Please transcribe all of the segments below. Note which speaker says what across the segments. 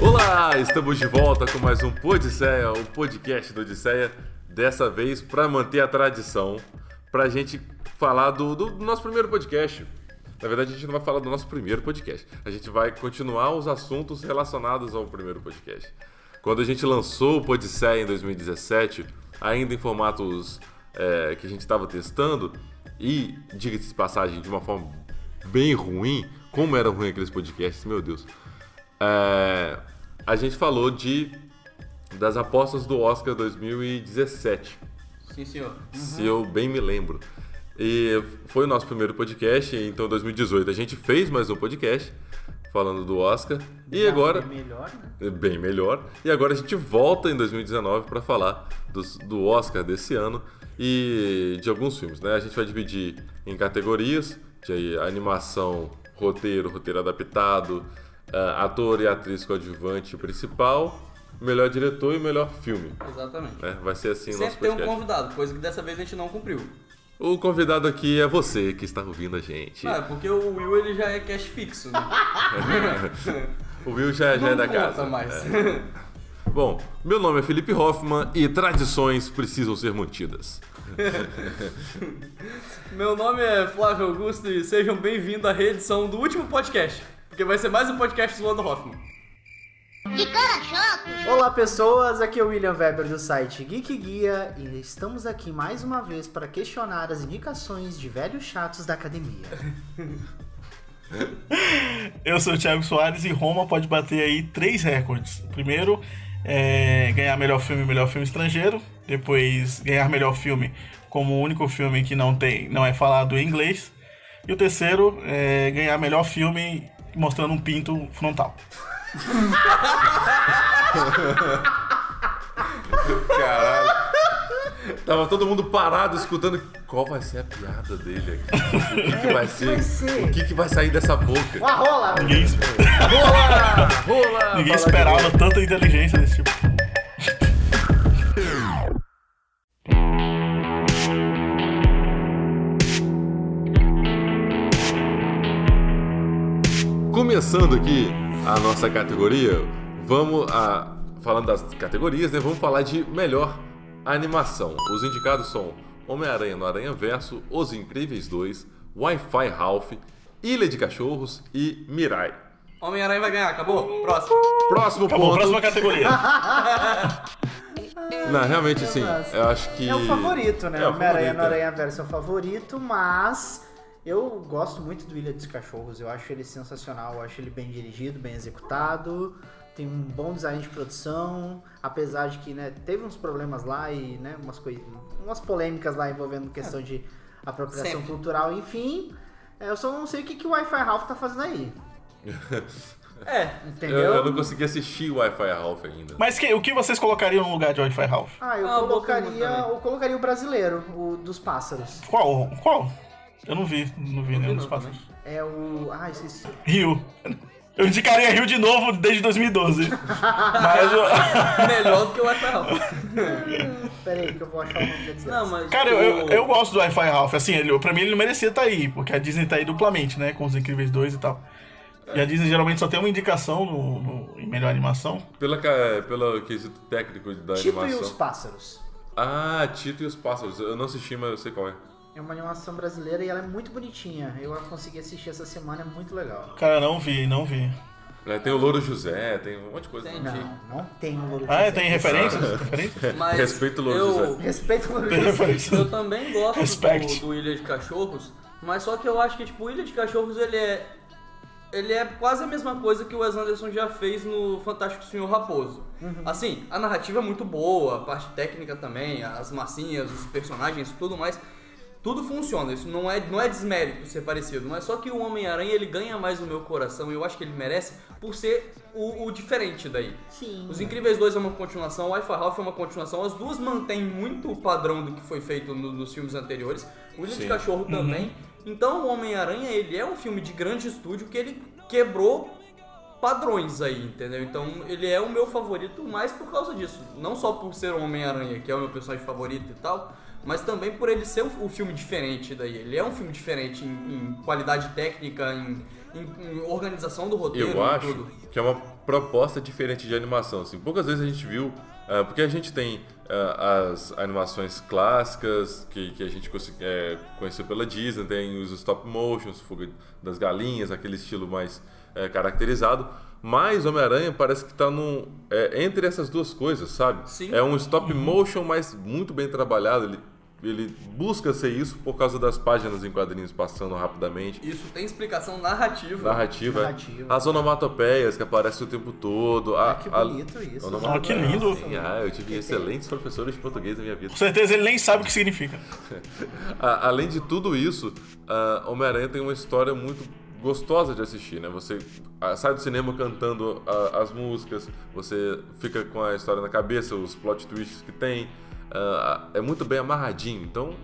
Speaker 1: Olá, estamos de volta com mais um Podisseia, o podcast do Odisseia. Dessa vez, para manter a tradição, para a gente falar do, do- do nosso primeiro podcast. Na verdade, a gente não vai falar do nosso primeiro podcast. A gente vai continuar os assuntos relacionados ao primeiro podcast. Quando a gente lançou o Podisseia em 2017, ainda em formatos é, que a gente estava testando, e, diga-se de passagem, de uma forma bem ruim, como era ruim aqueles podcasts, meu Deus. É, a gente falou de das apostas do Oscar 2017,
Speaker 2: Sim, senhor.
Speaker 1: se eu bem me lembro. E foi o nosso primeiro podcast, então 2018 a gente fez mais um podcast falando do Oscar. E agora
Speaker 2: É melhor, né?
Speaker 1: bem melhor. E agora a gente volta em 2019 para falar dos- do Oscar desse ano e de alguns filmes, né? A gente vai dividir em categorias, de animação, roteiro, roteiro adaptado, ah, ator e atriz coadjuvante principal, melhor diretor e melhor filme.
Speaker 2: Exatamente.
Speaker 1: né? Vai ser assim o nosso
Speaker 2: Sempre tem um
Speaker 1: podcast.
Speaker 2: convidado, coisa que dessa vez a gente não cumpriu.
Speaker 1: O convidado aqui é você que está ouvindo a gente.
Speaker 2: Ah, é porque o Will ele já é cash fixo, né?
Speaker 1: O Will já, já é
Speaker 2: não
Speaker 1: da
Speaker 2: conta
Speaker 1: casa. é.
Speaker 2: mais.
Speaker 1: Bom, meu nome é Felipe Hoffman e tradições precisam ser mantidas.
Speaker 2: Meu nome é Flávio Augusto e sejam bem-vindos à reedição do último podcast. Porque vai ser mais um podcast zoando Hoffman.
Speaker 3: Que cara chato!
Speaker 4: Olá pessoas, aqui é o William Weber do site Geek Guia e estamos aqui mais uma vez para questionar as indicações de velhos chatos da academia.
Speaker 5: Eu sou o Thiago Soares e Roma pode bater aí três recordes. O primeiro é ganhar melhor filme, melhor filme estrangeiro. Depois ganhar melhor filme como o único filme que não tem, não é falado em inglês. E o terceiro é ganhar melhor filme mostrando um pinto frontal.
Speaker 1: Caralho. Tava todo mundo parado escutando qual vai ser a piada dele aqui. O que, que vai ser?
Speaker 4: É, vai ser?
Speaker 1: O que, que vai sair dessa boca?
Speaker 4: Uma rola!
Speaker 5: Ninguém,
Speaker 1: Rola! Rola!
Speaker 5: ninguém esperava tanta inteligência desse tipo.
Speaker 1: Começando aqui a nossa categoria, vamos a. Falando das categorias, né? Vamos falar de melhor animação. Os indicados são Homem-Aranha no Aranha Verso, Os Incríveis 2, Wi-Fi Ralph, Ilha de Cachorros e Mirai.
Speaker 2: Homem-Aranha vai ganhar, acabou? Próximo.
Speaker 1: Próximo
Speaker 5: Acabou,
Speaker 1: ponto.
Speaker 5: próxima categoria.
Speaker 1: Não, realmente sim. Eu acho que.
Speaker 4: É o favorito, né?
Speaker 1: É o
Speaker 4: Homem-Aranha
Speaker 1: favorito.
Speaker 4: no Aranha Verso é o favorito, mas eu gosto muito do Ilha dos Cachorros, eu acho ele sensacional, eu acho ele bem dirigido, bem executado, tem um bom design de produção, apesar de que, né, teve uns problemas lá e, né, umas coisas, umas polêmicas lá envolvendo questão de apropriação
Speaker 2: Sempre.
Speaker 4: cultural, enfim. É, Eu só não sei o que, que o Wi-Fi Ralph tá fazendo aí,
Speaker 2: É,
Speaker 1: Eu,
Speaker 4: entendeu?
Speaker 1: eu não consegui assistir o Wi-Fi Ralph ainda.
Speaker 5: Mas que- o que vocês colocariam no lugar de Wi-Fi Ralph?
Speaker 4: Ah, eu
Speaker 2: Ah, eu vou
Speaker 4: colocaria,
Speaker 2: perguntar, né?
Speaker 4: eu colocaria o brasileiro, o dos pássaros.
Speaker 5: Qual? Qual? Eu não vi, não vi nenhum
Speaker 2: não, né?
Speaker 5: dos passos.
Speaker 4: É o, ah, esqueci.
Speaker 5: Rio. Eu indicaria Rio de novo desde 2012. Mas eu...
Speaker 2: melhor do que o Wi-Fi
Speaker 4: Pera aí que eu vou achar o nome da desgraça.
Speaker 2: Não, mas.
Speaker 5: Cara, eu, eu,
Speaker 2: o-
Speaker 5: eu gosto do Wi-Fi Ralph. Assim, ele, pra mim ele não merecia estar aí, porque a Disney tá aí duplamente, né? Com os Incríveis 2 e tal. E a Disney geralmente só tem uma indicação no, no- em melhor animação.
Speaker 1: Pela, ca- é, pelo quesito técnico da
Speaker 4: Tito tipo e os
Speaker 1: animação.
Speaker 4: Pássaros.
Speaker 1: Ah, Tito e os Pássaros. Eu não assisti, mas eu sei qual é.
Speaker 4: É uma animação brasileira e ela é muito bonitinha. Eu a consegui assistir essa semana, é muito legal.
Speaker 5: Cara, não vi, não vi.
Speaker 1: É, Tem o Louro José, tem um monte de coisa.
Speaker 2: Tem.
Speaker 1: né?
Speaker 4: Não, não tem o Louro
Speaker 5: Ah,
Speaker 4: José.
Speaker 5: tem referências? referências?
Speaker 2: Mas
Speaker 1: Respeito o Louro
Speaker 2: eu-
Speaker 1: José.
Speaker 4: Respeito o Louro
Speaker 5: Tem
Speaker 4: José.
Speaker 5: referências.
Speaker 2: Eu também gosto
Speaker 5: Respect.
Speaker 2: do, do Ilha de Cachorros, mas só que eu acho que tipo, o Ilha de Cachorros ele é ele é quase a mesma coisa que o Wes Anderson já fez no Fantástico Senhor Raposo. Assim, a narrativa é muito boa, a parte técnica também, as massinhas, os personagens, tudo mais. Tudo funciona, isso não é, não é desmérito ser parecido, mas só que o Homem-Aranha ele ganha mais no meu coração e eu acho que ele merece por ser o- o diferente daí.
Speaker 4: Sim.
Speaker 2: Os Incríveis 2 é uma continuação, o Wi-Fi Ralph é uma continuação, as duas mantêm muito o padrão do que foi feito no- nos filmes anteriores. O Ilha de
Speaker 1: Sim.
Speaker 2: Cachorro também. Então o Homem-Aranha, ele é um filme de grande estúdio que ele quebrou padrões aí, entendeu? Então ele é o meu favorito mais por causa disso. Não só por ser o Homem-Aranha, que é o meu personagem favorito e tal, mas também por ele ser um, um filme diferente daí. Ele é um filme diferente em, em qualidade técnica, em, em- em organização do roteiro,
Speaker 1: Eu
Speaker 2: em
Speaker 1: acho
Speaker 2: tudo.
Speaker 1: que é uma proposta diferente de animação. Assim, poucas vezes a gente viu, ah, porque a gente tem ah, as animações clássicas que, que a gente consi- eh, conheceu pela Disney, tem os stop motions, Fuga das Galinhas, aquele estilo mais eh, caracterizado. Mas Homem-Aranha parece que está num, eh, entre essas duas coisas, sabe?
Speaker 2: Sim. Uhum.
Speaker 1: É um stop motion, mas muito bem trabalhado. Ele, ele busca ser isso por causa das páginas em quadrinhos passando rapidamente
Speaker 2: Isso tem explicação narrativa.
Speaker 1: narrativa. é.
Speaker 4: Narrativa.
Speaker 1: As onomatopeias que aparecem o tempo todo. A,
Speaker 4: Ah, que
Speaker 1: a-
Speaker 4: bonito isso.
Speaker 1: onomatopeia.
Speaker 5: Ah, que lindo.
Speaker 1: Sim, ah, eu tive excelentes professores de português na minha vida.
Speaker 5: Com certeza ele nem sabe o que significa.
Speaker 1: A- além de tudo isso, ah, Homem-Aranha tem uma história muito gostosa de assistir, né? Você ah, sai do cinema cantando ah, as músicas, você fica com a história na cabeça, os plot twists que tem. ah, é muito bem amarradinho. Então,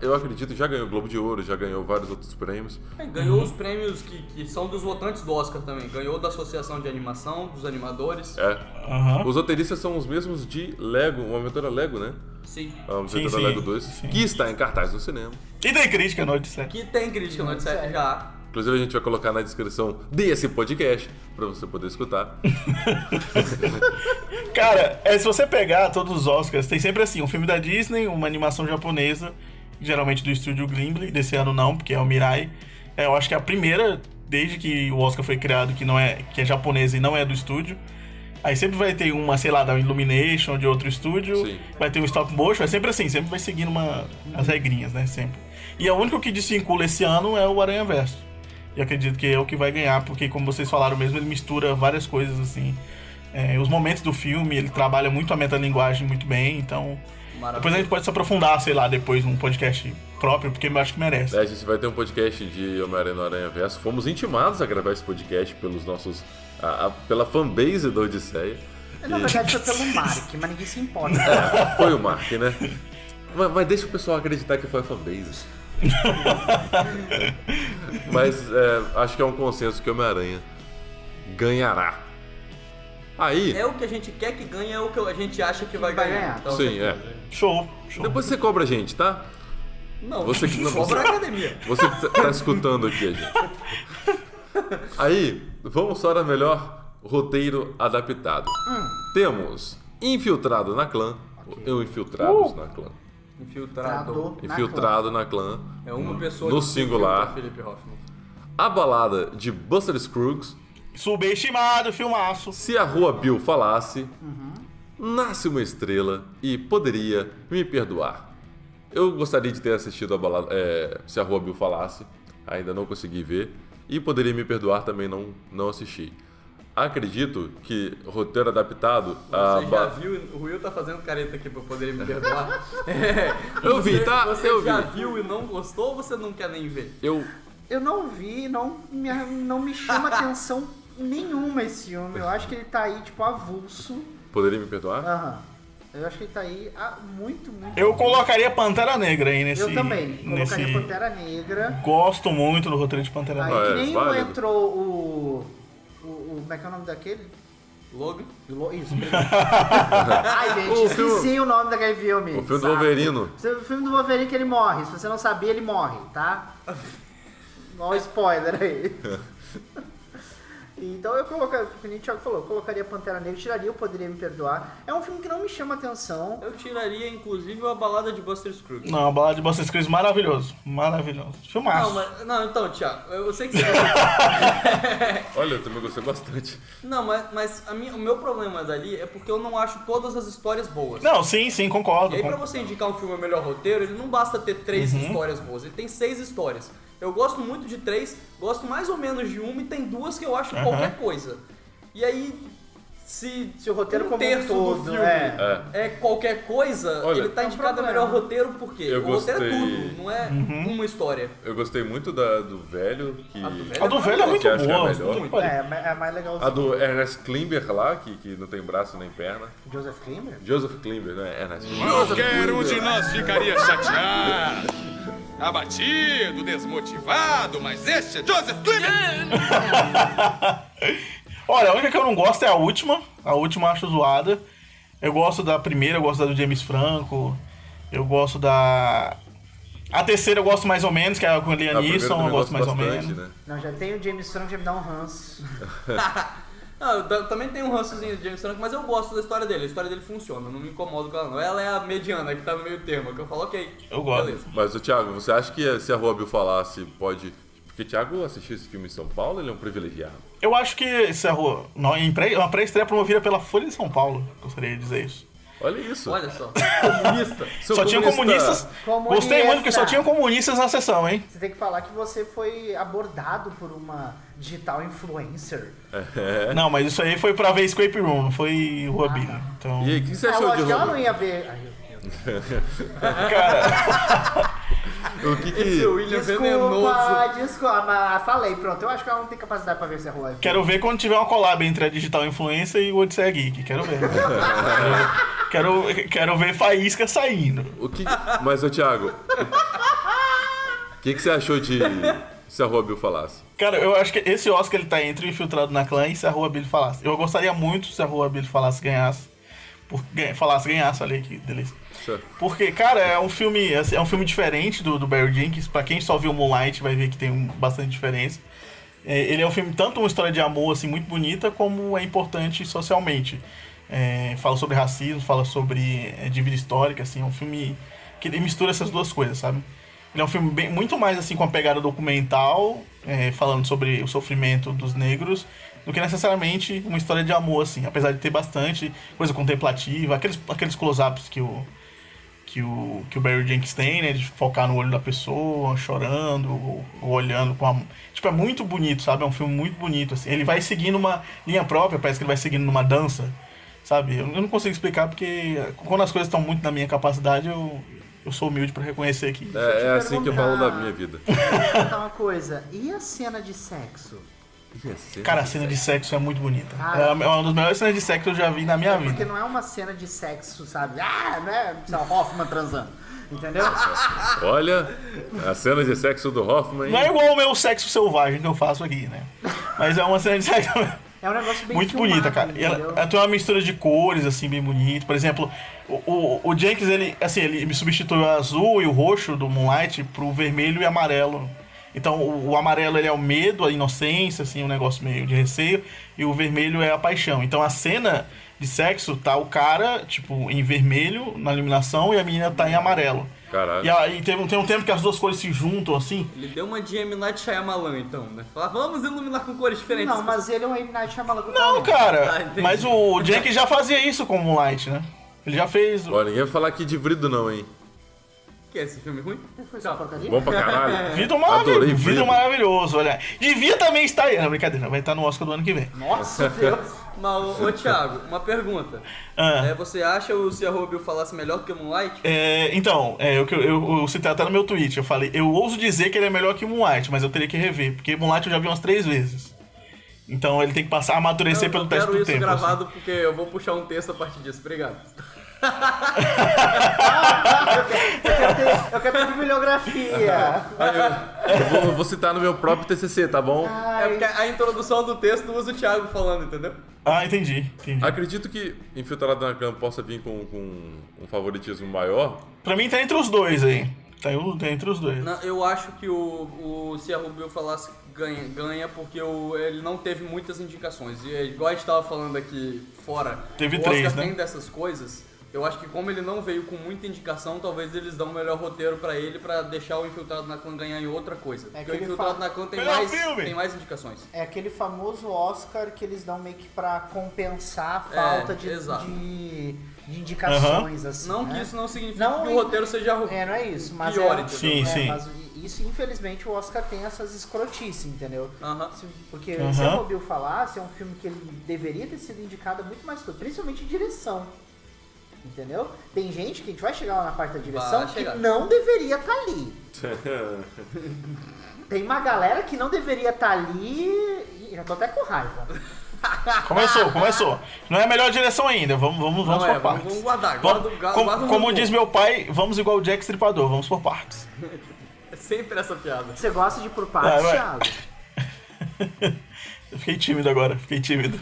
Speaker 1: eu acredito, já ganhou o Globo de Ouro, já ganhou vários outros prêmios.
Speaker 2: É, Ganhou
Speaker 1: Uhum.
Speaker 2: os prêmios que, que são dos votantes do Oscar também. Ganhou da Associação de Animação, dos animadores.
Speaker 1: É.
Speaker 5: Aham.
Speaker 1: Os roteiristas são os mesmos de Lego, uma aventura Lego, né?
Speaker 2: Sim.
Speaker 1: A aventura
Speaker 5: Sim, sim,
Speaker 1: Lego 2,
Speaker 5: sim.
Speaker 1: que está em cartaz no cinema.
Speaker 5: E tem crítica no Odisseia.
Speaker 2: Que tem crítica no
Speaker 4: Sério?
Speaker 2: Odisseia já.
Speaker 1: Inclusive, a gente vai colocar na descrição desse podcast pra você poder escutar.
Speaker 5: Cara, é, se você pegar todos os Oscars, tem sempre assim, um filme da Disney, uma animação japonesa, geralmente do estúdio Gimli, desse ano não, porque é o Mirai. É, eu acho que é a primeira, desde que o Oscar foi criado, que não é que é japonesa e não é do estúdio. Aí sempre vai ter uma, sei lá, da Illumination, de outro estúdio.
Speaker 1: Sim.
Speaker 5: Vai ter o stop motion, é sempre assim, sempre vai seguindo uma, as regrinhas, né? Sempre. E o único que desvincula esse ano é o Aranha Verso. E acredito que é o que vai ganhar, porque como vocês falaram mesmo, ele mistura várias coisas assim. É, os momentos do filme, ele trabalha muito a metalinguagem muito bem, então. Depois a gente
Speaker 2: Maravilhoso.
Speaker 5: pode se aprofundar, sei lá, depois num podcast próprio, porque eu acho que merece.
Speaker 1: É, a gente vai ter um podcast de Homem-Aranha no Aranha Verso. Fomos intimados a gravar esse podcast pelos nossos. a- a- pela fanbase da Odisseia.
Speaker 4: Na
Speaker 1: E-
Speaker 4: verdade foi pelo Mark, mas ninguém se importa.
Speaker 1: Foi o Mark, né? Mas, mas deixa o pessoal acreditar que foi a fanbase. mas é, acho que é um consenso que Homem-Aranha ganhará. Aí.
Speaker 2: É o que a gente quer que ganhe, é o que a gente acha que vai
Speaker 4: Vai
Speaker 2: ganhar.
Speaker 4: ganhar.
Speaker 2: Então,
Speaker 1: Sim, é.
Speaker 5: Show, show.
Speaker 1: Depois você cobra a gente, tá?
Speaker 2: Não,
Speaker 1: Você que não-
Speaker 2: só pra academia.
Speaker 1: Você que tá- tá escutando aqui, gente. Aí, vamos para o melhor roteiro adaptado. Hum. Temos Infiltrado na Clã, ou Infiltrados Uh! na Clã.
Speaker 2: Infiltrado.
Speaker 4: Na
Speaker 1: Infiltrado na Clã.
Speaker 2: É uma pessoa
Speaker 1: No
Speaker 2: que se infiltra,
Speaker 1: singular.
Speaker 2: Felipe Hoffman.
Speaker 1: A balada de Buster Scruggs,
Speaker 5: Subestimado, filmaço.
Speaker 1: Se a Rua Bill falasse,
Speaker 2: Uhum.
Speaker 1: nasce uma estrela e poderia me perdoar. Eu gostaria de ter assistido a balada, é, Se a Rua Bill falasse, ainda não consegui ver, e poderia me perdoar também não, não assisti. Acredito que roteiro adaptado. a
Speaker 2: Você já
Speaker 1: ba-
Speaker 2: viu, o Will tá fazendo careta aqui pra poder me perdoar. É,
Speaker 1: Eu vi,
Speaker 2: você-
Speaker 1: tá?
Speaker 2: Você
Speaker 1: Eu
Speaker 2: já
Speaker 1: vi.
Speaker 2: viu e não gostou ou você não quer nem ver?
Speaker 1: Eu
Speaker 4: Eu não vi, não me, não me chama atenção nenhuma esse filme. Eu acho que ele tá aí, tipo, avulso.
Speaker 1: poderia me perdoar?
Speaker 4: Aham. Eu acho que ele tá aí ah, muito, muito.
Speaker 5: Eu colocaria Pantera Negra aí nesse.
Speaker 4: Eu também.
Speaker 5: Nesse...
Speaker 4: Colocaria Pantera Negra.
Speaker 5: Gosto muito do roteiro de Pantera
Speaker 4: Aí
Speaker 5: Negra.
Speaker 1: Ah, é
Speaker 4: que nem
Speaker 1: válido.
Speaker 4: entrou o. O, o- Como é que é o nome daquele?
Speaker 2: Logo,
Speaker 4: Lo- Isso. Ai, gente,
Speaker 1: O
Speaker 4: esqueci
Speaker 1: filme-
Speaker 4: o nome daquele filme.
Speaker 1: O filme do
Speaker 4: Saco.
Speaker 1: Wolverino.
Speaker 4: Se- O filme do Wolverine que ele morre. Se você não sabia, ele morre, tá? Ó o spoiler aí. Então eu colocaria, o que o Thiago falou, eu colocaria Pantera Negra, tiraria o Poderia Me Perdoar. É um filme que não me chama atenção.
Speaker 2: eu tiraria inclusive a balada de Buster Scruggs.
Speaker 5: Não, a balada de Buster Scruggs maravilhoso. Maravilhoso. Filmaço.
Speaker 1: Ah.
Speaker 2: Não, mas, não, então, Thiago, eu sei que você.
Speaker 1: Olha, eu também gostei bastante.
Speaker 2: não, mas, mas a minha- o meu problema dali é porque eu não acho todas as histórias boas.
Speaker 5: Não, sim, sim, concordo.
Speaker 2: E aí, pra
Speaker 5: concordo.
Speaker 2: você indicar um filme melhor roteiro, ele não basta ter três
Speaker 1: Uhum.
Speaker 2: histórias boas, ele tem seis histórias. Eu gosto muito de três, gosto mais ou menos de uma e tem duas que eu acho
Speaker 5: Aham.
Speaker 2: qualquer coisa. E aí, se,
Speaker 4: Se o roteiro
Speaker 2: um
Speaker 4: como um
Speaker 2: terço
Speaker 4: todo,
Speaker 2: do filme
Speaker 4: é.
Speaker 2: é.
Speaker 1: É.
Speaker 2: qualquer coisa,
Speaker 1: Olha,
Speaker 2: ele tá
Speaker 4: é um
Speaker 2: indicado a
Speaker 4: problema.
Speaker 2: melhor roteiro porque
Speaker 1: Eu
Speaker 2: o roteiro é
Speaker 1: gostei. Uhum.
Speaker 2: tudo, não é uma história.
Speaker 1: Eu gostei muito da, do velho, que.
Speaker 2: A do
Speaker 5: A do velho é muito
Speaker 1: Que acho que é
Speaker 5: boa.
Speaker 1: melhor.
Speaker 5: muito
Speaker 4: É, ma- é mais legal
Speaker 1: A do Ernest Klimber lá, que, que não tem braço nem perna.
Speaker 4: Joseph Kramer?
Speaker 1: Joseph Klimber, né? Ernest Klimber.
Speaker 6: Qualquer um de nós ficaria chateado, abatido, desmotivado, mas este é Joseph Clement!
Speaker 5: Olha, a única que eu não gosto é a última. A última eu acho zoada. Eu gosto da primeira, eu gosto da do James Franco. Eu gosto da. A terceira eu gosto mais ou menos, que é com a Liam
Speaker 1: A primeira
Speaker 5: Neeson,
Speaker 1: também
Speaker 5: eu gosto mais ou
Speaker 1: bastante,
Speaker 5: menos.
Speaker 1: Né?
Speaker 4: Não, já tem o James Franco, já me dá um ranço.
Speaker 2: Ah, eu ta- também tenho um rançozinho do James Franco, mas eu gosto da história dele. A história dele funciona, eu não me incomodo com ela não. Ela é a mediana que tá no meio termo, que eu falo, ok.
Speaker 5: Eu gosto.
Speaker 2: Beleza.
Speaker 1: Mas, ô, Thiago, você acha que se a Rua Bill falasse, pode. Porque o Thiago assistiu esse filme em São Paulo, ele é um privilegiado.
Speaker 5: Eu acho que esse é ro- não, em pré- uma pré-estreia promovida pela Folha de São Paulo, gostaria de dizer isso.
Speaker 1: Olha isso.
Speaker 2: Olha só. Comunista.
Speaker 1: Seu
Speaker 5: só tinha
Speaker 1: comunista.
Speaker 5: comunistas.
Speaker 4: Comunista.
Speaker 5: Gostei muito, porque só tinha comunistas na sessão, hein?
Speaker 4: Você tem que falar que você foi abordado por uma digital influencer.
Speaker 1: É?
Speaker 5: Não, mas isso aí foi pra ver Escape Room, não foi
Speaker 2: Ah,
Speaker 5: Rua B,
Speaker 2: tá.
Speaker 5: né? Então.
Speaker 1: E aí, o que você
Speaker 4: É
Speaker 1: achou de
Speaker 4: lógico que ela
Speaker 1: Rua
Speaker 4: não
Speaker 1: Bill?
Speaker 4: ia ver. Ai, meu Deus.
Speaker 5: Cara,
Speaker 1: O que
Speaker 2: Esse é
Speaker 1: que.
Speaker 2: William venenoso.
Speaker 4: Desculpa, desculpa. Ah, Mas falei, pronto. Eu acho que ela não tem capacidade pra ver se é ruim.
Speaker 5: quero ver quando tiver uma collab entre a Digital Influencer e o Odisseia Geek. Quero ver. quero, quero ver faísca saindo.
Speaker 1: O que... Mas, ô, Thiago. O que, que você achou de. Se a Rua Bill falasse?
Speaker 5: Cara, eu acho que esse Oscar ele tá entre o Infiltrado na Clã e se a Rua Billy falasse. Eu gostaria muito se a Rua Billy falasse ganhasse. Por, ganha- falasse ganhasse, olha aí que delícia. Porque, cara, é um filme, assim, é um filme diferente do, do Barry Jenkins. Pra quem só viu Moonlight vai ver que tem um- bastante diferença. É, ele é um filme tanto uma história de amor assim muito bonita como é importante socialmente. É, fala sobre racismo, fala sobre é, dívida histórica, assim, é um filme que ele mistura essas duas coisas, sabe? Ele é um filme bem- muito mais assim com a pegada documental, é, falando sobre o sofrimento dos negros, do que necessariamente uma história de amor, assim, apesar de ter bastante coisa contemplativa, aqueles, aqueles close-ups que o, que o, que o Barry Jenkins tem, né? De focar no olho da pessoa, chorando, ou, ou olhando com a. Tipo, é muito bonito, sabe? É um filme muito bonito, assim. Ele vai seguindo uma linha própria, parece que ele vai seguindo numa dança, sabe? Eu, eu não consigo explicar porque quando as coisas estão muito na minha capacidade, eu, eu sou humilde pra reconhecer que.
Speaker 1: É, é assim que eu falo da
Speaker 4: perguntar.
Speaker 1: minha vida.
Speaker 4: contar uma coisa. E a cena de sexo?
Speaker 5: Cara, a cena de sexo é muito bonita.
Speaker 4: Ah.
Speaker 5: É uma das melhores cenas de sexo que eu já vi na minha
Speaker 4: Porque
Speaker 5: vida.
Speaker 4: não é uma cena de sexo, sabe? Ah, né? Sei lá, Hoffman transando. Entendeu?
Speaker 1: Olha, a cena de sexo do Hoffman. hein?
Speaker 5: Não é igual o meu sexo selvagem que eu faço aqui, né? Mas é uma cena de sexo.
Speaker 4: É um negócio bem
Speaker 5: Muito
Speaker 4: filmado,
Speaker 5: bonita, cara. E ela,
Speaker 4: entendeu?
Speaker 5: ela tem uma mistura de cores, assim, bem bonito. Por exemplo, o, o, o Jenkins, ele, assim, ele me substituiu o azul e o roxo do Moonlight pro vermelho e amarelo. Então, o, o amarelo, ele é o medo, a inocência, assim, um negócio meio de receio. E o vermelho é a paixão. Então, a cena de sexo tá o cara, tipo, em vermelho, na iluminação, e a menina tá em amarelo.
Speaker 1: Caralho.
Speaker 5: E, aí tem, um- tem um tempo que as duas cores se juntam, assim.
Speaker 2: Ele deu uma de M. Night Shyamalan, então, né? Falar, vamos iluminar com cores diferentes.
Speaker 4: Não, mas ele é um M. Night Shyamalan.
Speaker 5: Não,
Speaker 2: Ah,
Speaker 5: cara.
Speaker 2: entendi.
Speaker 5: mas o Jenkins já fazia isso com o Moonlight, né? Ele já fez
Speaker 1: Ó, ninguém vai falar aqui de vrido, não, hein?
Speaker 2: Que é esse filme ruim?
Speaker 4: Foi só porcaria?
Speaker 1: Bom pra
Speaker 2: É.
Speaker 1: caralho. é
Speaker 5: Vitor
Speaker 1: Adorei
Speaker 5: maravilhoso.
Speaker 1: Vrido.
Speaker 5: Vitor maravilhoso, olha. Devia tá também estar aí. Não, Ah, brincadeira, vai estar no Oscar do ano que vem.
Speaker 4: Nossa, Deus.
Speaker 2: Mas, ô, ô Thiago, uma pergunta.
Speaker 5: Ah,
Speaker 2: É, você acha o Se a Rua Bill falasse melhor que o Moonlight?
Speaker 5: é, então, é, eu, eu, eu, eu citei até no meu tweet. Eu falei, eu ouso dizer que ele é melhor que Moonlight, mas eu teria que rever, porque Moonlight eu já vi umas três vezes. Então ele tem que passar a amadurecer
Speaker 2: eu
Speaker 5: pelo
Speaker 2: não
Speaker 5: teste
Speaker 2: quero
Speaker 5: do
Speaker 2: isso
Speaker 5: tempo. assim.
Speaker 2: gravado porque eu vou puxar um texto a partir disso. Obrigado.
Speaker 4: Eu quero ter, eu quero ter bibliografia.
Speaker 1: Eu vou, eu vou citar no meu próprio TCC, tá bom?
Speaker 2: É porque a introdução do texto usa o Thiago falando, entendeu?
Speaker 5: Ah, entendi. entendi.
Speaker 1: Acredito que Infiltrado na Clã possa vir com, com um favoritismo maior.
Speaker 5: Pra mim tá entre os dois aí. Tá, eu- tá entre os dois.
Speaker 2: Não, eu acho que o, o se a Rubio falasse ganha, ganha porque o, ele não teve muitas indicações. E é igual a gente tava falando aqui fora,
Speaker 5: Teve
Speaker 2: o
Speaker 5: três,
Speaker 2: Oscar
Speaker 5: né?
Speaker 2: tem dessas coisas. Eu acho que como ele não veio com muita indicação, talvez eles dão o melhor roteiro pra ele pra deixar o Infiltrado na Clã ganhar em outra coisa. porque
Speaker 4: É que
Speaker 2: o
Speaker 4: ele
Speaker 2: Infiltrado
Speaker 4: fala-
Speaker 2: na Clã tem
Speaker 5: Melhor
Speaker 2: mais,
Speaker 5: filme!
Speaker 2: tem mais indicações.
Speaker 4: É aquele famoso Oscar que eles dão meio que pra compensar a falta
Speaker 2: É,
Speaker 4: de,
Speaker 2: exato.
Speaker 4: de, de indicações, assim.
Speaker 2: Não
Speaker 4: né?
Speaker 2: que isso não significa
Speaker 4: Não
Speaker 2: que
Speaker 4: em-
Speaker 2: o roteiro seja ruim.
Speaker 4: É, não é isso, mas
Speaker 2: Pior,
Speaker 4: é,
Speaker 2: entendeu?
Speaker 5: Sim,
Speaker 4: é,
Speaker 5: sim.
Speaker 4: mas isso, infelizmente, o Oscar tem essas escrotices, entendeu?
Speaker 2: Aham.
Speaker 4: Se- Porque
Speaker 5: Aham.
Speaker 4: se eu ouviu falar, se é um filme que ele deveria ter sido indicado a muito mais coisa, principalmente em direção. Entendeu? Tem gente que a gente vai chegar lá na parte da direção
Speaker 2: Vai
Speaker 4: que
Speaker 2: chegar.
Speaker 4: não deveria estar ali. Tem uma galera que não deveria estar ali. e Já tô até com raiva.
Speaker 5: Começou, começou. Não é a melhor direção ainda. Vamos, vamos, vamos
Speaker 2: Não
Speaker 5: por
Speaker 2: é, vamos,
Speaker 5: partes.
Speaker 2: vamos guardar. Guarda, o ga-
Speaker 5: como
Speaker 2: guarda o
Speaker 5: como
Speaker 2: rancor.
Speaker 5: diz meu pai, vamos igual o Jack Stripador, vamos por partes.
Speaker 2: É sempre essa piada.
Speaker 4: Você gosta de ir por
Speaker 5: Vai,
Speaker 2: Ah,
Speaker 4: partes,
Speaker 5: vai.
Speaker 4: Thiago?
Speaker 5: Eu fiquei tímido agora, fiquei tímido.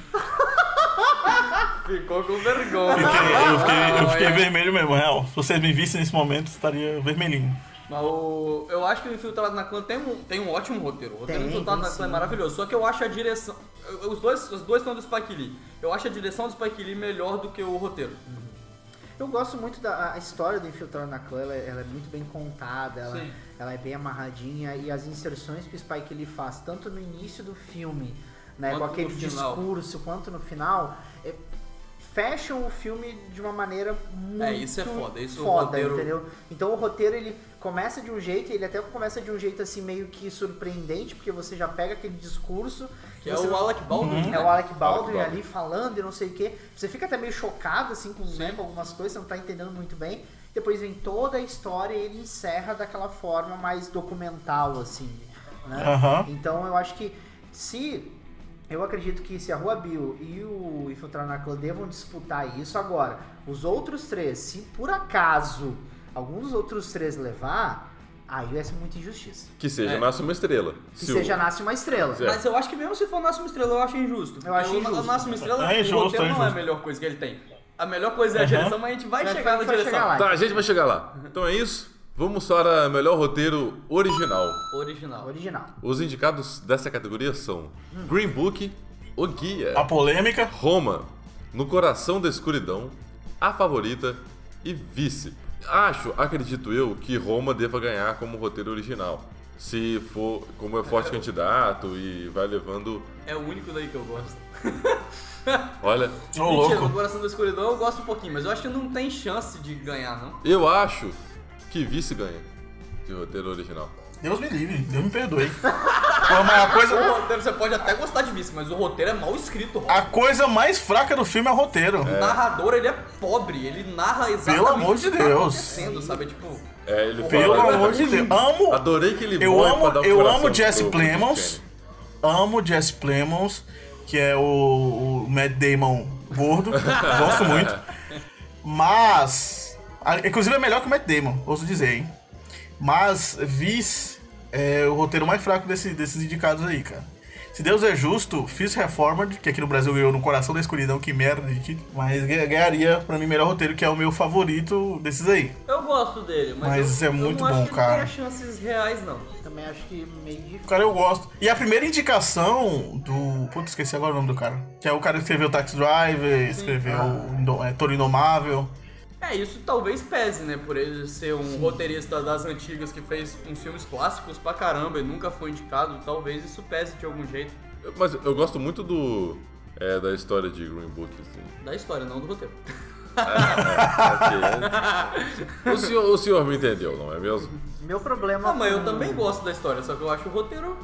Speaker 2: Ficou com vergonha.
Speaker 5: Fiquei- eu fiquei, eu fiquei
Speaker 2: Ah, Olha.
Speaker 5: vermelho mesmo, real. Se vocês me vissem nesse momento, estaria vermelhinho.
Speaker 2: Mas o- eu acho que o Infiltrado na Clã tem um, tem um ótimo roteiro. O roteiro
Speaker 4: Tem,
Speaker 2: do Infiltrado
Speaker 4: tem
Speaker 2: na Clã é
Speaker 4: sim.
Speaker 2: maravilhoso. Só que eu acho a direção. eu- Os dois, os dois são do Spike Lee. Eu acho a direção do Spike Lee melhor do que o roteiro.
Speaker 4: Eu gosto muito da a história do Infiltrado na Clã, ela, ela é muito bem contada, ela,
Speaker 2: Sim.
Speaker 4: ela é bem amarradinha e as inserções que o Spike Lee faz, tanto no início do filme, né,
Speaker 2: Quanto
Speaker 4: com
Speaker 2: no
Speaker 4: aquele
Speaker 2: final.
Speaker 4: discurso, quanto no final, é- fecham o filme de uma maneira muito
Speaker 2: É, isso é foda, isso é o
Speaker 4: foda,
Speaker 2: roteiro-
Speaker 4: entendeu? Então o roteiro ele começa de um jeito, e ele até começa de um jeito assim meio que surpreendente, porque você já pega aquele discurso
Speaker 2: Que
Speaker 4: você
Speaker 2: é o Alec Baldwin.
Speaker 4: é
Speaker 2: né?
Speaker 4: o Alec Baldwin
Speaker 1: Baldwin.
Speaker 4: ali falando e não sei o que. Você fica até meio chocado, assim, com, né, com algumas coisas, você não tá entendendo muito bem. Depois vem toda a história e ele encerra daquela forma mais documental, assim. né?
Speaker 5: Aham.
Speaker 4: Então eu acho que se. Eu acredito que se a Rua Bill e o Infiltrar na Clã devam disputar isso agora, os outros três, se por acaso algum dos outros três levar, aí vai ser muita injustiça.
Speaker 1: Que seja,
Speaker 2: É.
Speaker 1: nasce uma estrela.
Speaker 4: Se
Speaker 1: Se o-
Speaker 4: seja nasce uma estrela.
Speaker 1: Zé.
Speaker 2: Mas eu acho que mesmo se for Nasce uma Estrela, eu acho injusto. Porque
Speaker 4: acho
Speaker 2: o-
Speaker 4: injusto.
Speaker 2: O Nasce uma Estrela,
Speaker 5: É injusto,
Speaker 2: o roteiro
Speaker 5: é
Speaker 2: não é a
Speaker 5: injusto.
Speaker 2: melhor coisa que ele tem. A melhor coisa é a
Speaker 5: Aham.
Speaker 2: direção, mas a gente vai
Speaker 4: Mas
Speaker 2: chegar na
Speaker 4: vai
Speaker 2: direção.
Speaker 4: chegar lá.
Speaker 1: Tá, a gente vai chegar lá. Então é isso. Vamos para melhor roteiro original.
Speaker 2: Original.
Speaker 4: Original.
Speaker 1: Os indicados dessa categoria são Green Book, O Guia,
Speaker 5: A polêmica.
Speaker 1: Roma, No Coração da Escuridão, A Favorita e Vice. Acho, acredito eu, que Roma deva ganhar como roteiro original. Se for, como é forte candidato e vai levando.
Speaker 2: É o único daí que eu gosto.
Speaker 1: Olha,
Speaker 5: Ô,
Speaker 2: Mentira, no
Speaker 5: louco.
Speaker 2: Coração da Escuridão eu gosto um pouquinho, mas eu acho que não tem chance de ganhar, não.
Speaker 1: eu acho que Vice ganha de roteiro original.
Speaker 5: Deus me livre, Deus me perdoe. Pô, mas a coisa,
Speaker 2: O roteiro você pode até gostar de vice, mas o roteiro é mal escrito. Rob.
Speaker 5: a coisa mais fraca do filme é o roteiro.
Speaker 2: O narrador ele é pobre, ele narra exatamente
Speaker 5: Pelo amor
Speaker 2: o que
Speaker 5: de
Speaker 2: tá
Speaker 5: Deus.
Speaker 2: acontecendo, sabe? Tipo,
Speaker 1: É, ele
Speaker 5: Pelo
Speaker 1: fala-
Speaker 5: amor de Deus. Amo.
Speaker 1: Adorei que ele
Speaker 5: Eu
Speaker 1: morre pra
Speaker 5: amo,
Speaker 1: dar um
Speaker 5: eu
Speaker 1: coração
Speaker 5: amo Jesse
Speaker 1: pro- pro
Speaker 5: Plemons.
Speaker 1: Kenny.
Speaker 5: Amo Jesse Plemons, que é o, o Matt Damon gordo. gosto muito. Mas. a- Inclusive é melhor que o Matt Damon, ouso dizer, hein? Mas Viz é o roteiro mais fraco desse- desses indicados aí, cara. Se Deus é justo, fiz Reformed, que aqui no Brasil ganhou no Coração da Escuridão, que merda de título. Mas ganha- ganharia, pra mim, melhor roteiro, que é o meu favorito desses aí.
Speaker 2: eu gosto dele, mas,
Speaker 5: Mas
Speaker 2: eu,
Speaker 5: é muito
Speaker 2: eu não
Speaker 5: bom,
Speaker 2: acho que
Speaker 5: cara.
Speaker 2: Não tem chances reais não.
Speaker 4: Também acho que meio difícil.
Speaker 5: Cara, eu gosto. E a primeira indicação do. Putz, esqueci agora o nome do cara. Que é o cara que escreveu Taxi Driver, escreveu Indo- é, Toro Indomável.
Speaker 2: É, isso talvez pese, né? Por ele ser um roteirista das antigas que fez uns filmes clássicos pra caramba e nunca foi indicado, talvez isso pese de algum jeito
Speaker 1: Mas eu gosto muito do é, da história de Green Book. Assim.
Speaker 2: da história, não do roteiro.
Speaker 1: é- O, senhor, o senhor me entendeu, não é mesmo?
Speaker 4: Meu problema.
Speaker 2: Ah, mas eu
Speaker 4: com-
Speaker 2: também gosto da história, só que eu acho o roteiro.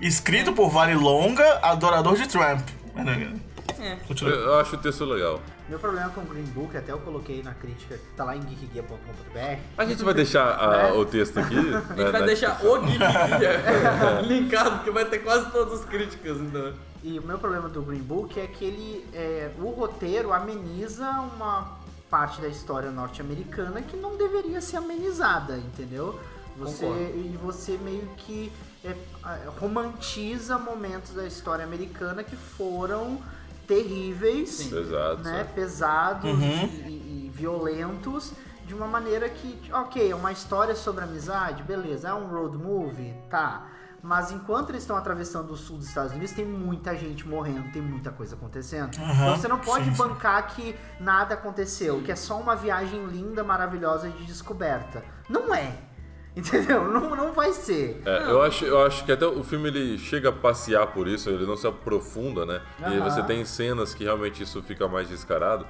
Speaker 5: Escrito por Vale Longa, adorador de Trump. Mas não,
Speaker 2: É.
Speaker 1: Eu,
Speaker 5: Continua.
Speaker 1: eu acho o texto legal.
Speaker 4: Meu problema com o Green Book, até eu coloquei na crítica, que tá lá em geekguia.com.br.
Speaker 1: A gente vai deixar a- o texto aqui. né,
Speaker 2: A gente vai deixar o Gui linkado, porque vai ter quase todas as críticas, então.
Speaker 4: E o meu problema do Green Book é que ele. é, o roteiro ameniza uma parte da história norte-americana que não deveria ser amenizada, entendeu? Você,
Speaker 2: Concordo.
Speaker 4: e você meio que é, a- romantiza momentos da história americana que foram terríveis.
Speaker 1: Exato.
Speaker 4: né,
Speaker 1: certo.
Speaker 4: pesados
Speaker 5: Uhum.
Speaker 4: e, e violentos de uma maneira que, ok, é uma história sobre amizade, beleza, é um road movie, tá. Mas enquanto eles estão atravessando o sul dos Estados Unidos, tem muita gente morrendo, tem muita coisa acontecendo.
Speaker 5: Aham,
Speaker 4: Então você não pode
Speaker 5: sim, sim.
Speaker 4: bancar que nada aconteceu, que é só uma viagem linda, maravilhosa de descoberta. Não é. Entendeu? Não, não vai ser.
Speaker 1: É, eu, acho, eu acho que até o filme ele chega a passear por isso, ele não se aprofunda, né? E
Speaker 4: Aham.
Speaker 1: você tem cenas que realmente isso fica mais descarado.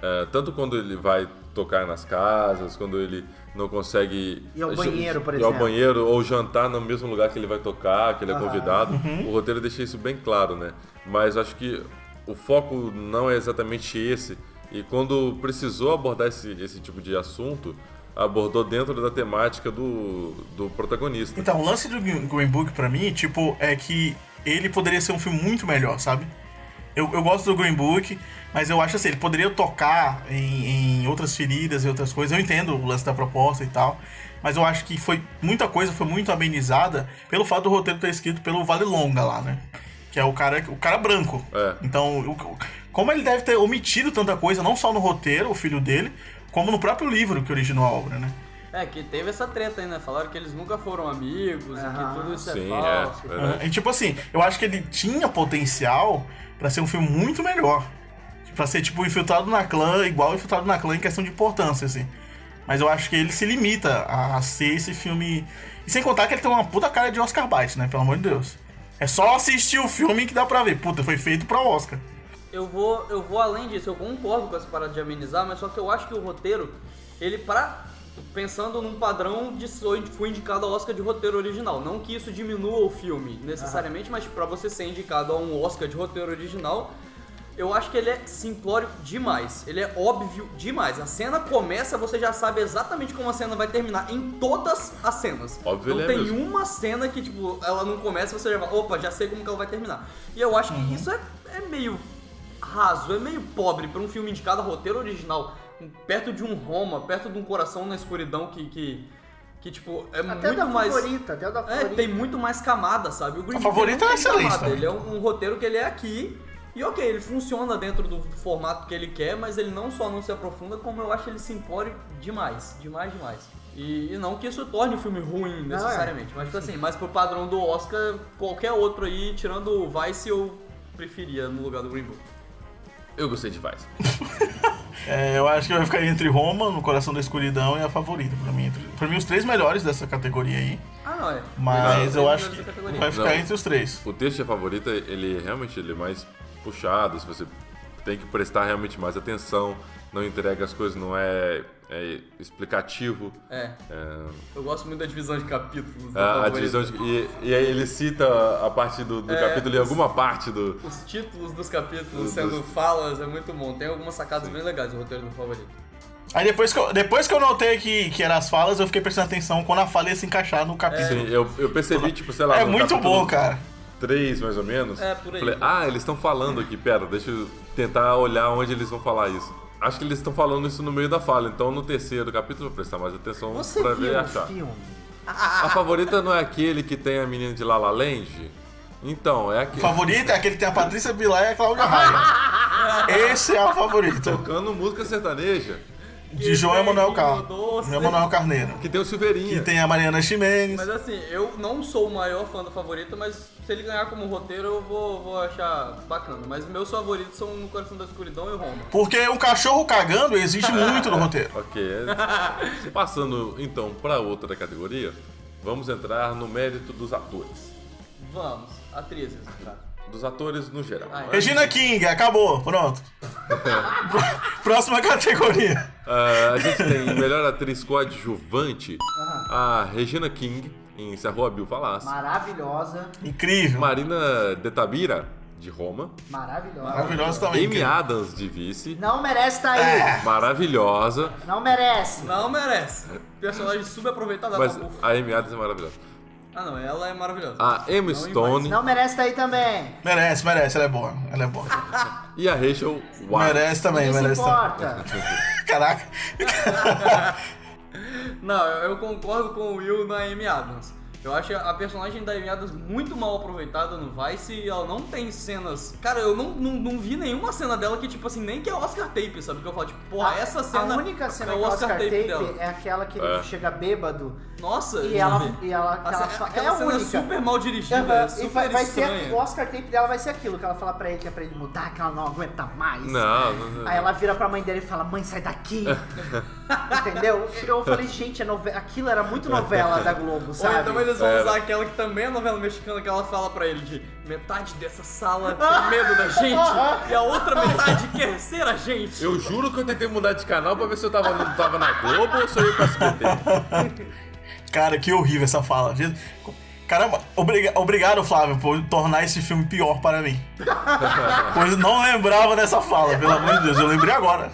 Speaker 1: É, tanto quando ele vai tocar nas casas, quando ele não consegue.
Speaker 4: Ir ao
Speaker 1: ju-
Speaker 4: banheiro, por
Speaker 1: ir
Speaker 4: exemplo.
Speaker 1: ao banheiro, ou jantar no mesmo lugar que ele vai tocar, que ele é
Speaker 4: Aham. Uhum.
Speaker 1: convidado. O roteiro deixa isso bem claro, né? Mas acho que o foco não é exatamente esse. E quando precisou abordar esse, esse tipo de assunto, abordou dentro da temática do, do protagonista.
Speaker 5: Então, o lance do Green Book pra mim, tipo, é que ele poderia ser um filme muito melhor, sabe? Eu, eu gosto do Green Book, mas eu acho assim, ele poderia tocar em, em outras feridas e outras coisas. Eu entendo o lance da proposta e tal, mas eu acho que foi muita coisa, foi muito amenizada pelo fato do roteiro ter escrito pelo Vale Longa lá, né? Que é o cara, o cara branco.
Speaker 1: É.
Speaker 5: Então, o, o- como ele deve ter omitido tanta coisa, não só no roteiro, o filho dele, como no próprio livro que originou a obra, né?
Speaker 2: É, que teve essa treta aí, né? Falaram que eles nunca foram amigos e
Speaker 4: Aham.
Speaker 2: que tudo isso é
Speaker 1: Sim,
Speaker 2: falso.
Speaker 1: é.
Speaker 5: E tipo assim, eu acho que ele tinha potencial pra ser um filme muito melhor. Pra ser, tipo, infiltrado na clã, igual infiltrado na clã em questão de importância, assim. Mas eu acho que ele se limita a, a ser esse filme. E sem contar que ele tem uma puta cara de Oscar Bite, né? Pelo amor de Deus. É só assistir o filme que dá pra ver. Puta, foi feito pra Oscar.
Speaker 2: Eu vou, eu vou além disso, eu concordo com essa parada de amenizar, mas só que eu acho que o roteiro, ele pra. Pensando num padrão de sou- fui indicado ao Oscar de roteiro original. Não que isso diminua o filme necessariamente, mas pra você ser indicado a um Oscar de roteiro original, eu acho que ele é simplório demais. Ele é óbvio demais. A cena começa, você já sabe exatamente como a cena vai terminar em todas as cenas.
Speaker 1: Óbvio
Speaker 2: não
Speaker 1: ele é
Speaker 2: tem
Speaker 1: mesmo.
Speaker 2: uma cena que, tipo, ela não começa e você já vai, opa, já sei como que ela vai terminar. E eu acho que isso é, é meio raso, é meio pobre pra um filme indicado a roteiro original, perto de um Roma, perto de um Coração na Escuridão que, que, que tipo, é
Speaker 4: Até o
Speaker 2: muito
Speaker 4: da
Speaker 2: mais...
Speaker 4: favorita, até o da
Speaker 2: É,
Speaker 4: favorita.
Speaker 2: tem muito mais camada, sabe? O Green
Speaker 5: A
Speaker 2: Book
Speaker 5: favorita
Speaker 2: não
Speaker 5: é
Speaker 2: tem
Speaker 5: excelente
Speaker 2: camada,
Speaker 5: também.
Speaker 2: Ele é um, um roteiro que ele é aqui. E ok, ele funciona dentro do formato que ele quer, mas ele não só não se aprofunda, como eu acho ele simplório demais. Demais, demais. E, e não que isso torne o filme ruim
Speaker 4: Não, é.
Speaker 2: necessariamente, mas tipo assim, mas pro padrão do Oscar, qualquer outro aí, tirando o Vice, eu preferia no lugar do Green Book.
Speaker 1: Eu gostei de Vice.
Speaker 5: É, eu acho que vai ficar entre Roma, No Coração da Escuridão e a favorita, pra mim. Entre, pra mim, os três melhores dessa categoria aí.
Speaker 2: Ah, não, é.
Speaker 5: Mas
Speaker 2: Não,
Speaker 5: eu
Speaker 2: é
Speaker 5: acho que
Speaker 2: dessa categoria.
Speaker 5: vai ficar
Speaker 1: Não.
Speaker 5: entre os três.
Speaker 1: O texto de favorita, ele realmente ele é mais puxado, se você tem que prestar realmente mais atenção, não entrega as coisas, não é, é explicativo.
Speaker 2: É,
Speaker 1: é,
Speaker 2: eu gosto muito da divisão de capítulos. do
Speaker 1: Ah, a, a
Speaker 2: favorito.
Speaker 1: divisão de, e, e aí ele cita a parte do, do
Speaker 5: É.
Speaker 1: capítulo em alguma parte do.
Speaker 2: Os títulos dos capítulos
Speaker 1: Dos-
Speaker 2: sendo falas é muito bom. Tem algumas sacadas bem legais no roteiro do favorito.
Speaker 5: Aí depois que eu, depois que eu notei que, que eram as falas, eu fiquei prestando atenção quando a fala ia se encaixar no capítulo.
Speaker 1: Sim, eu, eu percebi, tipo, sei lá.
Speaker 5: É
Speaker 1: no
Speaker 5: muito
Speaker 1: capítulo
Speaker 5: bom, cara.
Speaker 1: 3, mais ou menos.
Speaker 2: É, por aí.
Speaker 1: Falei, ah, eles estão falando aqui, pera, deixa eu tentar olhar onde eles vão falar isso. Acho que eles estão falando isso no meio da fala, então no terceiro capítulo eu vou prestar mais atenção
Speaker 4: Você
Speaker 1: pra ver e
Speaker 4: viu o
Speaker 1: achar.
Speaker 4: filme?
Speaker 1: A favorita não é aquele que tem a menina de Lala Land? Então, é aquele.
Speaker 5: Favorito é aquele que tem a Patrícia Pilar e a Cláudia Raia. Esse é o favorito.
Speaker 1: Tocando música sertaneja,
Speaker 5: De João Emanuel Car...
Speaker 2: doce.
Speaker 5: João Emanuel Carneiro.
Speaker 1: que tem o Silveirinha.
Speaker 5: E tem a Mariana Ximenes.
Speaker 2: Mas assim, eu não sou o maior fã do favorito, mas se ele ganhar como roteiro eu vou, vou achar bacana. Mas meus favoritos são No Coração da Escuridão e Roma.
Speaker 5: Porque um cachorro cagando existe muito no roteiro.
Speaker 1: Ok. é- Passando então para outra categoria, vamos entrar no mérito dos atores.
Speaker 2: Vamos, atrizes, no caso.
Speaker 1: Dos atores no geral.
Speaker 2: Ah, é.
Speaker 1: né?
Speaker 5: Regina King, acabou, pronto. Pró- Próxima categoria.
Speaker 1: Ah, a gente tem melhor atriz coadjuvante, a Regina King, em Se a Rua Bill Falasse.
Speaker 4: Maravilhosa,
Speaker 5: Incrível.
Speaker 1: Marina de Tabira, de Roma.
Speaker 4: maravilhosa.
Speaker 5: Maravilhosa também.
Speaker 1: Amy
Speaker 5: incrível.
Speaker 1: Adams, de vice.
Speaker 4: Não merece tá
Speaker 1: É.
Speaker 4: aí.
Speaker 1: Maravilhosa.
Speaker 4: Não merece.
Speaker 2: Não merece. Personagem subaproveitada
Speaker 1: Mas
Speaker 2: acabou.
Speaker 1: a Amy Adams é maravilhosa.
Speaker 2: Ah não, ela é maravilhosa.
Speaker 1: A Emma
Speaker 2: Não
Speaker 1: Stone
Speaker 4: Não merece tá aí também.
Speaker 5: Merece, merece, ela é boa. Ela é boa.
Speaker 1: e a Rachel White.
Speaker 5: Merece também,
Speaker 4: Ninguém se
Speaker 2: é
Speaker 5: merece também.
Speaker 4: importa.
Speaker 5: Caraca.
Speaker 2: Não, eu eu concordo com o Will na Amy Adams. Eu acho a personagem da Amy Adams muito mal aproveitada no Vice e ela não tem cenas. Cara, eu não, não, não vi nenhuma cena dela que, tipo assim, nem que é Oscar Tape, sabe? Que eu falo, tipo, porra, essa cena.
Speaker 4: a única cena
Speaker 2: é o
Speaker 4: que o Oscar, Tape,
Speaker 2: dela.
Speaker 4: é aquela que ele
Speaker 1: É.
Speaker 4: chega bêbado
Speaker 2: Nossa,
Speaker 4: e
Speaker 2: eu
Speaker 4: ela,
Speaker 2: não vi.
Speaker 4: e ela,
Speaker 2: A
Speaker 4: que ela
Speaker 2: cena-
Speaker 4: fa-
Speaker 2: aquela
Speaker 4: é a
Speaker 2: cena
Speaker 4: única.
Speaker 2: é super mal dirigida,
Speaker 4: Aham,
Speaker 2: é
Speaker 4: e
Speaker 2: super
Speaker 4: vai, vai ser,
Speaker 2: estranha.
Speaker 4: o Oscar Tape dela vai ser aquilo que ela fala pra ele, que é pra ele mudar, que ela não aguenta mais.
Speaker 1: Não, não, não.
Speaker 4: Aí ela vira pra mãe dela e fala, mãe, sai daqui. Entendeu? Eu falei, gente, é nove- aquilo era muito novela da Globo,
Speaker 2: Ou
Speaker 4: sabe?
Speaker 2: então eles vão
Speaker 1: Era.
Speaker 2: usar aquela que também é novela mexicana, que ela fala pra ele de metade dessa sala tem medo da gente e a outra metade quer ser a gente.
Speaker 1: Eu juro que eu tentei mudar de canal pra ver se eu tava, não tava na Globo ou se eu ia pra SBT.
Speaker 5: Cara, que horrível essa fala. Jesus. Caramba, obriga- obrigado, Flávio, por tornar esse filme pior para mim. pois eu não lembrava dessa fala, pelo amor de Deus. Eu lembrei agora.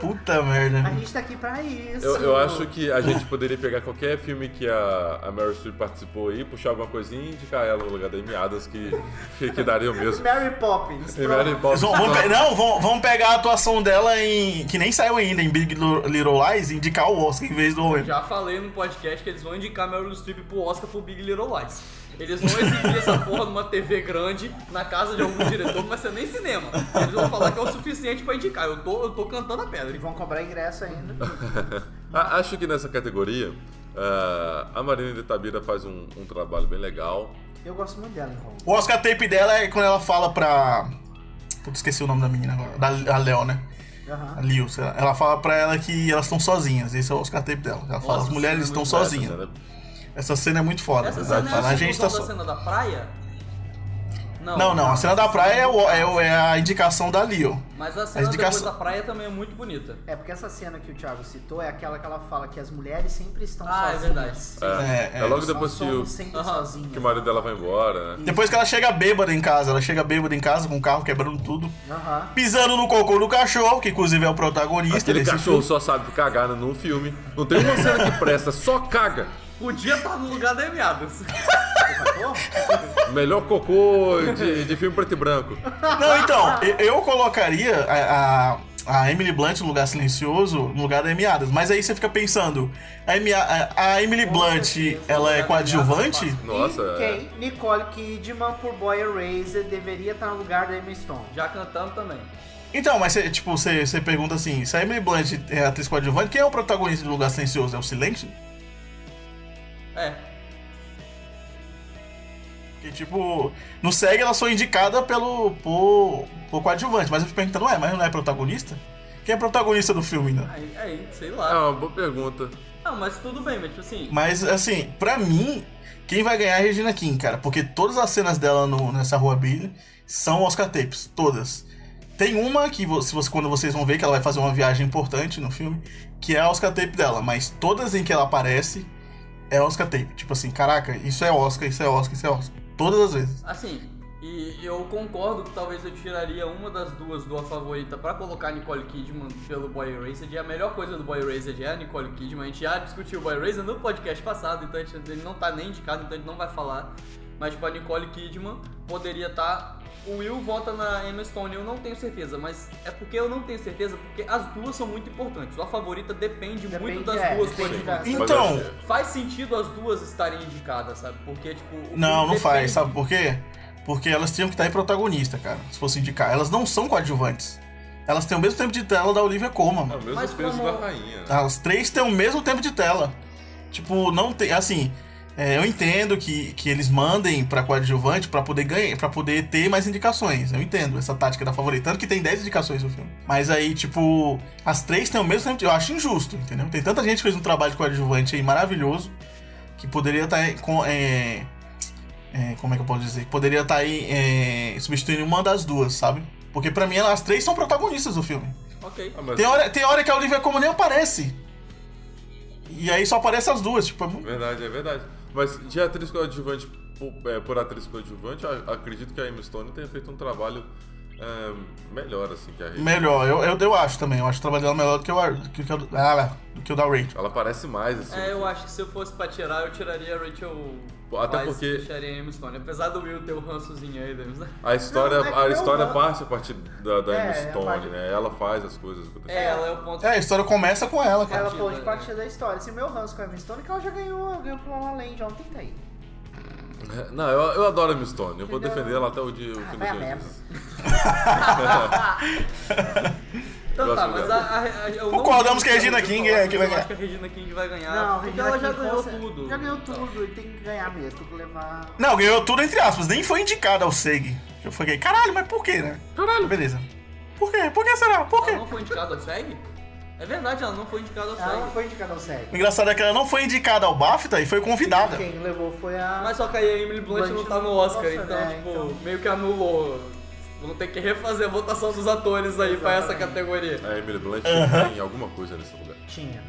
Speaker 5: Puta merda.
Speaker 4: A gente tá aqui pra isso.
Speaker 1: Eu, eu acho que a gente poderia pegar qualquer filme que a, a Meryl Streep participou aí, puxar alguma coisinha e indicar ela no lugar da Amy Adams, que, que, que daria o mesmo.
Speaker 4: Mary Poppins.
Speaker 1: E Mary Poppins,
Speaker 4: pronto.
Speaker 5: Vão- vão pe- não, vão- vamos pegar a atuação dela em. que nem saiu ainda, em Big Little Lies, e indicar o Oscar em vez do Owen.
Speaker 2: Já falei no podcast que eles vão indicar Meryl Streep pro Oscar pro Big Little Lies. Eles vão exibir essa porra numa TV grande, na casa de algum diretor, mas é nem cinema. Eles vão falar que é o suficiente pra indicar. Eu tô, eu tô cantando a pedra.
Speaker 4: E vão cobrar ingresso ainda.
Speaker 1: A- Acho que nessa categoria, ah, a Marina de Tabira faz um, um trabalho bem legal.
Speaker 4: Eu gosto muito dela então. em Roma.
Speaker 5: O Oscar Tape dela é quando ela fala pra. Putz, esqueci o nome da menina agora. Da a Léo, né? A
Speaker 4: Aham.
Speaker 5: Liu, sei lá. Ela fala pra ela que elas estão sozinhas. Esse é o Oscar Tape dela. Ela fala,
Speaker 2: Nossa,
Speaker 5: as mulheres
Speaker 2: essa
Speaker 5: estão
Speaker 2: cena
Speaker 5: sozinhas.
Speaker 1: Essa né? cena-
Speaker 5: Essa cena é muito foda.
Speaker 2: Essa
Speaker 5: verdade.
Speaker 2: cena é
Speaker 5: Fala,
Speaker 2: a
Speaker 5: a gente tá
Speaker 2: explosão da
Speaker 5: só.
Speaker 2: cena da praia?
Speaker 5: Não, não, a cena da praia é, o- é o- é a indicação da Liu.
Speaker 2: Mas a cena depois
Speaker 5: indicação-
Speaker 2: da praia também é muito bonita.
Speaker 4: É porque essa cena que o Thiago citou é aquela que ela fala que as mulheres sempre estão
Speaker 2: Ah, é
Speaker 4: sozinhas.
Speaker 2: verdade.
Speaker 5: É,
Speaker 1: É,
Speaker 5: é.
Speaker 1: logo
Speaker 4: Nós
Speaker 1: depois que o,
Speaker 4: somos sempre
Speaker 2: Aham.
Speaker 4: sozinhas.
Speaker 1: que o marido dela vai embora, né?
Speaker 5: Depois que ela chega bêbada em casa, ela chega bêbada em casa com o carro quebrando tudo,
Speaker 4: Aham.
Speaker 5: pisando no cocô do cachorro, que inclusive é o protagonista
Speaker 1: Aquele
Speaker 5: desse
Speaker 1: cachorro só sabe cagar num filme. Não tem uma cena que presta, só caga.
Speaker 2: Podia estar no lugar da Amy Adams.
Speaker 1: Melhor cocô de, de filme preto e branco.
Speaker 5: Não, então, eu, eu colocaria a, a- a Emily Blunt no lugar silencioso no lugar da Amy Adams. Mas aí você fica pensando, a, Amy A- a- a Emily Blunt,
Speaker 4: certeza,
Speaker 5: ela é
Speaker 2: lugar da Amy Adams
Speaker 5: coadjuvante?
Speaker 2: é
Speaker 1: Nossa,
Speaker 4: E
Speaker 1: é.
Speaker 4: quem? Nicole Kidman por Boy Eraser deveria estar no lugar da Emma Stone.
Speaker 2: Já cantando também.
Speaker 5: Então, mas você, tipo, você, você pergunta assim, se a Emily Blunt é atriz coadjuvante, quem é o protagonista do lugar silencioso? É o silêncio?
Speaker 2: É.
Speaker 5: Que tipo, no SEG ela só é indicada pelo por, por coadjuvante, mas eu fico perguntando, ué, mas não é protagonista? Quem é protagonista do filme ainda?
Speaker 2: Aí, aí, sei
Speaker 1: É
Speaker 2: lá.
Speaker 1: uma boa pergunta.
Speaker 2: Ah, mas tudo bem, mas tipo assim.
Speaker 5: Mas assim, pra mim, quem vai ganhar é a Regina King, cara, porque todas as cenas dela no- nessa rua Billy são Oscar tapes, todas. Tem uma que vo- se você, quando vocês vão ver que ela vai fazer uma viagem importante no filme, que é a Oscar tape dela, mas todas em que ela aparece é Oscar tape. Tipo assim, caraca, isso é Oscar, isso é Oscar, isso é Oscar. Todas as vezes.
Speaker 2: Assim, e eu concordo que talvez eu tiraria uma das duas do A Favorita pra colocar Nicole Kidman pelo Boy Erased. E a melhor coisa do Boy Erased é a Nicole Kidman. A gente já discutiu o Boy Erased no podcast passado, então a gente, ele não tá nem indicado, então a gente não vai falar. Mas tipo, a Nicole Kidman poderia estar... O Will vota na Emma Stone, eu não tenho certeza, mas é porque eu não tenho certeza, porque as duas são muito importantes. O A Favorita depende, muito
Speaker 4: Depende,
Speaker 2: das
Speaker 4: é,
Speaker 2: duas
Speaker 4: depende
Speaker 2: coadjuvantes.
Speaker 1: Mas
Speaker 5: Então,
Speaker 1: acho-
Speaker 2: Faz sentido as duas estarem indicadas, sabe? Porque, tipo. o
Speaker 5: Não,
Speaker 2: filme
Speaker 5: não faz.
Speaker 2: depende-
Speaker 5: Sabe por quê? Porque elas tinham que estar em protagonista, cara. Se fosse indicar. Elas não são coadjuvantes. Elas têm o mesmo tempo de tela da Olivia Colman,
Speaker 1: É o
Speaker 5: mano.
Speaker 1: mesmo
Speaker 2: Mas
Speaker 1: peso
Speaker 2: como-
Speaker 1: da rainha.
Speaker 4: Tá.
Speaker 1: né?
Speaker 5: As Ah, três têm o mesmo tempo de tela. Tipo, não tem. Assim, é, eu entendo que, que eles mandem pra coadjuvante pra poder ganhar, para poder ter mais indicações. Eu entendo essa tática da favorita. Tanto que tem 10 indicações no filme. Mas aí, tipo, as três têm o mesmo tempo de. Eu acho injusto, entendeu? Tem tanta gente que fez um trabalho de coadjuvante aí maravilhoso que poderia estar em- com. é, é, como é que eu posso dizer? Poderia estar aí é, substituindo uma das duas, sabe? Porque pra mim elas- as três são protagonistas do filme.
Speaker 2: Ok.
Speaker 1: Ah, mas-
Speaker 5: Tem hora, tem hora que a Olivia Colman nem aparece. E aí só aparece as duas, tipo, é muito-
Speaker 1: Verdade, é verdade. Mas de atriz coadjuvante por, é, por atriz coadjuvante, a- acredito que a Emma Stone tenha feito um trabalho é, melhor, assim, que a Rachel.
Speaker 5: melhor. Eu, eu, eu acho também. Eu acho o trabalho dela melhor do que o, ar- do que, o- ah, do que o da Rachel.
Speaker 1: Ela parece mais, assim.
Speaker 2: É, eu acho que se eu fosse pra tirar, eu tiraria a Rachel.
Speaker 1: Pô, até
Speaker 2: Weisz
Speaker 1: porque-
Speaker 2: e deixaria a Emma Stone. Apesar do Will ter o rançozinho aí, deles, né?
Speaker 1: A história,
Speaker 4: Não, é que
Speaker 1: a
Speaker 4: eu
Speaker 1: história
Speaker 4: gosto.
Speaker 1: parte a partir da, da
Speaker 4: É,
Speaker 1: Emma
Speaker 4: é a
Speaker 1: Stone,
Speaker 4: parte-
Speaker 1: né? Ela faz as coisas acontecerem.
Speaker 2: É, ela é o ponto.
Speaker 5: É, a história começa com ela, cara.
Speaker 4: Ela
Speaker 2: Partida,
Speaker 4: pôde
Speaker 2: né?
Speaker 4: partir da história. Se o meu ranço com a Emma Stone, é que ela já ganhou, ganhou pro La La Land, ela não tenta aí.
Speaker 1: Não, eu, eu adoro a Emma Stone. Eu vou
Speaker 4: Entendeu?
Speaker 1: defender ela até o dia o
Speaker 4: Ah,
Speaker 1: fim
Speaker 4: vai a
Speaker 1: dos
Speaker 4: merda.
Speaker 1: dias.
Speaker 2: Então tá,
Speaker 1: Gosto
Speaker 2: mas a,
Speaker 1: dela.
Speaker 2: a- a- eu não-
Speaker 5: Concordamos que a Regina
Speaker 2: eu vou
Speaker 5: King
Speaker 2: falar
Speaker 5: é
Speaker 2: sobre isso,
Speaker 5: que vai
Speaker 2: Eu
Speaker 5: ganhar.
Speaker 2: acho que a Regina King vai ganhar.
Speaker 4: Não,
Speaker 2: Ah, porque
Speaker 4: Regina
Speaker 2: ela já
Speaker 4: King
Speaker 2: ganhou
Speaker 4: consegue-
Speaker 2: tudo.
Speaker 4: Já ganhou
Speaker 2: Então,
Speaker 4: tudo e tem que ganhar mesmo, tem que levar.
Speaker 5: Não, ganhou tudo entre aspas, nem foi indicada ao SEG. Eu falei, caralho, mas por quê, né? Caralho. Beleza. Por quê? Por que será? Por quê?
Speaker 2: Ela não foi indicada ao SEG? É verdade, ela não foi indicada ao
Speaker 4: Ela não
Speaker 2: SEG.
Speaker 4: foi indicada ao
Speaker 5: O
Speaker 4: sério.
Speaker 5: engraçado é que ela não foi indicada ao BAFTA e foi convidada.
Speaker 4: Quem levou foi a.
Speaker 2: Mas só que aí a Emily Blunt
Speaker 4: Blunt
Speaker 2: não tá no
Speaker 4: não
Speaker 2: Oscar,
Speaker 4: gosta,
Speaker 2: então,
Speaker 4: né?
Speaker 2: tipo,
Speaker 4: Então-
Speaker 2: meio que anulou. Vão ter que refazer a votação dos atores aí pra essa
Speaker 4: Exatamente.
Speaker 2: categoria.
Speaker 1: A Emily Blunt tem alguma coisa nesse lugar.
Speaker 4: Tinha.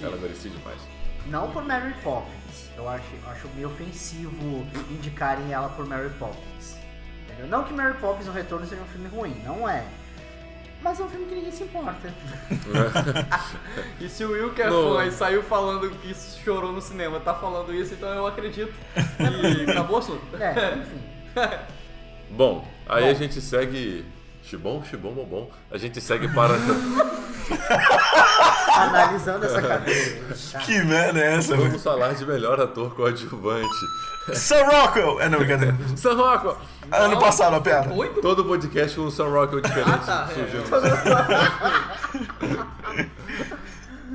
Speaker 1: Ela merecia demais.
Speaker 4: Não por Mary Poppins. Eu acho, eu acho meio ofensivo indicarem ela por Mary Poppins. Entendeu? Não que Mary Poppins O Retorno seja um filme ruim, não é. Mas é um filme que ninguém se importa.
Speaker 2: E se o Will que é
Speaker 1: No-
Speaker 2: fã e saiu falando que isso chorou no cinema, tá falando isso, então eu acredito. E acabou o assunto.
Speaker 4: É, enfim.
Speaker 1: Bom, aí a gente segue Chibom, chibom, bom, bom. A gente segue para.
Speaker 4: Analisando essa cadeira.
Speaker 5: Que merda é essa, velho?
Speaker 1: Vamos falar de melhor ator coadjuvante.
Speaker 5: Sam Rockwell! É, não, brincadeira.
Speaker 1: Sam Rockwell!
Speaker 5: Ano passado, a piada.
Speaker 2: Oito?
Speaker 1: Todo podcast com um Sam Rockwell diferente.
Speaker 2: Ah, tá.
Speaker 1: surgindo.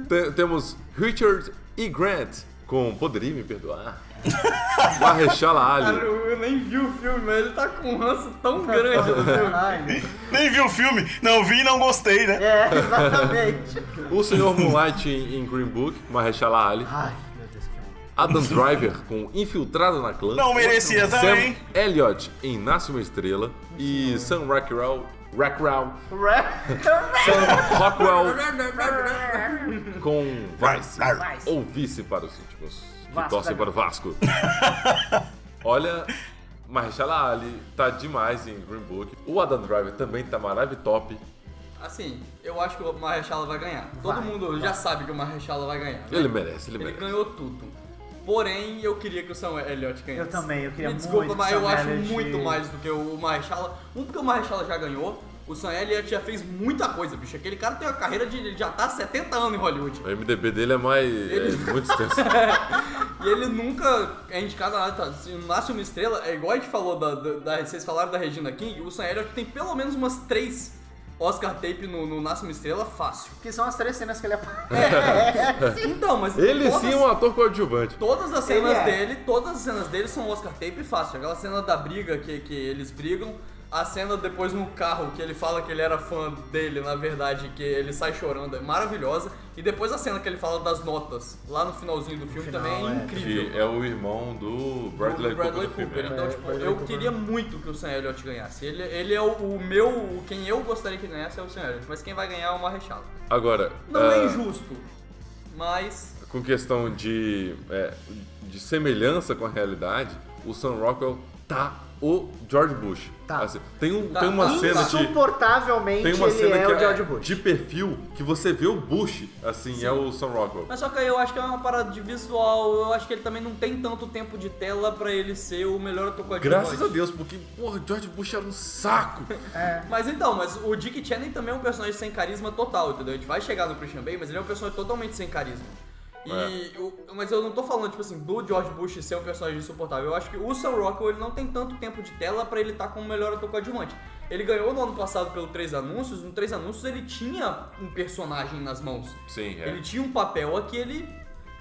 Speaker 1: Te- temos Richard E. Grant com Poderia Me Perdoar. Marrechala
Speaker 2: Cara,
Speaker 1: Ali.
Speaker 2: eu nem vi o filme, mas ele tá com um ranço tão grande do filme.
Speaker 4: Ai, meu-
Speaker 5: Nem vi o filme. Não vi e não gostei, né?
Speaker 4: é, exatamente.
Speaker 1: O Senhor Moonlight em, em Green Book, Marrechala Ali.
Speaker 4: Ai, meu Deus, que homem.
Speaker 1: Adam Driver com Infiltrado na Clã.
Speaker 5: Não merecia também.
Speaker 1: Sam Elliott em Nasce uma Estrela. E Sam Rockwell, Rockwell, Sam Rockwell com Vice. Ou Vice para os íntimos. Que
Speaker 4: Vasco
Speaker 1: torcem
Speaker 4: da
Speaker 1: para o Vasco. Olha, Marchala Ali tá demais em Green Book. O Adam Driver também tá maravilhoso.
Speaker 2: Assim, eu acho que o Marrechala vai ganhar. Todo
Speaker 4: Vai,
Speaker 2: mundo já sabe que o Marrechala vai ganhar. né?
Speaker 1: Ele merece, ele
Speaker 2: Ele
Speaker 1: merece.
Speaker 2: ganhou tudo. Porém, eu queria que o Sam Elliott ganhasse.
Speaker 4: Eu também, eu queria
Speaker 2: Me desculpa,
Speaker 4: muito
Speaker 2: mas
Speaker 4: que o
Speaker 2: eu
Speaker 4: Sam
Speaker 2: acho
Speaker 4: Elliott-
Speaker 2: muito mais do que o Marrechala. Um, porque o Marrechala já ganhou. O Sam Elliott já fez muita coisa, bicho. Aquele cara tem uma carreira de... Ele já tá há 70 anos em Hollywood.
Speaker 1: O MDB dele é mais. É muito extenso.
Speaker 2: E ele nunca é indicado a nada. tá? Se nasce uma estrela, é igual a gente falou da, da- da- Vocês falaram da Regina King, o Sam Elliott tem pelo menos umas três Oscar tape no, no Nasce uma Estrela fácil.
Speaker 4: Que são as três cenas que ele aparece.
Speaker 2: Então, mas
Speaker 1: É. Ele
Speaker 2: todas,
Speaker 1: sim é um ator coadjuvante.
Speaker 2: todas as cenas
Speaker 4: Ele é.
Speaker 2: dele, todas as cenas dele são Oscar tape fácil. Aquela cena da briga que, que eles brigam, a cena depois no carro que ele fala que ele era fã dele, na verdade, que ele sai chorando, é maravilhosa. E depois a cena que ele fala das notas, lá no finalzinho do filme
Speaker 4: final,
Speaker 2: também é
Speaker 4: é.
Speaker 2: incrível.
Speaker 1: Que é o irmão do Bradley,
Speaker 2: Bradley, Bradley
Speaker 1: do
Speaker 2: Cooper.
Speaker 1: filme, né?
Speaker 2: Então,
Speaker 4: É,
Speaker 2: tipo,
Speaker 4: Bradley
Speaker 2: eu
Speaker 4: Cooper.
Speaker 2: queria muito que o Sam Elliott ganhasse. Ele, ele é o, o meu. o- Quem eu gostaria que ganhasse é o Sam Elliott. Mas quem vai ganhar é o Marrechala.
Speaker 1: Agora,
Speaker 2: Não
Speaker 1: ah,
Speaker 2: é injusto, mas.
Speaker 1: com questão de, é, de semelhança com a realidade, o Sam Rockwell tá o George Bush.
Speaker 4: Tá.
Speaker 1: Assim, tem, um,
Speaker 2: Tá.
Speaker 1: tem uma
Speaker 2: Tá.
Speaker 1: cena de.
Speaker 4: Insuportavelmente
Speaker 1: Tem uma
Speaker 4: ele
Speaker 1: cena
Speaker 4: é
Speaker 1: que
Speaker 4: o George Bush.
Speaker 1: de perfil que você vê o Bush, assim, é o Sam Rockwell.
Speaker 2: Mas só que aí eu acho que é uma parada de visual. Eu acho que ele também não tem tanto tempo de tela pra ele ser o melhor ator coadjuvante.
Speaker 1: Graças a Deus, porque, porra, George Bush era um saco.
Speaker 2: Mas então, mas o Dick Cheney também é um personagem sem carisma total, entendeu? A gente vai chegar no Christian Bale, mas ele é um personagem totalmente sem carisma. E
Speaker 4: É.
Speaker 2: o- mas eu não tô falando, tipo assim, do George Bush ser um personagem insuportável. Eu acho que o Sam Rockwell ele não tem tanto tempo de tela pra ele estar tá como o melhor ator coadjuvante. Ele ganhou no ano passado pelo Três Anúncios. No Três Anúncios ele tinha um personagem nas mãos.
Speaker 1: Sim,
Speaker 4: É.
Speaker 2: Ele tinha um papel aqui, ele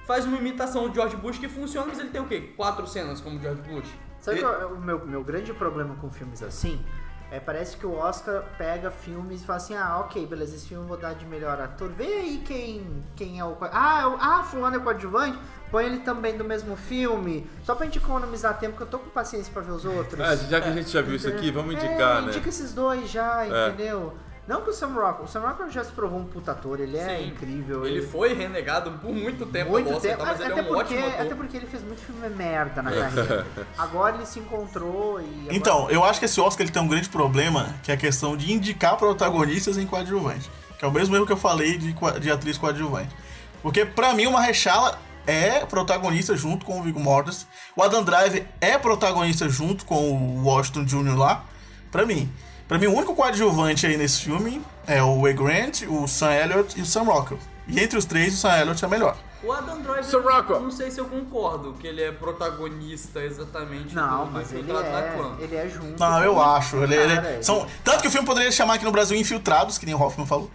Speaker 2: faz uma imitação do George Bush que funciona, mas ele tem o quê? Quatro cenas como o George Bush.
Speaker 4: Sabe qual é o meu, meu grande problema com filmes assim? É, parece que o Oscar pega filmes e fala assim, ah, ok, beleza, esse filme eu vou dar de melhor ator. Vê aí quem, quem é o... co- Ah, é o- ah, fulano é coadjuvante? Põe ele também do mesmo filme. Só pra gente economizar tempo, que eu tô com paciência pra ver os outros.
Speaker 1: Ah, já que a gente já viu isso aqui, vamos indicar,
Speaker 4: é,
Speaker 1: né?
Speaker 4: indica esses dois já,
Speaker 1: É.
Speaker 4: entendeu? Não que o Sam Rockwell. O Sam Rockwell já se provou um puta ator, ele é
Speaker 2: Sim.
Speaker 4: incrível.
Speaker 2: Ele foi renegado por muito tempo
Speaker 4: muito
Speaker 2: do Oscar,
Speaker 4: tempo,
Speaker 2: tá? mas ele
Speaker 4: até,
Speaker 2: é um
Speaker 4: porque,
Speaker 2: ótimo ator.
Speaker 4: até porque ele fez muito filme merda na carreira. Agora ele se encontrou e... agora-
Speaker 5: Então, eu acho que esse Oscar ele tem um grande problema, que é a questão de indicar protagonistas em coadjuvante. Que é o mesmo erro que eu falei de, coa- de atriz coadjuvante. Porque, pra mim, uma Rechala é protagonista junto com o Viggo Mortensen. O Adam Driver é protagonista junto com o Washington Jr. lá. Pra mim. Pra mim, o único coadjuvante aí nesse filme é o Way Grant, o Sam Elliott e o Sam Rockwell. E entre os três, o Sam Elliott é melhor.
Speaker 2: O Adam Driver,
Speaker 1: Sir Rockwell.
Speaker 2: não sei se eu concordo que ele é protagonista exatamente
Speaker 4: Não,
Speaker 2: do,
Speaker 4: mas
Speaker 2: do
Speaker 4: ele
Speaker 2: Infiltrado na Clã.
Speaker 4: é, ele é junto.
Speaker 5: Não, eu
Speaker 4: com-
Speaker 5: acho. Ele, ele-
Speaker 4: Cara,
Speaker 5: são, tanto que o filme poderia chamar aqui no Brasil Infiltrados, que nem o Hoffman falou.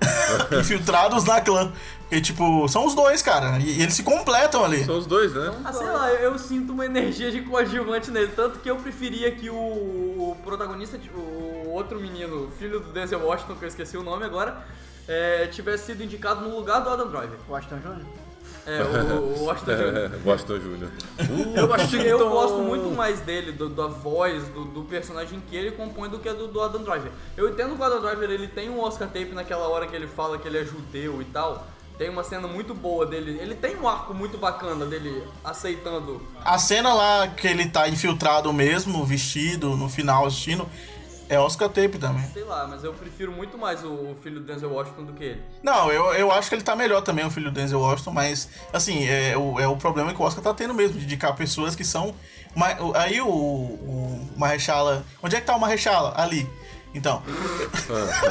Speaker 5: Infiltrados na clã. Porque, tipo, são os dois, cara. E, e eles se completam ali.
Speaker 1: São os dois, né?
Speaker 2: Ah, sei lá, eu, eu sinto uma energia de coadjuvante nele, tanto que eu preferia que o, o protagonista, tipo, o outro menino, filho do Denzel Washington, que eu esqueci o nome agora, é, tivesse sido indicado no lugar do Adam Driver.
Speaker 4: O Ashton Jr.
Speaker 2: É, o, o Washington Jr.
Speaker 1: É, Washington Jr. Uh,
Speaker 2: né? Eu, acho que eu
Speaker 1: Washington!
Speaker 2: gosto muito mais dele, do- da voz, do, do personagem que ele compõe do que do, do Adam Driver. Eu entendo que o Adam Driver ele tem um Oscar tape naquela hora que ele fala que ele é judeu e tal. Tem uma cena muito boa dele. Ele tem um arco muito bacana dele aceitando.
Speaker 5: A cena lá que ele tá infiltrado mesmo, vestido, no final assistindo, é Oscar Tape também.
Speaker 2: Sei lá, mas eu prefiro muito mais o, o filho do Denzel Washington do que ele.
Speaker 5: Não, eu, eu acho que ele tá melhor também, o filho do Denzel Washington, mas, assim, é, o, é o problema que o Oscar tá tendo mesmo, de indicar pessoas que são. ma- o- Aí o, o Marrechala. Onde é que tá o Marrechala? Ali. Então.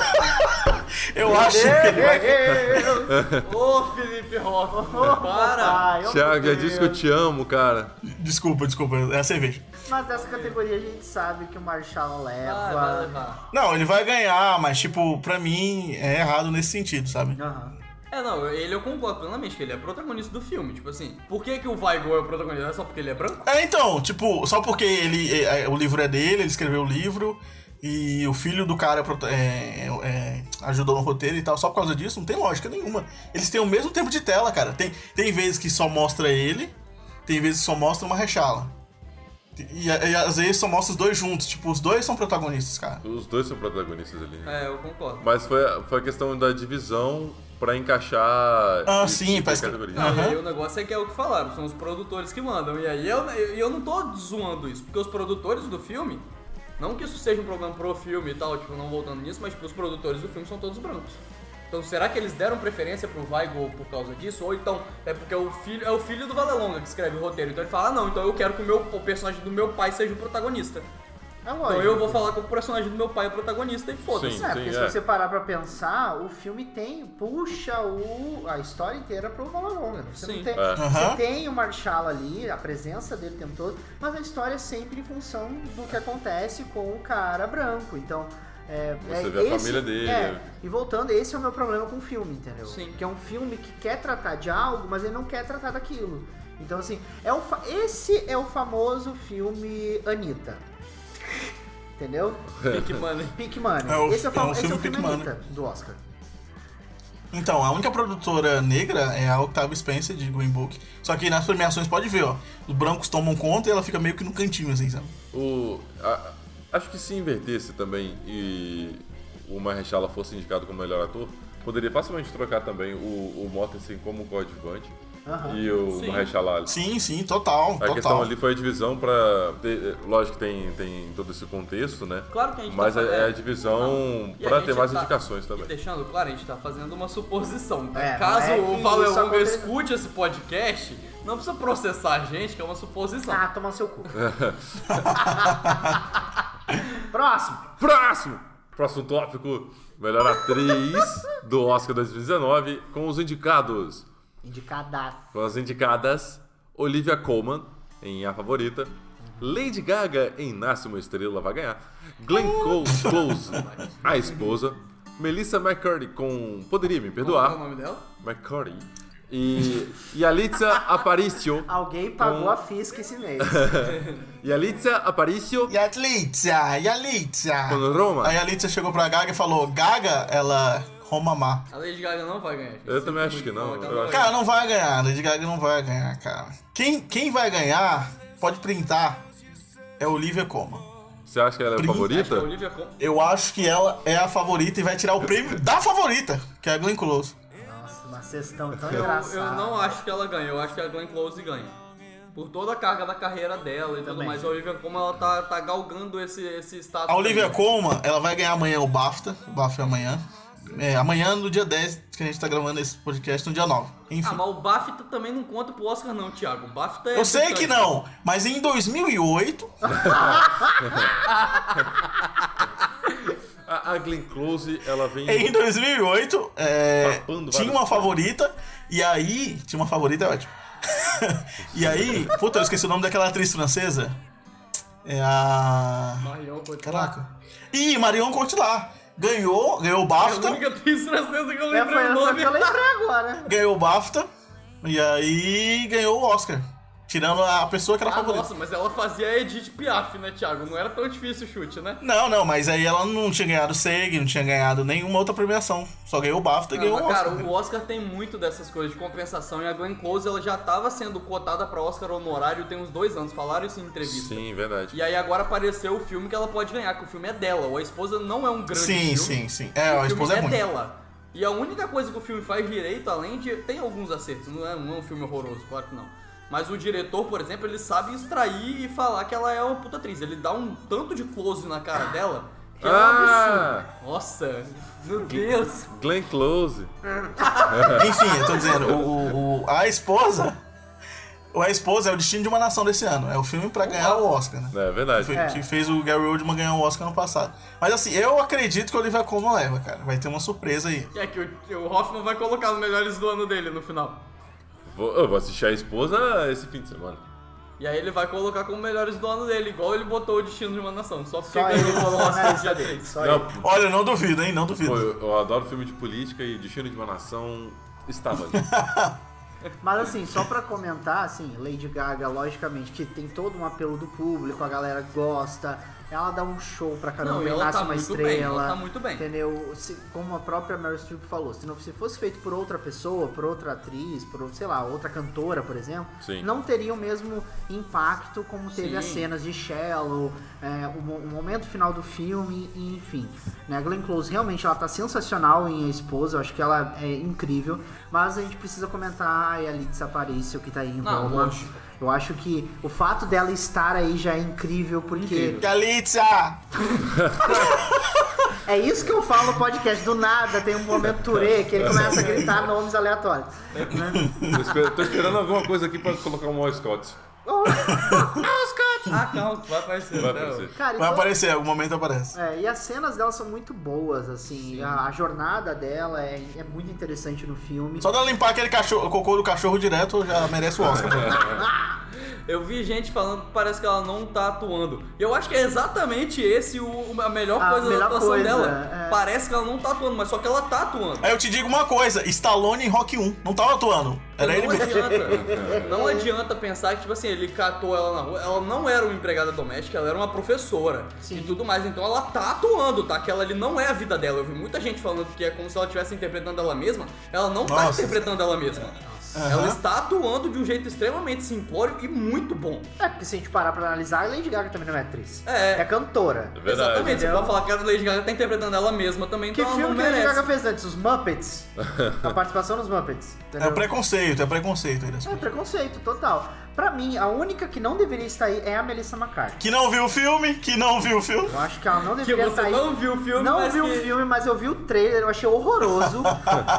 Speaker 5: eu acho que.
Speaker 2: Ô, Felipe Rocha, para!
Speaker 4: Ah, eu
Speaker 1: Thiago, já disse que eu te amo, cara.
Speaker 5: Desculpa, desculpa, é a cerveja.
Speaker 4: Mas dessa categoria a gente sabe que o Marshall
Speaker 2: Vai, vai
Speaker 4: leva.
Speaker 2: levar.
Speaker 5: Não, ele vai ganhar, mas, tipo, pra mim é errado nesse sentido, sabe?
Speaker 4: Aham.
Speaker 2: É, não, ele eu concordo plenamente que ele é protagonista do filme. Tipo assim, por que, que o Vigor é o protagonista? É só porque ele é branco?
Speaker 5: É, então, tipo, só porque ele, é, é, o livro é dele, ele escreveu o livro e o filho do cara prota- é, é, ajudou no roteiro e tal, só por causa disso, não tem lógica nenhuma. Eles têm o mesmo tempo de tela, cara. Tem, tem vezes que só mostra ele, tem vezes que só mostra uma rechala. E, e às vezes só mostra os dois juntos, tipo, os dois são protagonistas, cara.
Speaker 1: Os dois são protagonistas ali. né?
Speaker 2: É, eu concordo.
Speaker 1: Mas foi, foi a questão da divisão pra encaixar.
Speaker 5: Ah,
Speaker 1: esse
Speaker 5: sim,
Speaker 1: tipo de
Speaker 5: parece que-
Speaker 1: categoria.
Speaker 2: Não,
Speaker 5: Aham.
Speaker 2: e aí o negócio é que é o que falaram, são os produtores que mandam. E aí eu, eu, eu não tô zoando isso, porque os produtores do filme, não que isso seja um problema pro filme e tal, tipo, não voltando nisso, mas tipo, os produtores do filme são todos brancos. Então será que eles deram preferência pro Weigl por causa disso? Ou então é porque é o filho, é o filho do Valelonga que escreve o roteiro. Então ele fala, ah não, então eu quero que o, meu, o personagem do meu pai seja o protagonista.
Speaker 4: É
Speaker 2: Então
Speaker 4: lógico.
Speaker 2: eu vou falar que o personagem do meu pai é o protagonista e foda-se.
Speaker 1: Sim.
Speaker 4: É, porque
Speaker 1: é.
Speaker 4: se você parar pra pensar, o filme tem, puxa o, a história inteira pro Valonga. Você
Speaker 2: Sim.
Speaker 4: não tem,
Speaker 1: É.
Speaker 5: Aham.
Speaker 4: você tem o Marshall ali, a presença dele o tempo todo, mas a história é sempre em função do que acontece com o cara branco. Então, é,
Speaker 1: Você
Speaker 4: é
Speaker 1: vê a
Speaker 4: esse-
Speaker 1: família dele.
Speaker 4: é, e voltando, esse é o meu problema com o filme, entendeu?
Speaker 2: Sim.
Speaker 4: Que é um filme que quer tratar de algo, mas ele não quer tratar daquilo. Então, assim, é o fa- esse é o famoso filme Anitta. Entendeu?
Speaker 2: Que mano.
Speaker 4: Pink Money.
Speaker 5: É o-
Speaker 4: esse é o, fa-
Speaker 5: é um
Speaker 4: esse é o
Speaker 5: filme
Speaker 4: filme
Speaker 5: Pink Money.
Speaker 4: Anitta do Oscar.
Speaker 5: Então, a única produtora negra é a Octavia Spencer de Green Book. Só que nas premiações pode ver, ó. Os brancos tomam conta e ela fica meio que no cantinho, assim, sabe?
Speaker 1: O, a- acho que se invertesse também e o Marrechala fosse indicado como melhor ator, poderia facilmente trocar também o, o Mortensen como coadjuvante
Speaker 4: Aham.
Speaker 1: e o
Speaker 2: Sim.
Speaker 1: Marrechala.
Speaker 5: Ah, Sim, sim, total,
Speaker 1: A
Speaker 5: total.
Speaker 1: questão ali foi a divisão para, lógico que tem tem todo esse contexto, né?
Speaker 2: Claro que a gente
Speaker 1: Mas
Speaker 2: tá
Speaker 1: é, é a
Speaker 2: falando-
Speaker 1: divisão
Speaker 2: E a
Speaker 1: Então, pra
Speaker 2: gente
Speaker 1: ter mais
Speaker 2: tá-
Speaker 1: indicações
Speaker 2: E
Speaker 1: também.
Speaker 2: deixando claro, a gente tá fazendo uma suposição. tá?
Speaker 4: É, não
Speaker 2: Caso
Speaker 4: é
Speaker 2: o
Speaker 4: que isso
Speaker 2: Valelonga
Speaker 4: aconteça.
Speaker 2: escute esse podcast, não precisa processar a gente, que é uma suposição.
Speaker 4: Ah, toma seu cu. Próximo.
Speaker 1: Próximo! Próximo tópico: melhor atriz do Oscar 2019 com os indicados.
Speaker 4: Indicadas.
Speaker 1: Foram as indicadas Olivia Colman, em A Favorita. Lady Gaga, em Nasce Uma Estrela, vai ganhar. Glenn Close, Close, A Esposa. Melissa McCurdy, com Poderia Me
Speaker 2: Qual é o
Speaker 1: Perdoar,
Speaker 2: nome dela?
Speaker 1: McCurdy. E, e Alitza Aparicio.
Speaker 4: Alguém pagou a fisca esse mês.
Speaker 1: E Alitza Aparicio
Speaker 5: E a Yalitza, Yalitza.
Speaker 1: com Roma.
Speaker 5: Aí a Yalitza chegou pra Gaga e falou, Gaga, ela Roma má.
Speaker 2: A Lady Gaga não vai ganhar. Então gente.
Speaker 1: Eu também acho que não. Eu acho-
Speaker 5: Cara, não vai ganhar, Lady Gaga não vai ganhar, cara. Quem, quem vai ganhar, pode printar, é a Olivia Colman.
Speaker 1: Você acha que ela é a
Speaker 5: Prima.
Speaker 2: Acho que a
Speaker 1: favorita?
Speaker 2: Olivia Com...
Speaker 5: Eu acho que ela é a favorita e vai tirar o prêmio da favorita, que é a Glenn Close.
Speaker 4: Nossa, uma sessão tão
Speaker 2: Eu,
Speaker 4: engraçada.
Speaker 2: eu não acho que ela ganha, eu acho que a Glenn Close ganha. Por toda a carga da carreira dela e tudo
Speaker 4: Também.
Speaker 2: mais, a Olivia como ela tá, tá galgando esse, esse status.
Speaker 5: A Olivia
Speaker 2: aí.
Speaker 5: Colman, ela vai ganhar amanhã o BAFTA. O BAFTA é amanhã. É, amanhã, no dia 10, que a gente tá gravando esse podcast, no dia 9. Enfim.
Speaker 2: Ah, mas o BAFTA também não conta pro Oscar não, Thiago. O BAFTA é...
Speaker 5: eu sei que não, mas em 2008...
Speaker 1: A, a Glenn Close, ela vem.
Speaker 5: Em 2008, é,
Speaker 1: Papando
Speaker 5: tinha
Speaker 1: várias
Speaker 5: uma favorita, e aí... Tinha uma favorita, é ótimo. e aí... Puta, eu esqueci o nome daquela atriz francesa. É a...
Speaker 2: Marion, coitada.
Speaker 5: Caraca. Ih, Marion Cotillard. Ganhou, ganhou o
Speaker 2: É a
Speaker 5: BAFTA.
Speaker 2: única atriz francesa que eu
Speaker 4: É, foi
Speaker 2: lembrei o
Speaker 4: essa
Speaker 2: nome.
Speaker 4: que eu lembrei agora.
Speaker 5: Ganhou o BAFTA. E aí ganhou o Oscar. Tirando a pessoa que era
Speaker 2: Ah,
Speaker 5: favorita.
Speaker 2: nossa, mas ela fazia a Edith Piaf, né, Thiago? Não era tão difícil o chute, né?
Speaker 5: Não, não, mas aí ela não tinha ganhado o SEG, não tinha ganhado nenhuma outra premiação. Só ganhou o BAFTA e
Speaker 2: Não,
Speaker 5: ganhou
Speaker 2: Ah, mas,
Speaker 5: o Oscar.
Speaker 2: cara, o Oscar tem muito dessas coisas de compensação e a Glenn Close ela já tava sendo cotada pra Oscar honorário tem uns dois anos, falaram isso em entrevista.
Speaker 1: Sim, verdade.
Speaker 2: E aí agora apareceu o filme que ela pode ganhar, que o filme é dela. Ou a esposa não é um grande
Speaker 5: sim,
Speaker 2: filme.
Speaker 5: sim, sim.
Speaker 2: o
Speaker 5: É, a
Speaker 2: filme
Speaker 5: esposa é
Speaker 2: é,
Speaker 5: ruim.
Speaker 2: dela. E a única coisa que o filme faz direito, além de. Tem alguns acertos, não é, não é um filme horroroso, claro que não. Mas o diretor, por exemplo, ele sabe extrair e falar que ela é uma puta atriz. Ele dá um tanto de close na cara dela que é um absurdo.
Speaker 1: Ah!
Speaker 2: Nossa, meu Deus.
Speaker 1: Glenn Close.
Speaker 5: Enfim, eu tô dizendo, o, o- o- a esposa. O A Esposa é o destino de uma nação desse ano. É o filme pra ganhar o Oscar, né?
Speaker 1: É verdade.
Speaker 5: Foi-
Speaker 4: É.
Speaker 5: Que fez o Gary Oldman ganhar o Oscar no passado. Mas assim, eu acredito que o Olivia Colman leva, cara. Vai ter uma surpresa aí.
Speaker 2: Que é que o, que o Hoffman vai colocar os melhores do ano dele no final.
Speaker 1: Vou- eu vou assistir a esposa esse fim de semana.
Speaker 2: E aí ele vai colocar como melhores do ano dele, igual ele botou o destino de uma nação. Só porque
Speaker 4: Só ele
Speaker 2: ganhou o Oscar
Speaker 4: nessa
Speaker 2: dia
Speaker 4: dele.
Speaker 2: três.
Speaker 4: Só ele.
Speaker 1: Não,
Speaker 5: Olha, eu não duvido, hein? Não
Speaker 1: pô,
Speaker 5: duvido.
Speaker 1: eu, eu adoro filme de política e Destino de uma Nação estava ali.
Speaker 4: Mas assim, só pra comentar, assim, Lady Gaga, logicamente, que tem todo um apelo do público, a galera gosta, ela dá um show pra caramba,
Speaker 2: Não, e ela
Speaker 4: nasce
Speaker 2: tá
Speaker 4: uma
Speaker 2: muito
Speaker 4: estrela.
Speaker 2: bem, ela tá muito bem.
Speaker 4: Entendeu? Se- como a própria Meryl Streep falou, se não se fosse feito por outra pessoa, por outra atriz, por, sei lá, outra cantora, por exemplo,
Speaker 1: Sim.
Speaker 4: não teria o mesmo impacto como teve
Speaker 2: Sim.
Speaker 4: as cenas de Shallow, é, o, mo- o momento final do filme, e, enfim. Né? A Glenn Close realmente ela tá sensacional em A Esposa, eu acho que ela é incrível, mas a gente precisa comentar a Yalitza Aparicio que tá aí em
Speaker 2: Não,
Speaker 4: Roma.
Speaker 2: lógico.
Speaker 4: Eu acho que o fato dela estar aí já é incrível, porque
Speaker 5: Galitza!
Speaker 4: é isso que eu falo no podcast, do nada tem um momento Touré que ele começa a gritar nomes aleatórios.
Speaker 1: Tô, esper- tô esperando alguma coisa aqui pra colocar um Roy Scott.
Speaker 4: Oh,
Speaker 2: Ah, calma, vai aparecer.
Speaker 1: Vai
Speaker 2: né?
Speaker 1: aparecer.
Speaker 4: cara, e
Speaker 5: Vai
Speaker 4: todo-
Speaker 5: aparecer, algum momento aparece.
Speaker 4: É, e as cenas dela são muito boas, assim. A, a jornada dela é, é muito interessante no filme.
Speaker 5: Só dela limpar aquele cachorro, o cocô do cachorro direto já merece o Oscar.
Speaker 2: Eu vi gente falando que parece que ela não tá atuando. E eu acho que é exatamente esse o, a melhor
Speaker 4: A
Speaker 2: coisa
Speaker 4: melhor
Speaker 2: da atuação
Speaker 4: coisa,
Speaker 2: dela.
Speaker 4: é.
Speaker 2: Parece que ela não tá atuando, mas só que ela tá atuando.
Speaker 5: Aí eu te digo uma coisa, Stallone em Rock 1 não tava atuando. Era ele
Speaker 2: não
Speaker 5: mesmo.
Speaker 2: adianta. não adianta pensar que, tipo assim, ele catou ela na rua. Ela não era uma empregada doméstica, ela era uma professora
Speaker 4: Sim.
Speaker 2: e tudo mais. Então ela tá atuando, tá? Que ela ali não é a vida dela. Eu vi muita gente falando que é como se ela estivesse interpretando ela mesma. Ela não tá
Speaker 5: Nossa.
Speaker 2: interpretando ela mesma. Ela está atuando de um jeito extremamente simplório e muito bom.
Speaker 4: É, porque se a gente parar pra analisar, a Lady Gaga também não é atriz.
Speaker 2: É.
Speaker 4: É cantora.
Speaker 1: É verdade.
Speaker 2: Exatamente, você pode falar que a Lady Gaga tá interpretando ela mesma também,
Speaker 4: Que
Speaker 2: então ela
Speaker 4: filme
Speaker 2: não
Speaker 4: que a Lady
Speaker 2: merece.
Speaker 4: Gaga fez antes? Os Muppets? a participação nos Muppets.
Speaker 5: É
Speaker 4: entendeu?
Speaker 5: o preconceito, é preconceito. ele.
Speaker 4: É preconceito, total. Pra mim, a única que não deveria estar aí é a Melissa McCarthy.
Speaker 5: Que não viu o filme, que não viu o filme.
Speaker 4: Eu acho que ela não
Speaker 2: Que
Speaker 4: deveria
Speaker 2: você
Speaker 4: estar aí.
Speaker 2: não viu o filme,
Speaker 4: Não
Speaker 2: mas
Speaker 4: vi
Speaker 2: que...
Speaker 4: o filme, mas eu vi o trailer, eu achei horroroso.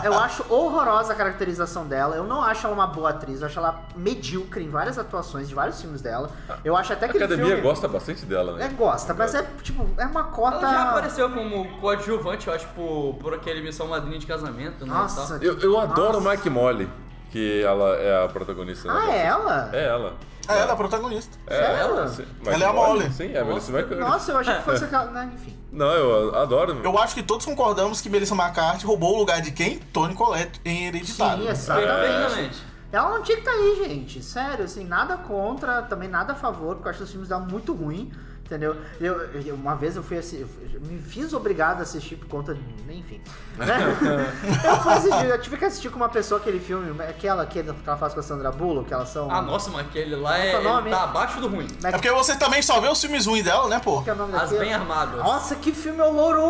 Speaker 4: eu acho horrorosa a caracterização dela. Eu não acho ela uma boa atriz, eu acho ela medíocre em várias atuações de vários filmes dela. Eu acho até
Speaker 1: A
Speaker 4: que ele
Speaker 1: academia
Speaker 4: É filme...
Speaker 1: gosta bastante dela,
Speaker 4: É,
Speaker 1: né?
Speaker 4: gosta, mas é tipo, é uma cota.
Speaker 2: Ela já apareceu como coadjuvante, eu acho, por, por aquele Missão Madrinha de Casamento, né? e
Speaker 4: Nossa,
Speaker 2: tal.
Speaker 1: Eu, eu adoro
Speaker 4: Nossa.
Speaker 1: Mike Molly, que ela é a protagonista.
Speaker 4: Ah,
Speaker 1: né?
Speaker 4: é ela?
Speaker 1: É ela.
Speaker 5: É, ela é a protagonista.
Speaker 1: É
Speaker 4: ela?
Speaker 1: sim. Mike
Speaker 5: Ela é a Molly.
Speaker 1: Sim, é a Melissa McCarthy.
Speaker 4: Nossa, eu achei que fosse aquela. né, Enfim.
Speaker 1: Não, eu adoro.
Speaker 5: Eu acho que todos concordamos que Melissa McCarthy roubou o lugar de quem? Tony Collette em Hereditário.
Speaker 4: Sim, é exatamente.
Speaker 2: Perfeitamente.
Speaker 4: Ela não tinha que estar um tá aí, gente. Sério, assim, nada contra, também nada a favor, porque eu acho os filmes dela muito ruim. Entendeu? Eu, eu- uma vez eu fui assim, me fiz obrigado a assistir por conta de. Enfim. né? eu fui assistir, eu tive que assistir com uma pessoa aquele filme, aquela que ela faz com a Sandra Bullock, que elas são.
Speaker 2: Ah, nossa, mas aquele lá é,
Speaker 4: Qual é o nome?
Speaker 2: ele tá abaixo do ruim.
Speaker 5: É porque você também só vê os filmes ruins dela, né, pô?
Speaker 4: que é o nome
Speaker 2: As
Speaker 4: daquilo?
Speaker 2: Bem Ah, Armadas.
Speaker 4: Nossa, que filme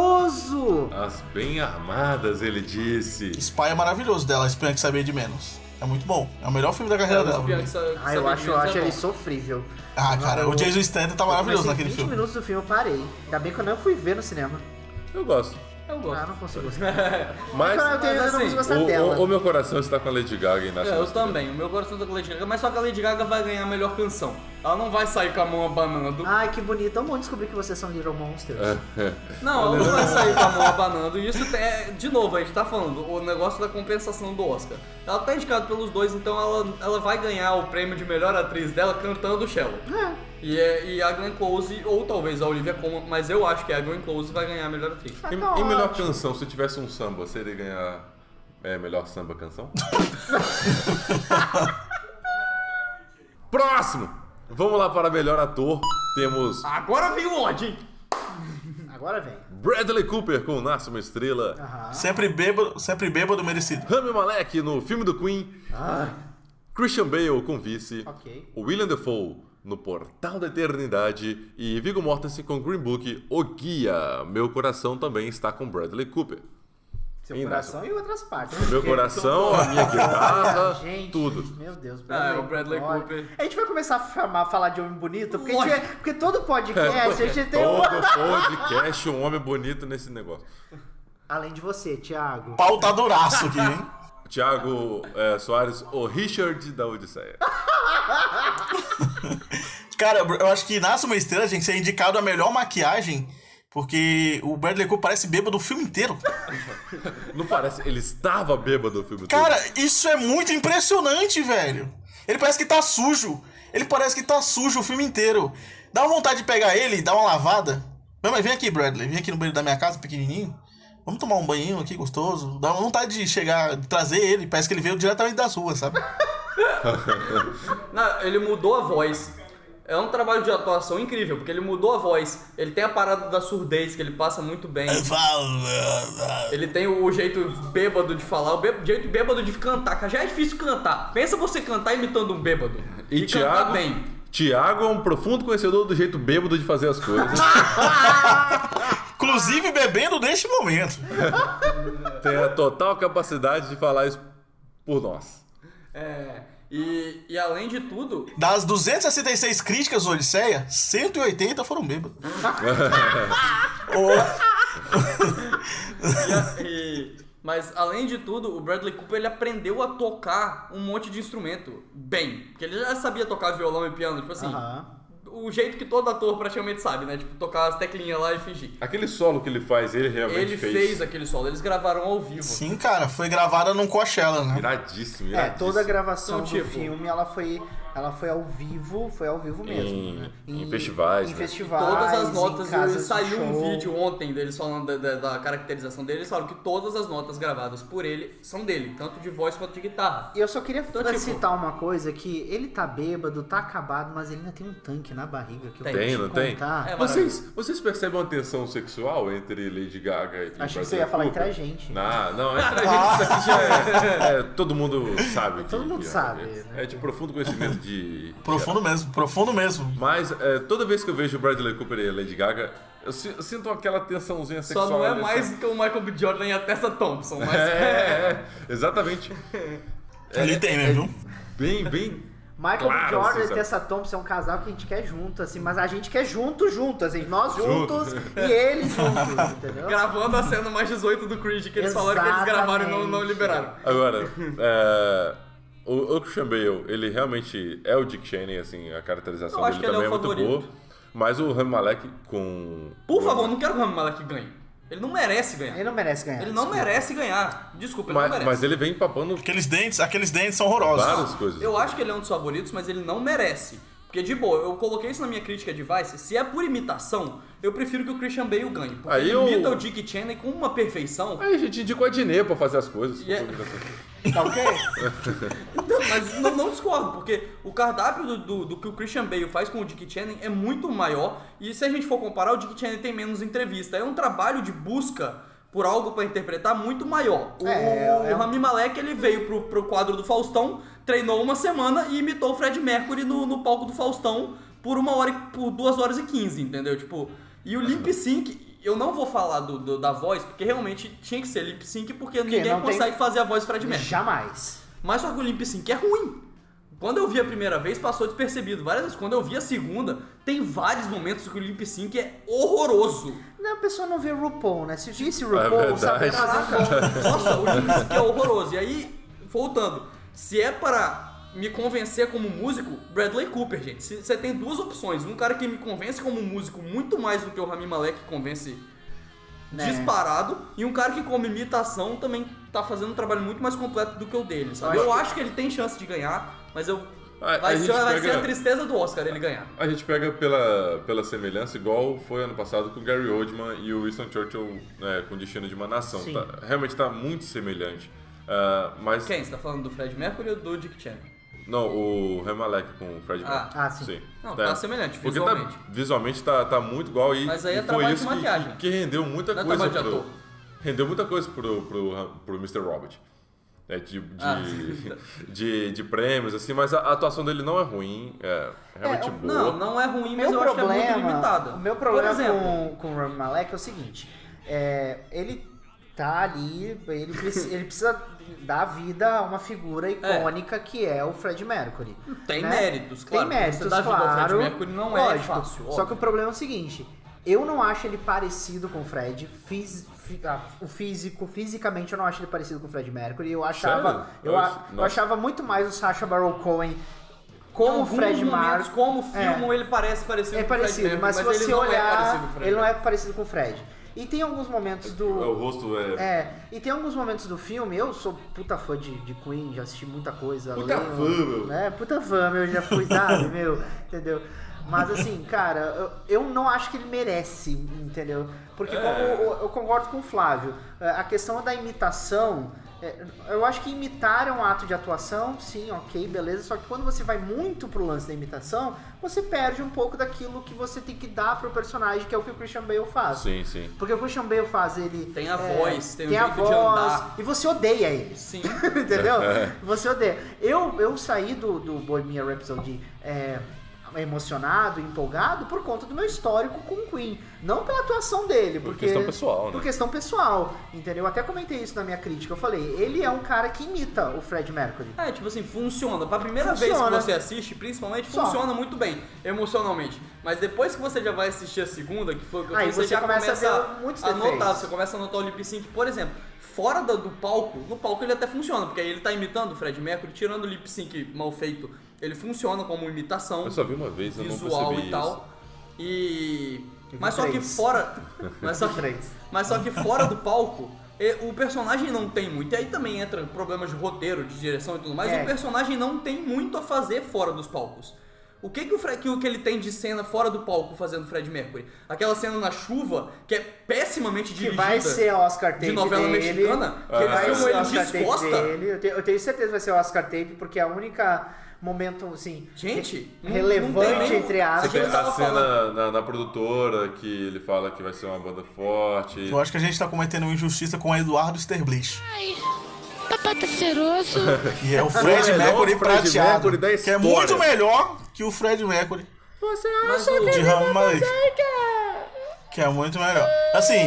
Speaker 4: horroroso!
Speaker 1: As bem armadas, ele disse.
Speaker 5: Spy é maravilhoso dela, Espiã que Sabia de Menos. É muito bom. É o melhor filme da carreira
Speaker 2: Os
Speaker 5: dela.
Speaker 2: piores que sa- que
Speaker 4: Ah, eu
Speaker 2: sabem
Speaker 4: acho, eu
Speaker 2: menos é
Speaker 4: acho ele
Speaker 2: bom.
Speaker 4: sofrível.
Speaker 5: Ah, cara, o Jason Statham tá maravilhoso
Speaker 4: Comecei
Speaker 5: naquele
Speaker 4: 20
Speaker 5: filme.
Speaker 4: minutos do filme eu parei. Ainda bem que eu não fui ver no cinema.
Speaker 1: Eu gosto.
Speaker 2: Eu
Speaker 4: Ah,
Speaker 2: gosto.
Speaker 4: não consigo gostar.
Speaker 1: Mas
Speaker 4: Cara, eu, tenho, eu não
Speaker 2: assim,
Speaker 4: consigo
Speaker 1: o,
Speaker 4: gostar dela.
Speaker 1: o- o meu coração está com a Lady Gaga e
Speaker 2: É,
Speaker 1: nasce.
Speaker 2: eu também, o meu coração tá com a Lady Gaga, mas só que a Lady Gaga vai ganhar a melhor canção. Ela não vai sair com a mão abanando.
Speaker 4: Ai, que bonito. É bom descobrir que vocês são Little Monsters.
Speaker 1: É.
Speaker 2: Não, ela não vai sair com a mão abanando. E isso é, de novo, a gente tá falando, o negócio da compensação do Oscar. Ela tá indicada pelos dois, então ela, ela vai ganhar o prêmio de melhor atriz dela cantando Shallow. E, é- e a Glenn Close, ou talvez a Olivia Colman, mas eu acho que a Glenn Close vai ganhar a melhor atriz.
Speaker 4: Ah,
Speaker 1: Em,
Speaker 4: tá
Speaker 1: em melhor
Speaker 4: ótimo.
Speaker 1: canção, se tivesse um samba, você iria ganhar é, melhor samba canção? Próximo! Vamos lá para melhor ator. Temos
Speaker 2: Agora vem o ódio, hein?
Speaker 4: Agora vem.
Speaker 1: Bradley Cooper com Nasce uma Estrela.
Speaker 4: Aham.
Speaker 5: Sempre bêbado, sempre bêbado merecido.
Speaker 1: Rami Malek no filme do Queen. Christian Bale com Vice.
Speaker 4: Ah. Ok.
Speaker 1: William Defoe no Portal da Eternidade. E Viggo Mortensen com Green Book, O Guia. Meu coração também está com Bradley Cooper.
Speaker 4: Seu
Speaker 1: Ih,
Speaker 4: coração e outras partes.
Speaker 1: Meu
Speaker 4: Porque-
Speaker 1: coração, a minha
Speaker 4: Ah,
Speaker 1: guitarra,
Speaker 4: gente,
Speaker 1: tudo.
Speaker 4: Meu Deus,
Speaker 2: Ah, o Bradley
Speaker 4: olha.
Speaker 2: Cooper.
Speaker 4: A gente vai começar a chamar- falar de homem bonito, porque, a gente
Speaker 2: Lógico.
Speaker 4: é- porque todo podcast a gente tem um.
Speaker 1: É, Todo podcast, um homem bonito nesse negócio.
Speaker 4: Além de você, Thiago.
Speaker 5: Pau tá duraço aqui, hein?
Speaker 1: é, Tiago Soares, o Richard da Odisseia.
Speaker 5: Cara, eu acho que nasce uma estrela, gente, ser indicado a melhor maquiagem, porque o Bradley Cooper parece bêbado o filme inteiro.
Speaker 1: Não parece. Ele estava bêbado o filme todo.
Speaker 5: Cara, isso é muito impressionante, velho. Ele parece que tá sujo. Ele parece que tá sujo o filme inteiro. Dá uma vontade de pegar ele e dar uma lavada. Não, mas vem aqui, Bradley. Vem aqui no banheiro da minha casa, pequenininho. Vamos tomar um banhinho aqui gostoso. Dá uma vontade de chegar, de trazer ele. Parece que ele veio diretamente das ruas, sabe?
Speaker 2: Não, ele mudou a voz. É um trabalho de atuação incrível, porque ele mudou a voz. Ele tem a parada da surdez, que ele passa muito bem.
Speaker 5: É,
Speaker 2: Ele tem o jeito bêbado de falar, o bê- jeito bêbado de cantar, que já é difícil cantar. Pensa você cantar imitando um bêbado.
Speaker 1: E,
Speaker 2: cantar
Speaker 1: Thiago,
Speaker 2: bem.
Speaker 1: Thiago é um profundo conhecedor do jeito bêbado de fazer as coisas.
Speaker 5: Inclusive bebendo neste momento.
Speaker 1: Tem a total capacidade de falar isso por nós.
Speaker 2: É, e, e além de tudo,
Speaker 5: Das 266 críticas do Odisseia, 180 foram bêbados.
Speaker 2: e a- e- mas além de tudo, o Bradley Cooper ele aprendeu a tocar um monte de instrumento bem. Porque ele já sabia tocar violão e piano, tipo assim,
Speaker 4: Aham.
Speaker 2: o jeito que todo ator praticamente sabe, né? Tipo, tocar as teclinhas lá e fingir.
Speaker 1: Aquele solo que ele faz, ele realmente
Speaker 2: Ele fez. aquele solo, eles gravaram ao vivo.
Speaker 5: Sim, cara, foi gravada num Coachella, né?
Speaker 1: Iradíssimo,
Speaker 4: É,
Speaker 1: iradíssimo.
Speaker 4: toda a gravação
Speaker 2: Então,
Speaker 4: do
Speaker 2: tipo-
Speaker 4: filme, ela foi, ela foi ao vivo, foi ao vivo mesmo.
Speaker 1: Em-
Speaker 4: né?
Speaker 1: em festivais,
Speaker 4: Em
Speaker 1: né?
Speaker 4: festivais,
Speaker 2: Todas as
Speaker 4: em
Speaker 2: notas,
Speaker 4: casas de
Speaker 2: saiu um
Speaker 4: show.
Speaker 2: vídeo ontem deles falando da, da- da caracterização dele, eles falam que todas as notas gravadas por ele são dele, tanto de voz quanto de guitarra.
Speaker 4: E eu só queria
Speaker 2: Então, tipo-
Speaker 4: citar uma coisa que ele tá bêbado, tá acabado, mas ele ainda tem um tanque na barriga que eu
Speaker 2: Tem.
Speaker 4: vou
Speaker 1: Tem,
Speaker 4: te
Speaker 1: não tem?
Speaker 4: contar.
Speaker 2: É, mas-
Speaker 1: Vocês, vocês percebem uma tensão sexual entre Lady Gaga e
Speaker 4: Achei que
Speaker 1: Bradley
Speaker 2: é
Speaker 4: você ia falar
Speaker 1: Cooper?
Speaker 4: entre a gente. Ah.
Speaker 1: Não, não, entre a gente isso aqui já é, é, Todo mundo sabe. que-
Speaker 4: Todo mundo
Speaker 1: que-
Speaker 4: sabe,
Speaker 1: é-
Speaker 4: né?
Speaker 1: É de profundo conhecimento de.
Speaker 5: Profundo mesmo, profundo mesmo.
Speaker 1: Mas é, toda vez que eu vejo o Bradley Cooper e a Lady Gaga, eu, si- eu sinto aquela tensãozinha sexual.
Speaker 2: Só não é
Speaker 1: né?
Speaker 2: mais né? que o Michael B. Jordan e a Tessa Thompson, mas
Speaker 1: É, é, é, exatamente.
Speaker 5: Ele tem mesmo, viu?
Speaker 1: Bem, bem.
Speaker 4: Michael
Speaker 1: Claro,
Speaker 4: Jordan
Speaker 1: sim,
Speaker 4: e
Speaker 1: sabe.
Speaker 4: Tessa Thompson é um casal que a gente quer junto, assim, mas a gente quer junto, junto, assim, nós
Speaker 1: Juntos.
Speaker 4: juntos e eles juntos, entendeu?
Speaker 2: gravando a cena mais 18 do Creed, que eles falaram que eles gravaram e não, não liberaram.
Speaker 1: Agora, é, o o Christian Bale, ele realmente é o Dick Cheney, assim, a caracterização
Speaker 2: Eu acho
Speaker 1: dele
Speaker 2: que ele
Speaker 1: também
Speaker 2: é
Speaker 1: é,
Speaker 2: o
Speaker 1: muito
Speaker 2: favorito.
Speaker 1: boa. Mas o Rami Malek com.
Speaker 2: Por favor, não quero que o Rami Malek ganhe. Ele não merece ganhar.
Speaker 4: Ele não merece ganhar. Tá
Speaker 2: Ele não
Speaker 4: desculpa.
Speaker 2: merece ganhar. Desculpa, ele não
Speaker 1: Mas,
Speaker 2: merece.
Speaker 1: mas ele vem papando
Speaker 5: Aqueles dentes, aqueles dentes são horrorosos.
Speaker 1: várias coisas.
Speaker 2: Eu acho que ele é um dos favoritos, mas ele não merece. Porque, de boa, eu coloquei isso na minha crítica de Vice. Se é por imitação, eu prefiro que o Christian Bale ganhe. Porque
Speaker 1: Aí
Speaker 2: ele
Speaker 1: eu- É,
Speaker 2: imita o Dick Cheney com uma perfeição.
Speaker 1: Aí a gente indicou a Dinê pra fazer as coisas.
Speaker 2: E é-
Speaker 4: Tá ok?
Speaker 2: Não, mas não, não discordo, porque o cardápio do, do- do que o Christian Bale faz com o Dick Cheney é muito maior. E se a gente for comparar, o Dick Cheney tem menos entrevista. É um trabalho de busca por algo pra interpretar muito maior. O,
Speaker 4: É,
Speaker 2: o
Speaker 4: é um-
Speaker 2: Rami Malek ele veio pro, pro quadro do Faustão, treinou uma semana e imitou o Fred Mercury no, no palco do Faustão por uma hora, e- por duas horas e quinze, entendeu? Tipo, e o lip sync. Eu não vou falar do, do- da voz, porque realmente tinha que ser lip sync, porque ninguém
Speaker 4: não tem-
Speaker 2: consegue fazer a voz do Fred Mercury.
Speaker 4: Jamais.
Speaker 2: Mas só que o Limp Sync é ruim. Quando eu vi a primeira vez, passou despercebido. Várias vezes, quando eu vi a segunda, tem vários momentos que o Limp Sync é horroroso.
Speaker 4: Não, a pessoa não vê RuPaul, né? Se visse RuPaul,
Speaker 1: É verdade.
Speaker 4: saberia
Speaker 2: Ah,
Speaker 4: fazer um bom.
Speaker 2: Nossa, o Limp Sync é horroroso. E aí, voltando, se é para me convencer como músico, Bradley Cooper, gente. Se- Você tem duas opções. Um cara que me convence como músico muito mais do que o Rami Malek convence
Speaker 4: Né.
Speaker 2: disparado. E um cara que como imitação também tá fazendo um trabalho muito mais completo do que o dele, sabe? Eu acho que ele tem chance de ganhar, mas eu...
Speaker 1: A-
Speaker 2: Vai,
Speaker 1: a
Speaker 2: ser,
Speaker 1: gente
Speaker 2: vai
Speaker 1: pega-
Speaker 2: ser a tristeza do Oscar ele ganhar.
Speaker 1: A gente pega pela, pela semelhança, igual foi ano passado com o Gary Oldman e o Winston Churchill né, com Destino de uma Nação.
Speaker 4: Sim.
Speaker 1: Tá- realmente tá muito semelhante. Ah, mas.
Speaker 2: Quem? Você tá falando do Fred Mercury ou do Dick Cheney?
Speaker 1: Não, o Remalek com o Fred
Speaker 2: Ah.
Speaker 1: Mercury.
Speaker 4: Ah, sim.
Speaker 2: Não,
Speaker 1: É.
Speaker 2: tá semelhante,
Speaker 1: Porque
Speaker 2: visualmente.
Speaker 1: Tá, visualmente tá, tá muito igual e,
Speaker 2: Mas aí é
Speaker 1: e foi
Speaker 2: trabalho de
Speaker 1: isso que-
Speaker 2: maquiagem.
Speaker 1: Que, rendeu muita
Speaker 2: Não é
Speaker 1: coisa
Speaker 2: trabalho de
Speaker 1: pro,
Speaker 2: ator.
Speaker 1: rendeu muita coisa pro, pro, pro Mr. Robert. É, de, de,
Speaker 2: Ah.
Speaker 1: de, de prêmios, assim, mas a atuação dele não é ruim, é realmente
Speaker 4: É,
Speaker 1: boa.
Speaker 2: Não, não é ruim, mas
Speaker 4: meu
Speaker 2: eu
Speaker 4: problema,
Speaker 2: acho que é muito limitada.
Speaker 4: O meu problema
Speaker 2: Por exemplo,
Speaker 4: com, com o Rami Malek é o seguinte: é, ele tá ali, ele, preci- ele precisa dar vida a uma figura icônica que é o Fred Mercury.
Speaker 2: Tem
Speaker 4: né?
Speaker 2: méritos, claro.
Speaker 4: Tem méritos,
Speaker 2: Você dar vida ao
Speaker 4: claro.
Speaker 2: Fred Mercury não é
Speaker 4: lógico.
Speaker 2: fácil,
Speaker 4: Só
Speaker 2: óbvio.
Speaker 4: que o problema é o seguinte. Eu não acho ele parecido com o Fred, fis- fi- ah, o físico, fisicamente eu não acho ele parecido com o Fred Mercury. Eu achava,
Speaker 1: Sério?
Speaker 4: eu, a-
Speaker 1: Nossa.
Speaker 4: eu achava muito mais o Sacha Baron Cohen como o
Speaker 2: alguns
Speaker 4: Fred
Speaker 2: momentos,
Speaker 4: Mar-
Speaker 2: como
Speaker 4: é.
Speaker 2: filmam, ele parece parecido com
Speaker 4: É
Speaker 2: o Fred
Speaker 4: parecido,
Speaker 2: Mercury,
Speaker 4: mas se você
Speaker 2: ele não é parecido com o
Speaker 4: olhar,
Speaker 2: Fred
Speaker 4: ele não é
Speaker 2: Mercury.
Speaker 4: parecido com o Fred. E tem alguns momentos do.
Speaker 1: O rosto é.
Speaker 4: É, e tem alguns momentos do filme, eu sou puta fã de, de Queen, já assisti muita coisa.
Speaker 1: Puta
Speaker 4: leio,
Speaker 1: fã, meu.
Speaker 4: Né? Puta fã, meu, já fui, sabe, meu, entendeu? Mas assim, cara, eu, eu não acho que ele merece, entendeu? Porque
Speaker 1: É.
Speaker 4: como eu, eu concordo com o Flávio, é, a questão da imitação, é, eu acho que imitar é um ato de atuação, sim, ok, beleza, só que quando você vai muito pro lance da imitação, você perde um pouco daquilo que você tem que dar pro personagem, que é o que o Christian Bale faz.
Speaker 1: Sim, sim.
Speaker 4: Porque o Christian Bale faz ele. é,
Speaker 2: Tem a voz, tem o
Speaker 4: a
Speaker 2: jeito de andar.
Speaker 4: E você odeia eles.
Speaker 2: Sim.
Speaker 4: Entendeu?
Speaker 1: É.
Speaker 4: Você odeia. Eu, eu saí do, do Bohemian Rhapsody é, emocionado, empolgado, por conta do meu histórico com o Queen. Não pela atuação dele,
Speaker 1: Por
Speaker 4: porque.
Speaker 1: questão pessoal, né?
Speaker 4: Por questão pessoal, entendeu? Eu até comentei isso na minha crítica. Eu falei, ele é um cara que imita o Fred Mercury.
Speaker 2: É, tipo assim, funciona. Pra primeira
Speaker 4: Funciona.
Speaker 2: vez que você assiste, principalmente,
Speaker 4: Só.
Speaker 2: funciona muito bem, emocionalmente. Mas depois que você já vai assistir a segunda, que foi o que eu
Speaker 4: Aí
Speaker 2: fiz,
Speaker 4: você
Speaker 2: já
Speaker 4: começa a ver muitos
Speaker 2: a notar,
Speaker 4: defeitos.
Speaker 2: você começa a notar o lip sync, por exemplo, fora da- do palco, no palco ele até funciona, porque aí ele tá imitando o Fred Mercury, tirando o lip sync mal feito, ele funciona como imitação
Speaker 1: Eu só vi uma vez, eu não
Speaker 2: visual
Speaker 1: percebi
Speaker 2: e tal. E.
Speaker 4: Eu
Speaker 2: Mas
Speaker 4: vi
Speaker 2: só que
Speaker 4: três.
Speaker 2: fora. Mas só que,
Speaker 4: Três.
Speaker 2: mas só que fora do palco, e- o personagem não tem muito. E aí também entra problemas de roteiro, de direção e tudo mais.
Speaker 4: É.
Speaker 2: O personagem não tem muito a fazer fora dos palcos. O que, que, o Fred, que, o que ele tem de cena fora do palco fazendo Fred Mercury? Aquela cena na chuva, que é pessimamente
Speaker 4: Que
Speaker 2: dirigida.
Speaker 4: vai ser Oscar Tape
Speaker 2: de novela
Speaker 4: dele,
Speaker 2: mexicana, Ah. que
Speaker 4: que
Speaker 2: eles
Speaker 4: vai
Speaker 2: filmam
Speaker 4: ser
Speaker 2: ele
Speaker 4: Oscar
Speaker 2: descosta.
Speaker 4: Tape dele. Eu tenho, eu tenho certeza que vai ser Oscar Tape, porque é a única momento, assim,
Speaker 2: Gente,
Speaker 4: re- relevante, entre
Speaker 1: Você
Speaker 2: Acho que
Speaker 1: tem
Speaker 2: ele
Speaker 4: aspas.
Speaker 1: a
Speaker 2: tava
Speaker 1: cena
Speaker 2: falando.
Speaker 1: na, na produtora que ele fala que vai ser uma banda forte.
Speaker 5: Eu acho que a gente tá cometendo uma injustiça com o Eduardo Sterblich.
Speaker 7: Ai, papai tá cheiroso.
Speaker 5: E é o Fred
Speaker 1: melhor
Speaker 5: Mercury
Speaker 1: Fred
Speaker 5: prateado.
Speaker 1: Mercury da
Speaker 5: que é
Speaker 1: história.
Speaker 5: muito melhor que o Fred Mercury
Speaker 2: Mas o-
Speaker 5: de Rama Malek. Que é muito melhor. Assim,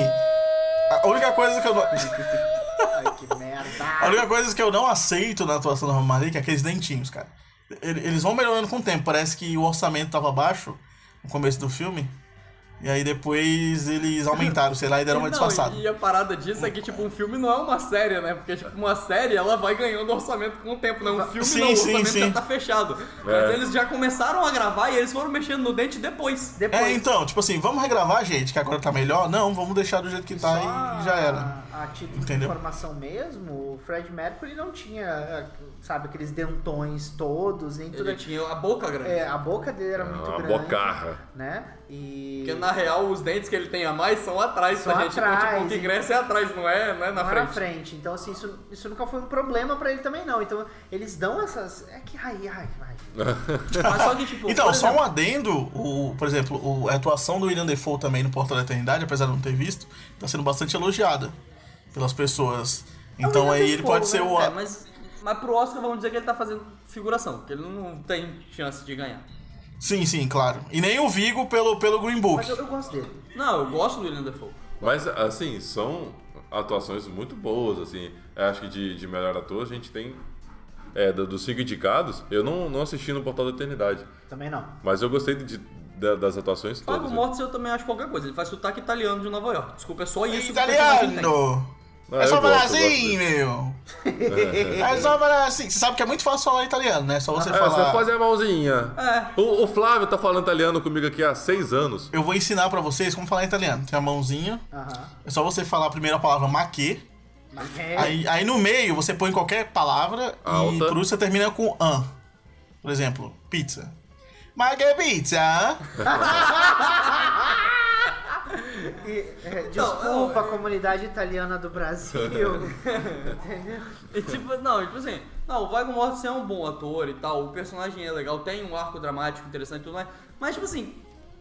Speaker 5: a única coisa que eu não,
Speaker 4: Ai, que
Speaker 5: a
Speaker 4: merda.
Speaker 5: única coisa que eu não aceito na atuação do Rami Malek é aqueles dentinhos, cara. Ele- Eles vão melhorando com o tempo. Parece que o orçamento tava baixo no começo do filme. E aí depois eles aumentaram, sei lá, e deram uma
Speaker 2: Não,
Speaker 5: disfarçada.
Speaker 2: E a parada disso é que, tipo, um filme não é uma série, né? Porque, tipo, uma série, ela vai ganhando orçamento com o tempo, né? Um filme
Speaker 5: Sim,
Speaker 2: não, o
Speaker 5: sim,
Speaker 2: orçamento
Speaker 5: sim. É.
Speaker 2: já tá fechado. Mas eles já começaram a gravar e eles foram mexendo no dente depois.
Speaker 4: Depois,
Speaker 5: É, então, tipo assim, vamos regravar, gente, que agora tá melhor? Não, vamos deixar do jeito que tá e já era.
Speaker 4: A, a título
Speaker 5: Entendeu?
Speaker 4: de informação mesmo, o Fred Mercury não tinha, é, sabe, aqueles dentões todos, nem tudo
Speaker 2: Ele
Speaker 4: aquilo.
Speaker 2: tinha a boca grande.
Speaker 4: É, a boca dele
Speaker 5: Ah,
Speaker 4: era muito
Speaker 1: uma
Speaker 4: grande.
Speaker 1: bocarra.
Speaker 4: Né? E...
Speaker 2: Porque, na real, os dentes que ele tem a mais são atrás,
Speaker 4: São
Speaker 2: tá, gente? Então,
Speaker 4: atrás,
Speaker 2: tipo, o que
Speaker 4: hein?
Speaker 2: cresce é atrás, não é, não é na
Speaker 4: Não
Speaker 2: frente.
Speaker 4: era na frente. Então, assim, isso, isso nunca foi um problema pra ele também, não. Então, eles dão essas. É que. Ai, ai, ai.
Speaker 2: Mas só que, tipo,
Speaker 5: Então,
Speaker 2: por
Speaker 5: só
Speaker 2: exemplo,
Speaker 5: um adendo, o, por exemplo, o- a atuação do William Defoe também no Portal da Eternidade, apesar de eu não ter visto, tá sendo bastante elogiada pelas pessoas. Então
Speaker 4: William
Speaker 5: aí ele
Speaker 4: Dafoe,
Speaker 5: pode ser
Speaker 4: né?
Speaker 5: o.
Speaker 2: É, mas, mas pro Oscar, vamos dizer que ele tá fazendo figuração, porque ele não tem chance de ganhar.
Speaker 5: Sim, sim, claro. E nem o Vigo pelo, pelo Green Book.
Speaker 4: Mas eu, eu gosto dele.
Speaker 2: Não, eu gosto do William Dafoe.
Speaker 1: Mas, assim, são atuações muito boas, assim. Eu acho que de, de melhor ator a gente tem... É, do- dos cinco indicados, eu não, não assisti no Portal da Eternidade.
Speaker 4: Também não.
Speaker 1: Mas eu gostei de, da- das atuações
Speaker 2: Fábio
Speaker 1: todas.
Speaker 2: Mortis eu também acho qualquer coisa. Ele faz sotaque italiano de Nova York. Desculpa, é só isso. que o personagem tem.
Speaker 5: Italiano!
Speaker 1: Ah,
Speaker 5: Tá é só
Speaker 1: eu
Speaker 5: falar
Speaker 1: gosto, eu gosto
Speaker 5: assim,
Speaker 1: dele.
Speaker 5: meu! É só falar assim. Você sabe que é muito fácil falar italiano, né? Só você
Speaker 1: É,
Speaker 5: falar.
Speaker 1: só fazer a mãozinha.
Speaker 2: É.
Speaker 1: O, o Flávio tá falando italiano comigo aqui há seis anos.
Speaker 5: Eu vou ensinar pra vocês como falar italiano. Tem a mãozinha.
Speaker 4: Aham.
Speaker 5: É só você falar primeiro a palavra maquê.
Speaker 4: Mas é.
Speaker 5: Aí, aí no meio você põe qualquer palavra e
Speaker 1: Alta.
Speaker 5: por isso você termina com an. Por exemplo, pizza. Maquê pizza.
Speaker 4: E, é, desculpa,
Speaker 2: não, é-
Speaker 4: comunidade italiana do Brasil.
Speaker 2: E, tipo, não, tipo assim, não, o Viggo Mortensen é um bom ator e tal, o personagem é legal, tem um arco dramático interessante e tudo mais. Mas, tipo assim,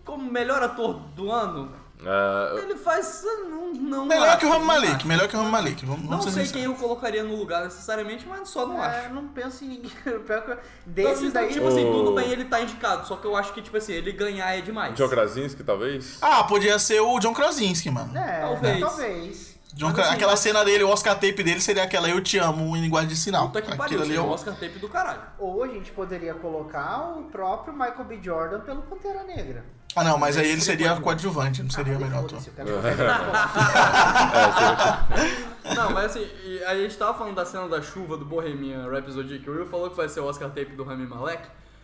Speaker 2: como melhor ator do ano,
Speaker 1: Ah,
Speaker 2: ele faz. eu Não, não
Speaker 5: Melhor
Speaker 2: acho,
Speaker 5: que o Rami
Speaker 2: não
Speaker 5: Malik.
Speaker 2: acho.
Speaker 5: Melhor que o Rami Malik. Vamos,
Speaker 2: Não
Speaker 5: vamos ser
Speaker 2: sei
Speaker 5: sinceros.
Speaker 2: quem eu colocaria no lugar necessariamente, mas só não
Speaker 4: É,
Speaker 2: acho.
Speaker 4: eu não penso em ninguém. Pior é que eu-
Speaker 2: Então,
Speaker 4: Desses
Speaker 2: assim,
Speaker 4: daí.
Speaker 2: tipo assim,
Speaker 1: O-
Speaker 2: tudo bem, ele tá indicado, só que eu acho que, tipo assim, ele ganhar é demais.
Speaker 1: John Krasinski, talvez?
Speaker 5: Ah, podia ser o John Krasinski, mano.
Speaker 4: É,
Speaker 2: Talvez.
Speaker 4: talvez.
Speaker 5: John
Speaker 2: Mas
Speaker 5: Kra-
Speaker 2: assim,
Speaker 5: aquela cena dele, o Oscar tape dele seria aquela Eu Te Amo em linguagem de sinal.
Speaker 2: Puta que pariu,
Speaker 5: Aquilo ali é
Speaker 2: seria um
Speaker 5: o...
Speaker 2: Oscar tape do caralho.
Speaker 4: Ou a gente poderia colocar o próprio Michael B. Jordan pelo Pantera Negra.
Speaker 5: Ah, não, mas aí ele seria coadjuvante, não seria
Speaker 4: Ah,
Speaker 5: melhor então. ator.
Speaker 4: foda-se, eu quero fazer uma
Speaker 2: Não, mas assim, e a gente tava falando da cena da chuva do Bohemian Rhapsody que o Will falou que vai ser o Oscar Tape do Rami Malek.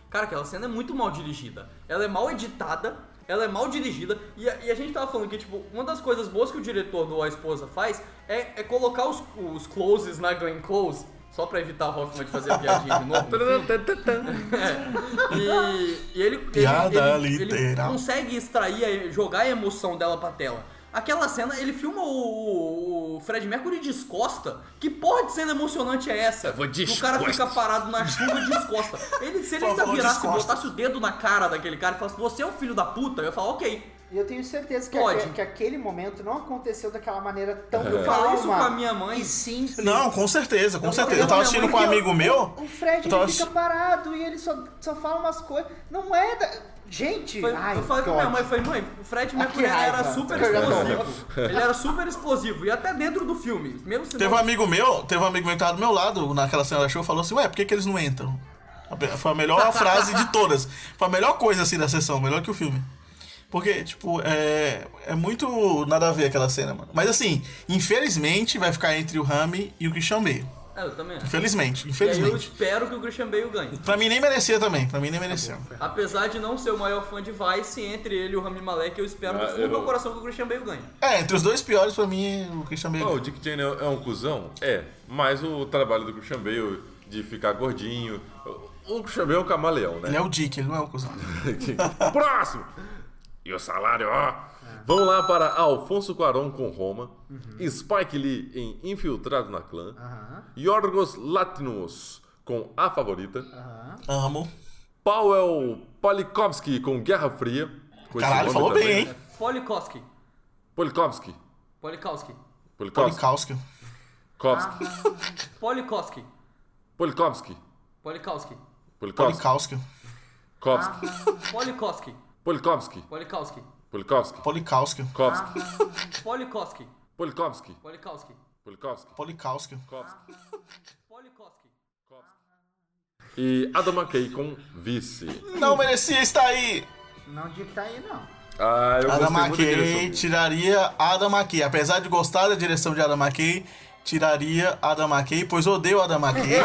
Speaker 2: Cara, aquela cena é muito mal dirigida. Ela é mal editada, ela é mal dirigida. E a, e a gente tava falando que, tipo, uma das coisas boas que o diretor do A Esposa faz é, é colocar os, os closes na Glenn Close, só pra evitar a Hoffman de fazer a piadinha de novo. no filme. E, e ele,
Speaker 5: Piada
Speaker 2: ele, ele- ele
Speaker 5: literal.
Speaker 2: consegue extrair, a- jogar a emoção dela pra tela. Aquela cena, ele filma o, o- o Fred Mercury descosta. Que porra de cena emocionante é essa?
Speaker 1: vou de
Speaker 2: o cara fica parado na chuva e descosta. Ele, se ele
Speaker 5: Por
Speaker 2: ainda
Speaker 5: favor,
Speaker 2: virasse e
Speaker 5: descosta.
Speaker 2: botasse o dedo na cara daquele cara e falasse, você é um filho da puta, eu ia falar, ok.
Speaker 4: E eu tenho certeza que,
Speaker 2: Pode.
Speaker 4: aque- que aquele momento não aconteceu daquela maneira tão
Speaker 2: Eu falei isso com a minha mãe.
Speaker 4: E sim.
Speaker 5: Não, com certeza, com
Speaker 2: Eu-
Speaker 5: certeza. Eu tava assistindo com um amigo meu.
Speaker 4: O Fred
Speaker 5: eu tava
Speaker 4: ele fica
Speaker 5: assi-
Speaker 4: parado e ele só, só fala umas coisas. Não é da. Gente!
Speaker 2: Foi-
Speaker 4: ai,
Speaker 2: eu falei
Speaker 4: que
Speaker 2: pra minha
Speaker 4: ódio.
Speaker 2: mãe, falei, mãe, o Fred
Speaker 4: Ah, que
Speaker 2: Mercury era
Speaker 4: raiva.
Speaker 2: super
Speaker 4: Eu já tô né?
Speaker 2: explosivo. Ele era super explosivo. E até dentro do filme. Mesmo se
Speaker 5: Teve
Speaker 2: não-
Speaker 5: um amigo meu, teve um amigo meu que tava do meu lado naquela cena da show falou assim, ué, por que, que eles não entram? A pe- Foi a melhor frase de todas. Foi a melhor coisa assim da sessão, melhor que o filme. Porque, tipo, é, é muito nada a ver aquela cena, mano. Mas assim, infelizmente vai ficar entre o Rami e o Christian Bale.
Speaker 2: É, eu também acho.
Speaker 5: Infelizmente,
Speaker 2: E aí eu
Speaker 5: infelizmente.
Speaker 2: espero que o Christian Bale ganhe.
Speaker 5: Pra mim nem merecia também, pra mim nem merecia.
Speaker 2: Apesar de não ser o maior fã de Vice, entre ele e o Rami Malek, eu espero
Speaker 1: Ah,
Speaker 2: do fundo
Speaker 1: eu-
Speaker 2: do meu coração que o Christian Bale ganhe.
Speaker 5: É, entre os dois piores pra mim o Christian Bale.
Speaker 1: Ah, o Dick Cheney é um cuzão? É, mas o trabalho do Christian Bale de ficar gordinho. O Christian Bale é um camaleão, né?
Speaker 5: Ele é o Dick, ele não é o cuzão.
Speaker 1: Próximo! E o salário, ó! Vamos lá para Alfonso Cuarón com Roma, Spike Lee em Infiltrado na Clã,
Speaker 4: Uhum. Aham,
Speaker 1: Yorgos Latinos com A Favorita,
Speaker 4: aham.
Speaker 5: Amo.
Speaker 1: Powell Polikovsky com Guerra Fria. com esse
Speaker 5: Caralho,
Speaker 1: nome
Speaker 5: falou
Speaker 1: também,
Speaker 5: bem,
Speaker 1: né?
Speaker 5: hein?
Speaker 2: Polikoski.
Speaker 1: Polikovsky.
Speaker 2: Polikowski.
Speaker 1: Polikovsky.
Speaker 5: Polikowski.
Speaker 1: Polikovsky.
Speaker 4: Ah.
Speaker 2: Polikoski.
Speaker 1: Polikovsky.
Speaker 2: Polikowski.
Speaker 1: Polikovsky.
Speaker 5: Polikowski.
Speaker 1: Polikovsky.
Speaker 2: Polikoski.
Speaker 1: Polikovsky. Polikovsky.
Speaker 2: Polikowski.
Speaker 5: Polikowski.
Speaker 1: Polikovsky.
Speaker 4: Ah.
Speaker 2: Polikoski.
Speaker 1: Polikovsky.
Speaker 2: Polikowski.
Speaker 1: Polikovsky.
Speaker 5: Polikowski.
Speaker 1: Polikovsky.
Speaker 2: Polikoski.
Speaker 1: E Adam McKay com Vice.
Speaker 5: Não merecia estar aí!
Speaker 4: Não digo que tá aí, não.
Speaker 1: Ah, eu gostei
Speaker 5: Adam
Speaker 1: muito da direção
Speaker 5: McKay
Speaker 1: dele.
Speaker 5: tiraria Adam McKay. Apesar de gostar da direção de Adam McKay, tiraria Adam McKay, pois odeio Adam McKay.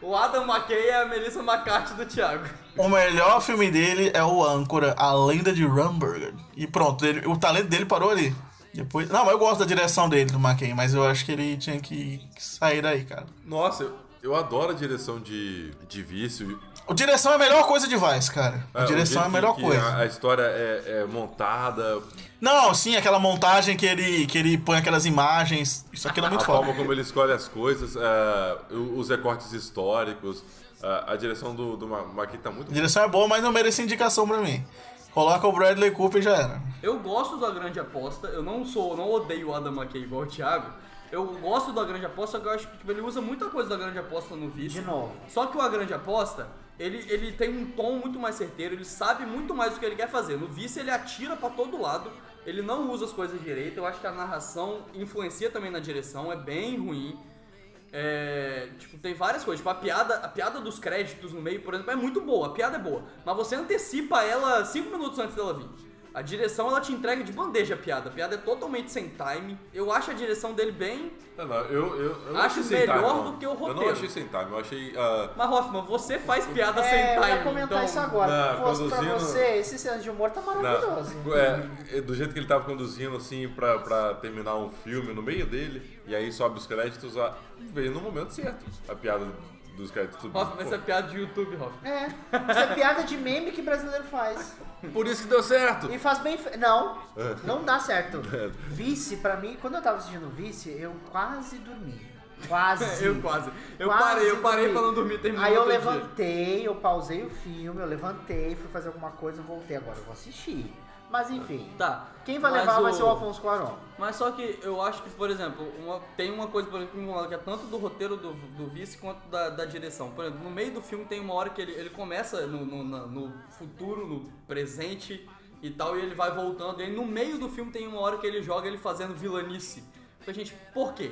Speaker 2: O Adam McKay é a Melissa McCarthy do Thiago.
Speaker 5: o melhor filme dele é o Âncora, A Lenda de Rumburger. E pronto, ele- o talento dele parou ali. Depois, não, mas eu gosto da direção dele, do McKay, mas eu acho que ele tinha que sair daí, cara.
Speaker 1: Nossa, eu, eu adoro a direção de, de vício.
Speaker 5: O direção é a melhor coisa de Vice, cara. A
Speaker 1: o
Speaker 5: direção é a
Speaker 1: jeito
Speaker 5: melhor
Speaker 1: que- que
Speaker 5: coisa.
Speaker 1: A, a história é, é montada,
Speaker 5: Não, sim, aquela montagem que ele, que ele põe aquelas imagens. Isso aqui é
Speaker 1: a
Speaker 5: muito foda.
Speaker 1: forma como ele escolhe as coisas, é, o- os recortes históricos. é, A, a direção do, do Ma- Maqui tá muito
Speaker 5: A direção é boa, mas não merece indicação pra mim. Coloca o Bradley Cooper e já era.
Speaker 2: Eu gosto da grande aposta, eu não sou, não odeio o Adam McKay igual o Thiago. Eu gosto da grande aposta, só que eu acho que tipo, ele usa muita coisa da grande aposta no vídeo.
Speaker 4: De novo.
Speaker 2: Só que o A Grande Aposta, ele, ele tem um tom muito mais certeiro, ele sabe muito mais o que ele quer fazer. No vice, ele atira pra todo lado, ele não usa as coisas direito. Eu acho que a narração influencia também na direção, é bem ruim. É, tipo, tem várias coisas. Tipo, a piada, a piada dos créditos no meio, por exemplo, é muito boa, a piada é boa. Mas você antecipa ela 5 minutos antes dela vir. A direção, ela te entrega de bandeja a piada. A piada é totalmente sem time. Eu acho a direção dele bem...
Speaker 1: Não, não, eu, eu, eu não
Speaker 2: Acho
Speaker 1: achei sem time,
Speaker 2: melhor
Speaker 1: não.
Speaker 2: do que o
Speaker 1: Eu não
Speaker 2: roteiro.
Speaker 1: achei sem time, eu achei. ah,
Speaker 2: Mas, Hoffman, você faz piada sem
Speaker 4: É, eu
Speaker 2: time,
Speaker 4: ia comentar
Speaker 2: então-
Speaker 4: isso agora.
Speaker 1: Não,
Speaker 4: Fosse pra
Speaker 1: produzindo-
Speaker 4: você, esse senso de humor tá maravilhoso.
Speaker 1: na- é, é, do jeito que ele tava conduzindo, assim, pra, pra terminar um filme no meio dele, e aí sobe os créditos, a, veio no momento certo a piada dos créditos subindo.
Speaker 2: Hoffman, essa é piada de YouTube, Hoffman.
Speaker 4: É, isso é piada de meme que brasileiro faz.
Speaker 1: Por isso que deu certo!
Speaker 4: E faz bem. fe- Não,
Speaker 2: É.
Speaker 4: não dá certo. Vice, pra mim, quando eu tava assistindo Vice, eu quase dormi. Quase.
Speaker 2: Eu quase. Eu
Speaker 4: Quase
Speaker 2: parei, eu parei
Speaker 4: dormi.
Speaker 2: pra não dormir, terminou
Speaker 4: Aí eu
Speaker 2: outro dia.
Speaker 4: levantei, eu pausei o filme, eu levantei, fui fazer alguma coisa, voltei agora, eu vou assistir. Mas enfim.
Speaker 2: Tá.
Speaker 4: Quem vai
Speaker 2: mas
Speaker 4: levar vai ser o
Speaker 2: o-
Speaker 4: Afonso Cuarón.
Speaker 2: Mas só que eu acho que, por exemplo, uma- tem uma coisa por exemplo, que me incomoda, que é tanto do roteiro do, do vice quanto da, da direção. Por exemplo, no meio do filme tem uma hora que ele, ele começa no, no- na- no futuro, no presente e tal, e ele vai voltando. E aí no meio do filme tem uma hora que ele joga ele fazendo vilanice. Então, gente, por quê?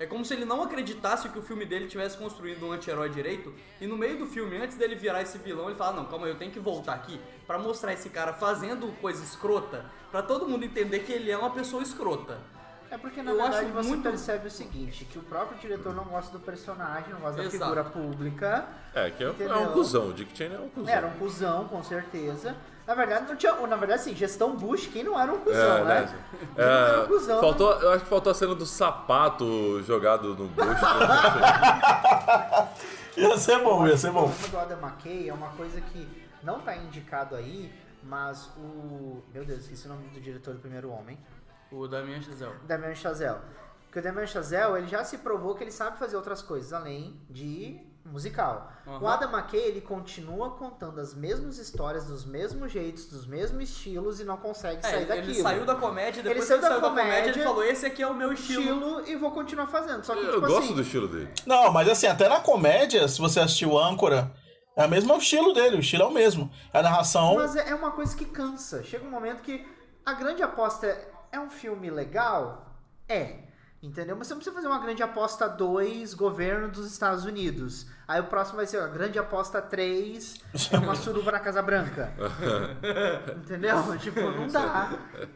Speaker 2: É como se ele não acreditasse que o filme dele tivesse construído um anti-herói direito, e no meio do filme, antes dele virar esse vilão, ele fala: Não, calma, aí, eu tenho que voltar aqui pra mostrar esse cara fazendo coisa escrota, pra todo mundo entender que ele é uma pessoa escrota.
Speaker 4: É porque na
Speaker 2: Eu
Speaker 4: verdade
Speaker 2: acho
Speaker 4: você
Speaker 2: muito-
Speaker 4: percebe o seguinte, que o próprio diretor não gosta do personagem, não gosta da
Speaker 2: Exato.
Speaker 4: figura pública.
Speaker 1: É, que é, um- é um
Speaker 4: Entendeu?
Speaker 1: cuzão. O Dick Cheney é um cuzão.
Speaker 4: Era um cuzão, com certeza. Na verdade, não tinha. Na verdade, assim, gestão Bush, quem não era um cuzão,
Speaker 1: É,
Speaker 4: né?
Speaker 1: né?
Speaker 4: Quem não era um
Speaker 1: É,
Speaker 4: cuzão.
Speaker 1: faltou, eu acho que faltou a cena do sapato jogado no né? bucho.
Speaker 5: Ia ser bom, ia ser
Speaker 4: O
Speaker 5: bom.
Speaker 4: problema do Adam McKay é uma coisa que não tá indicado aí, mas o. Meu Deus, esqueci o nome do diretor do primeiro homem.
Speaker 2: O Damien Chazelle.
Speaker 4: Damien Chazelle. Porque o Damien Chazelle, ele já se provou que ele sabe fazer outras coisas além de musical.
Speaker 2: Aham.
Speaker 4: O Adam McKay, ele continua contando as mesmas histórias, dos mesmos jeitos, dos mesmos estilos e não consegue
Speaker 2: É,
Speaker 4: sair
Speaker 2: ele
Speaker 4: daquilo.
Speaker 2: saiu da comédia,
Speaker 4: Ele
Speaker 2: depois que
Speaker 4: saiu
Speaker 2: ele
Speaker 4: da
Speaker 2: saiu da comédia,
Speaker 4: comédia,
Speaker 2: ele falou, esse aqui é o meu estilo.
Speaker 4: estilo e vou continuar fazendo. Só que,
Speaker 1: Eu
Speaker 4: tipo
Speaker 1: gosto
Speaker 4: assim,
Speaker 1: do estilo dele.
Speaker 5: Não, mas assim, até na comédia, se você assistiu Âncora, é o mesmo estilo dele, o estilo é o mesmo. A narração.
Speaker 4: Mas é é uma coisa que cansa. Chega um momento que a grande aposta é, é um filme legal? É. Entendeu? Mas você não precisa fazer uma grande aposta 2, governo dos Estados Unidos. Aí o próximo vai ser a grande aposta 3, é uma suruba na Casa Branca. entendeu? Tipo, não dá.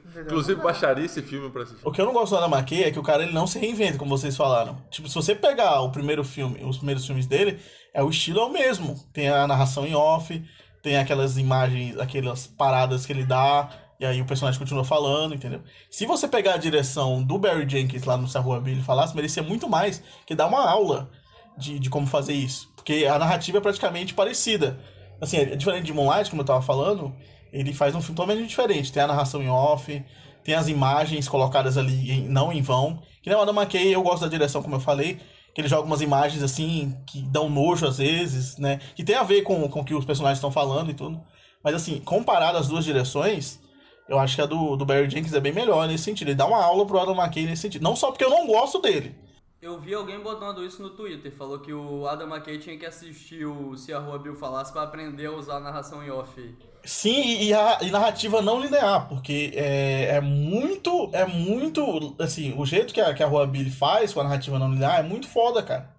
Speaker 4: Entendeu?
Speaker 1: Inclusive,
Speaker 4: Não dá.
Speaker 1: baixaria esse filme pra assistir.
Speaker 5: O que eu não gosto do Adam McKay é que o cara ele não se reinventa, como vocês falaram. Tipo, se você pegar o primeiro filme, os primeiros filmes dele, é o estilo é o mesmo. Tem a narração em off, tem aquelas imagens, aquelas paradas que ele dá, e aí o personagem continua falando, entendeu? Se você pegar a direção do Barry Jenkins lá no Sarrua Bill e falasse, merecia muito mais, que dá uma aula de, de como fazer isso. Porque a narrativa é praticamente parecida. Assim, é diferente de Moonlight, como eu tava falando, ele faz um filme totalmente diferente. Tem a narração em off, tem as imagens colocadas ali em- não em vão. Que nem o Adam McKay, eu gosto da direção, como eu falei, que ele joga umas imagens assim, que dão nojo às vezes, né? Que tem a ver com, com o que os personagens estão falando e tudo. Mas assim, comparado as duas direções, eu acho que a do, do Barry Jenkins é bem melhor nesse sentido. Ele dá uma aula pro Adam McKay nesse sentido. Não só porque eu não gosto dele.
Speaker 2: Eu vi alguém botando isso no Twitter, falou que o Adam McKay tinha que assistir o Se a Rua Bill Falasse pra aprender a usar a narração em off.
Speaker 5: Sim, e, e a, e narrativa não linear, porque é, é muito, é muito, assim, o jeito que a, que a Rua Billy faz com a narrativa não linear é muito foda, cara.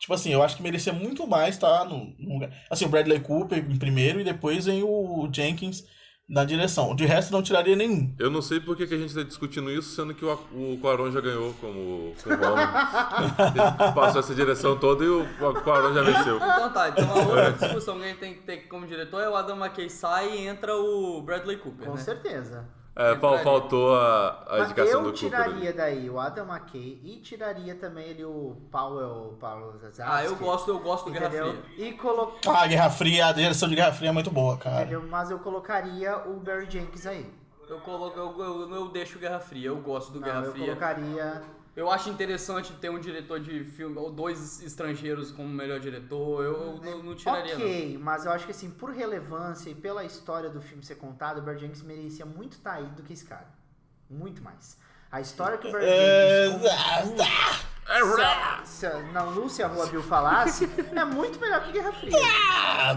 Speaker 5: Tipo assim, eu acho que merecia muito mais estar no, no lugar. Assim, o Bradley Cooper em primeiro e depois vem o Jenkins na direção. De resto, não tiraria nenhum.
Speaker 1: Eu não sei por que, que a gente tá discutindo isso, sendo que o, o Quaron já ganhou como, como homem. Ele passou essa direção toda e o Quaron já venceu.
Speaker 2: Então tá, então a outra discussão que a gente tem que ter como diretor é o Adam McKay sai e entra o Bradley Cooper,
Speaker 4: Com
Speaker 2: né?
Speaker 4: certeza.
Speaker 1: É, fal- faltou a, a
Speaker 4: Mas
Speaker 1: indicação
Speaker 4: eu
Speaker 1: do Cooper. ali.
Speaker 4: tiraria daí o Adam McKay e tiraria também ele o Powell, Paulo Zazarski.
Speaker 2: Ah, eu gosto, eu gosto do Guerra
Speaker 4: Entendeu?
Speaker 2: Fria.
Speaker 4: E colo...
Speaker 5: Ah, Guerra Fria, a direção de Guerra Fria é muito boa, cara.
Speaker 4: Entendeu? Mas eu colocaria o Barry Jenkins aí.
Speaker 2: Eu coloco, eu, eu, eu deixo Guerra Fria, eu gosto do
Speaker 4: Não,
Speaker 2: Guerra
Speaker 4: eu
Speaker 2: Fria.
Speaker 4: colocaria.
Speaker 2: Eu acho interessante ter um diretor de filme, ou dois estrangeiros como melhor diretor, eu, eu não, não tiraria
Speaker 4: Hum, ok, mas eu acho que assim, por relevância e pela história do filme ser contado, o Barry Jenkins merecia muito estar aí do que esse cara. Muito mais. A história que o Barry
Speaker 5: É,
Speaker 4: Jenkins.
Speaker 5: ah, ah, É,
Speaker 4: conta- Se, a- na Lúcia Rua Bill falasse, é muito melhor que Guerra Fria.
Speaker 5: ah,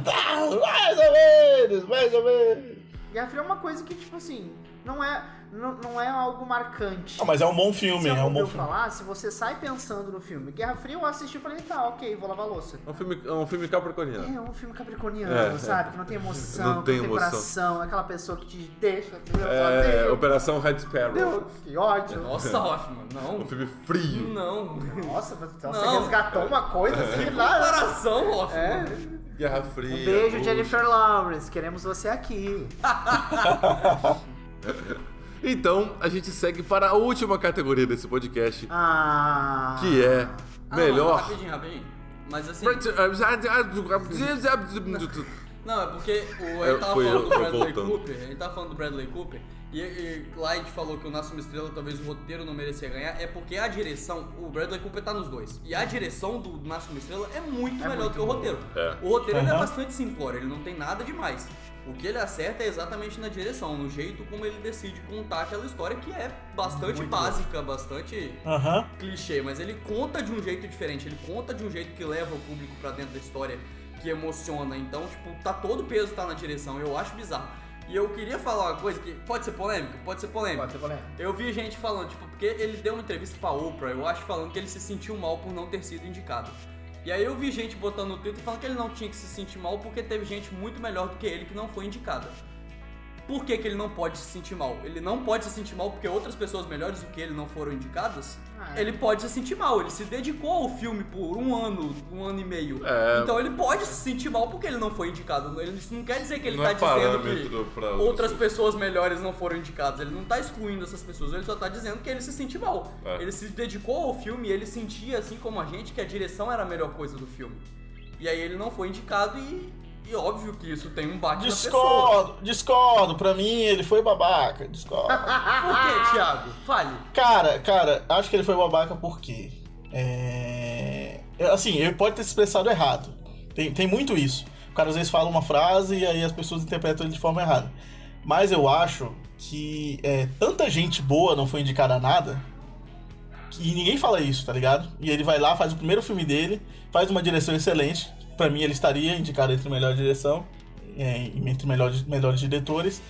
Speaker 5: mais ou menos, mais ou menos.
Speaker 4: Guerra Fria é uma coisa que, tipo assim, não é, não, não é algo marcante.
Speaker 5: Ah, mas é um bom filme,
Speaker 4: se eu
Speaker 5: é um bom filme.
Speaker 4: falar, se você sai pensando no filme Guerra Fria, eu assisti e falei, tá, ok, vou lavar a louça.
Speaker 1: É um filme, é um filme capricorniano.
Speaker 4: É um filme capricorniano,
Speaker 1: É.
Speaker 4: sabe? Que não tem emoção,
Speaker 1: Não
Speaker 4: que não
Speaker 1: tem
Speaker 4: tem
Speaker 1: emoção.
Speaker 4: coração, é aquela pessoa que te deixa entendeu?
Speaker 1: É,
Speaker 4: sozinho.
Speaker 1: Operação Red Sparrow.
Speaker 4: Meu, que ódio.
Speaker 2: não. É, Nossa, Hoffman,
Speaker 1: Um
Speaker 2: não.
Speaker 1: filme frio.
Speaker 2: Não.
Speaker 4: Nossa, mas então
Speaker 2: Não.
Speaker 4: você resgatou uma coisa
Speaker 1: É,
Speaker 4: assim, nada.
Speaker 2: Comparação, Hoffman.
Speaker 4: É.
Speaker 1: Guerra Fria.
Speaker 4: Um beijo,
Speaker 1: Bush.
Speaker 4: Jennifer Lawrence. Queremos você aqui.
Speaker 1: Então, a gente segue para a última categoria desse podcast,
Speaker 4: Ah.
Speaker 1: que é
Speaker 2: Ah, não,
Speaker 1: melhor.
Speaker 2: rapidinho, rapidinho. Mas assim. Não, é porque o, ele
Speaker 1: Eu-
Speaker 2: tava
Speaker 1: foi eu-
Speaker 2: falando do
Speaker 1: eu
Speaker 2: Bradley
Speaker 1: voltando.
Speaker 2: Cooper. Ele tava falando do Bradley Cooper. E, e Clyde falou que o Nasce uma Estrela talvez o roteiro não merecia ganhar. É porque a direção. O Bradley Cooper tá nos dois. E a direção do Nasce uma Estrela é muito melhor do que o roteiro.
Speaker 1: É.
Speaker 2: O roteiro ele é
Speaker 5: Aham.
Speaker 2: bastante simplório, ele não tem nada demais. O que ele acerta é exatamente na direção, no jeito como ele decide contar aquela história que é bastante básica, bastante
Speaker 5: Aham.
Speaker 2: clichê, mas ele conta de um jeito diferente, ele conta de um jeito que leva o público pra dentro da história, que emociona. Então, tipo, tá todo o peso tá na direção, eu acho bizarro. E eu queria falar uma coisa que pode ser polêmica, pode ser polêmica.
Speaker 4: Pode ser polêmica.
Speaker 2: Eu vi gente falando, tipo, porque ele deu uma entrevista pra Oprah, eu acho, falando que ele se sentiu mal por não ter sido indicado. E aí eu vi gente botando no Twitter falando que ele não tinha que se sentir mal porque teve gente muito melhor do que ele que não foi indicada. Por que, que ele não pode se sentir mal? Ele não pode se sentir mal porque outras pessoas melhores do que ele não foram indicadas?
Speaker 4: Ah, é.
Speaker 2: Ele pode se sentir mal, ele se dedicou ao filme por um ano, um ano e meio.
Speaker 1: É.
Speaker 2: Então ele pode se sentir mal porque ele não foi indicado. Ele, isso não quer dizer que ele
Speaker 1: Não
Speaker 2: tá
Speaker 1: é
Speaker 2: dizendo
Speaker 1: parâmetro
Speaker 2: que
Speaker 1: pra outras
Speaker 2: outras pessoas melhores não foram indicadas. Ele não tá excluindo essas pessoas, ele só tá dizendo que ele se sente mal.
Speaker 1: É.
Speaker 2: Ele se dedicou ao filme e ele sentia, assim como a gente, que a direção era a melhor coisa do filme. E aí ele não foi indicado e, e óbvio que isso tem um bate na pessoa.
Speaker 5: Discordo, discordo. Pra mim, ele foi babaca. Discordo.
Speaker 2: Por que, Thiago? Fale.
Speaker 5: cara, cara, acho que ele foi babaca porque. É. Assim, ele pode ter se expressado errado. Tem, tem muito isso. O cara às vezes fala uma frase e aí as pessoas interpretam ele de forma errada. Mas eu acho que é, tanta gente boa não foi indicada a nada. E ninguém fala isso, tá ligado? E ele vai lá, faz o primeiro filme dele, faz uma direção excelente. Pra mim, ele estaria indicado entre melhor direção, é, entre melhores, melhores diretores.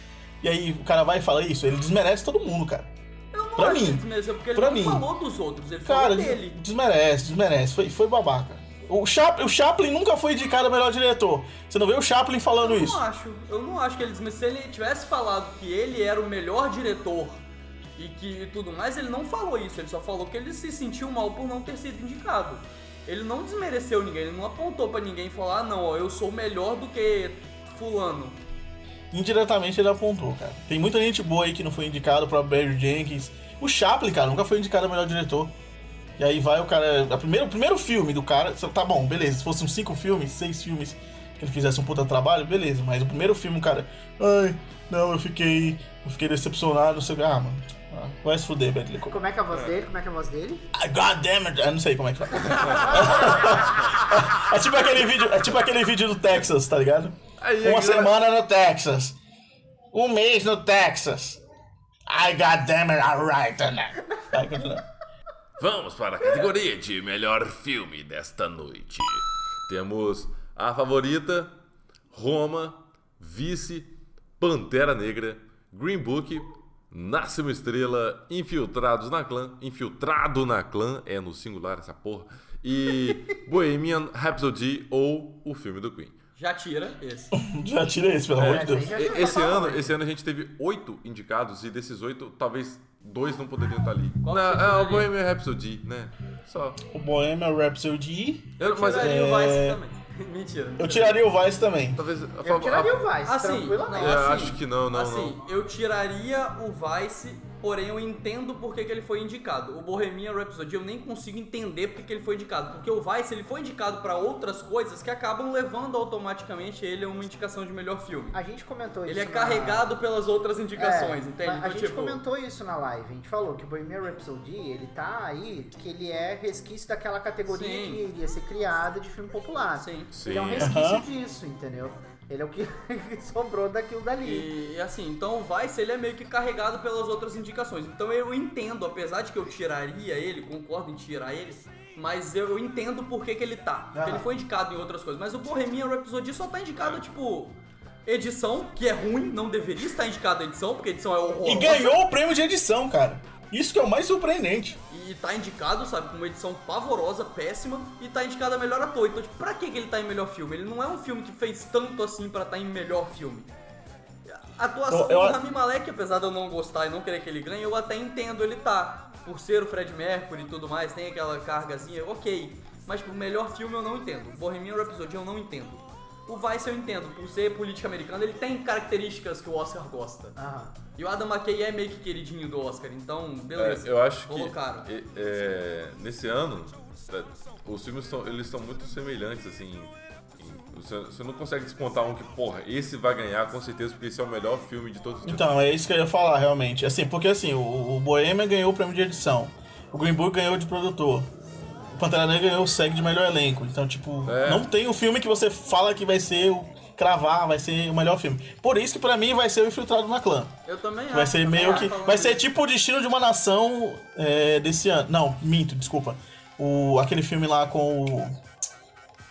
Speaker 5: E aí o cara vai e fala isso. Ele desmerece todo mundo, cara.
Speaker 2: Eu não
Speaker 5: Pra
Speaker 2: acho
Speaker 5: mim.
Speaker 2: que desmereceu, porque ele
Speaker 5: Pra
Speaker 2: não
Speaker 5: mim.
Speaker 2: falou dos outros, ele
Speaker 5: Cara,
Speaker 2: falou
Speaker 5: des-
Speaker 2: dele.
Speaker 5: desmerece, desmerece. Foi, foi babaca. O Chaplin, o Chaplin nunca foi indicado a melhor diretor. Você não vê o Chaplin falando
Speaker 2: Eu
Speaker 5: isso.
Speaker 2: não acho, eu não acho que ele desmereceu. Se ele tivesse falado que ele era o melhor diretor e que e tudo mais, ele não falou isso, ele só falou que ele se sentiu mal por não ter sido indicado. Ele não desmereceu ninguém, ele não apontou pra ninguém e falou, ah não, ó, eu sou melhor do que fulano.
Speaker 5: Indiretamente ele apontou, cara. Tem muita gente boa aí que não foi indicado, o próprio Barry Jenkins. O Chaplin, cara, nunca foi indicado a melhor diretor. E aí vai o cara. A primeiro, o primeiro filme do cara. Tá bom, beleza. Se fossem cinco filmes, seis filmes que ele fizesse um puta trabalho, beleza. Mas o primeiro filme, o cara. Ai, não, eu fiquei. Eu fiquei decepcionado, não sei o que. Ah, mano. ah, Vai se fuder, Bradley Cooper.
Speaker 4: Como é que é a voz dele? Como é que é a voz dele?
Speaker 5: Ah, God damn it! Eu não sei como é que fala. é tipo aquele vídeo, é tipo aquele vídeo do Texas, tá ligado?
Speaker 1: Aí,
Speaker 5: Uma
Speaker 1: aí,
Speaker 5: semana no Texas. Um mês no Texas. I God damn it, né? alright. Vai continuar.
Speaker 1: Vamos para a categoria de melhor filme desta noite. Temos a favorita, Roma, Vice, Pantera Negra, Green Book, Nasce uma Estrela, Infiltrados na Clã, Infiltrado na Clã, é no singular essa porra, e Bohemian Rhapsody ou o filme do Queen.
Speaker 2: Já tira esse.
Speaker 5: Já tirei esse, pelo amor de Deus.
Speaker 4: Essa aí já- tá
Speaker 1: E- Esse ano,
Speaker 2: né?
Speaker 1: esse ano a gente teve oito indicados e desses oito, talvez dois não poderiam estar ali.
Speaker 2: Qual
Speaker 1: Na-
Speaker 2: que você
Speaker 1: é o
Speaker 2: tiraria?
Speaker 1: Bohemian Rhapsody, né? Só.
Speaker 5: O Bohemian Rhapsody.
Speaker 1: Eu- mas
Speaker 2: tiraria
Speaker 5: é-
Speaker 2: o Vice também. Mentira.
Speaker 5: Eu tiraria o Vice também.
Speaker 1: Talvez. a
Speaker 4: Eu
Speaker 1: favor-
Speaker 4: tiraria
Speaker 1: a-
Speaker 4: o Vice,
Speaker 2: Assim,
Speaker 4: tranquilamente.
Speaker 1: É,
Speaker 2: não, assim,
Speaker 1: acho que não, não,
Speaker 2: Assim,
Speaker 1: não.
Speaker 2: eu tiraria o Vice, porém eu entendo por que, que ele foi indicado. O Bohemian Rhapsody eu nem consigo entender por que que ele foi indicado, porque o Vice ele foi indicado pra outras coisas que acabam levando automaticamente ele a uma indicação de melhor filme.
Speaker 4: A gente comentou
Speaker 2: Ele
Speaker 4: isso.
Speaker 2: é
Speaker 4: na-
Speaker 2: carregado pelas outras indicações,
Speaker 4: Ah, É,
Speaker 2: entende?
Speaker 4: A
Speaker 2: Então,
Speaker 4: gente comentou isso na live. A gente falou que o Bohemian Rhapsody, ele tá aí, que ele é resquício daquela categoria
Speaker 2: Sim.
Speaker 4: que iria ser criada de filme popular.
Speaker 2: Sim.
Speaker 1: Sim.
Speaker 4: Ele é um resquício
Speaker 5: Aham.
Speaker 4: disso, entendeu? Ele é o que sobrou daquilo dali.
Speaker 2: E assim, então o Vice ele é meio que carregado pelas outras indicações. Então eu entendo, apesar de que eu tiraria ele, concordo em tirar ele, mas eu entendo por que, que ele tá. Porque
Speaker 5: Aham.
Speaker 2: ele foi indicado em outras coisas. Mas o Bohemian Rhapsody só tá indicado, tipo, edição, que é ruim, não deveria estar indicado a edição, porque a edição é horrorosa.
Speaker 5: E ganhou o prêmio de edição, cara. Isso que é o mais surpreendente.
Speaker 2: E tá indicado, sabe, com uma edição pavorosa, péssima, e tá indicado a melhor ator. Então, tipo, pra que que ele tá em melhor filme? Ele não é um filme que fez tanto assim pra tá em melhor filme. A atuação
Speaker 5: Eu- eu-
Speaker 2: do Rami Malek, apesar de eu não gostar e não querer que ele ganhe, eu até entendo ele tá. Por ser o Fred Mercury e tudo mais, tem aquela cargazinha, ok. Mas pro melhor filme eu não entendo. Bohemian Rhapsody eu não entendo. O Vice eu entendo, por ser política americana, ele tem características que o Oscar gosta.
Speaker 4: Aham.
Speaker 2: E o Adam McKay é meio que queridinho do Oscar, então
Speaker 1: É,
Speaker 2: beleza.
Speaker 1: eu acho que
Speaker 2: Colocaram.
Speaker 1: e- é, nesse ano tá, os filmes são, eles são muito semelhantes assim. em- Você, você não consegue despontar um que porra esse vai ganhar com certeza porque esse é o melhor filme de todos os tempos.
Speaker 5: Então, é isso que eu ia falar, realmente. Assim, porque assim, o, o Bohemian ganhou o prêmio de edição. O Green Book ganhou de produtor. O Pantera Negra ganhou o SEG de melhor elenco. Então, tipo,
Speaker 1: É.
Speaker 5: não tem um filme que você fala que vai ser o cravar, vai ser o melhor filme. Por isso que pra mim vai ser o Infiltrado na Clã.
Speaker 2: Eu também acho.
Speaker 5: Vai ser
Speaker 2: também
Speaker 5: meio
Speaker 2: acho,
Speaker 5: que.
Speaker 2: falando
Speaker 5: Vai ser
Speaker 2: isso.
Speaker 5: tipo o destino de uma nação é, desse ano. Não, minto, desculpa. O, aquele filme lá com o.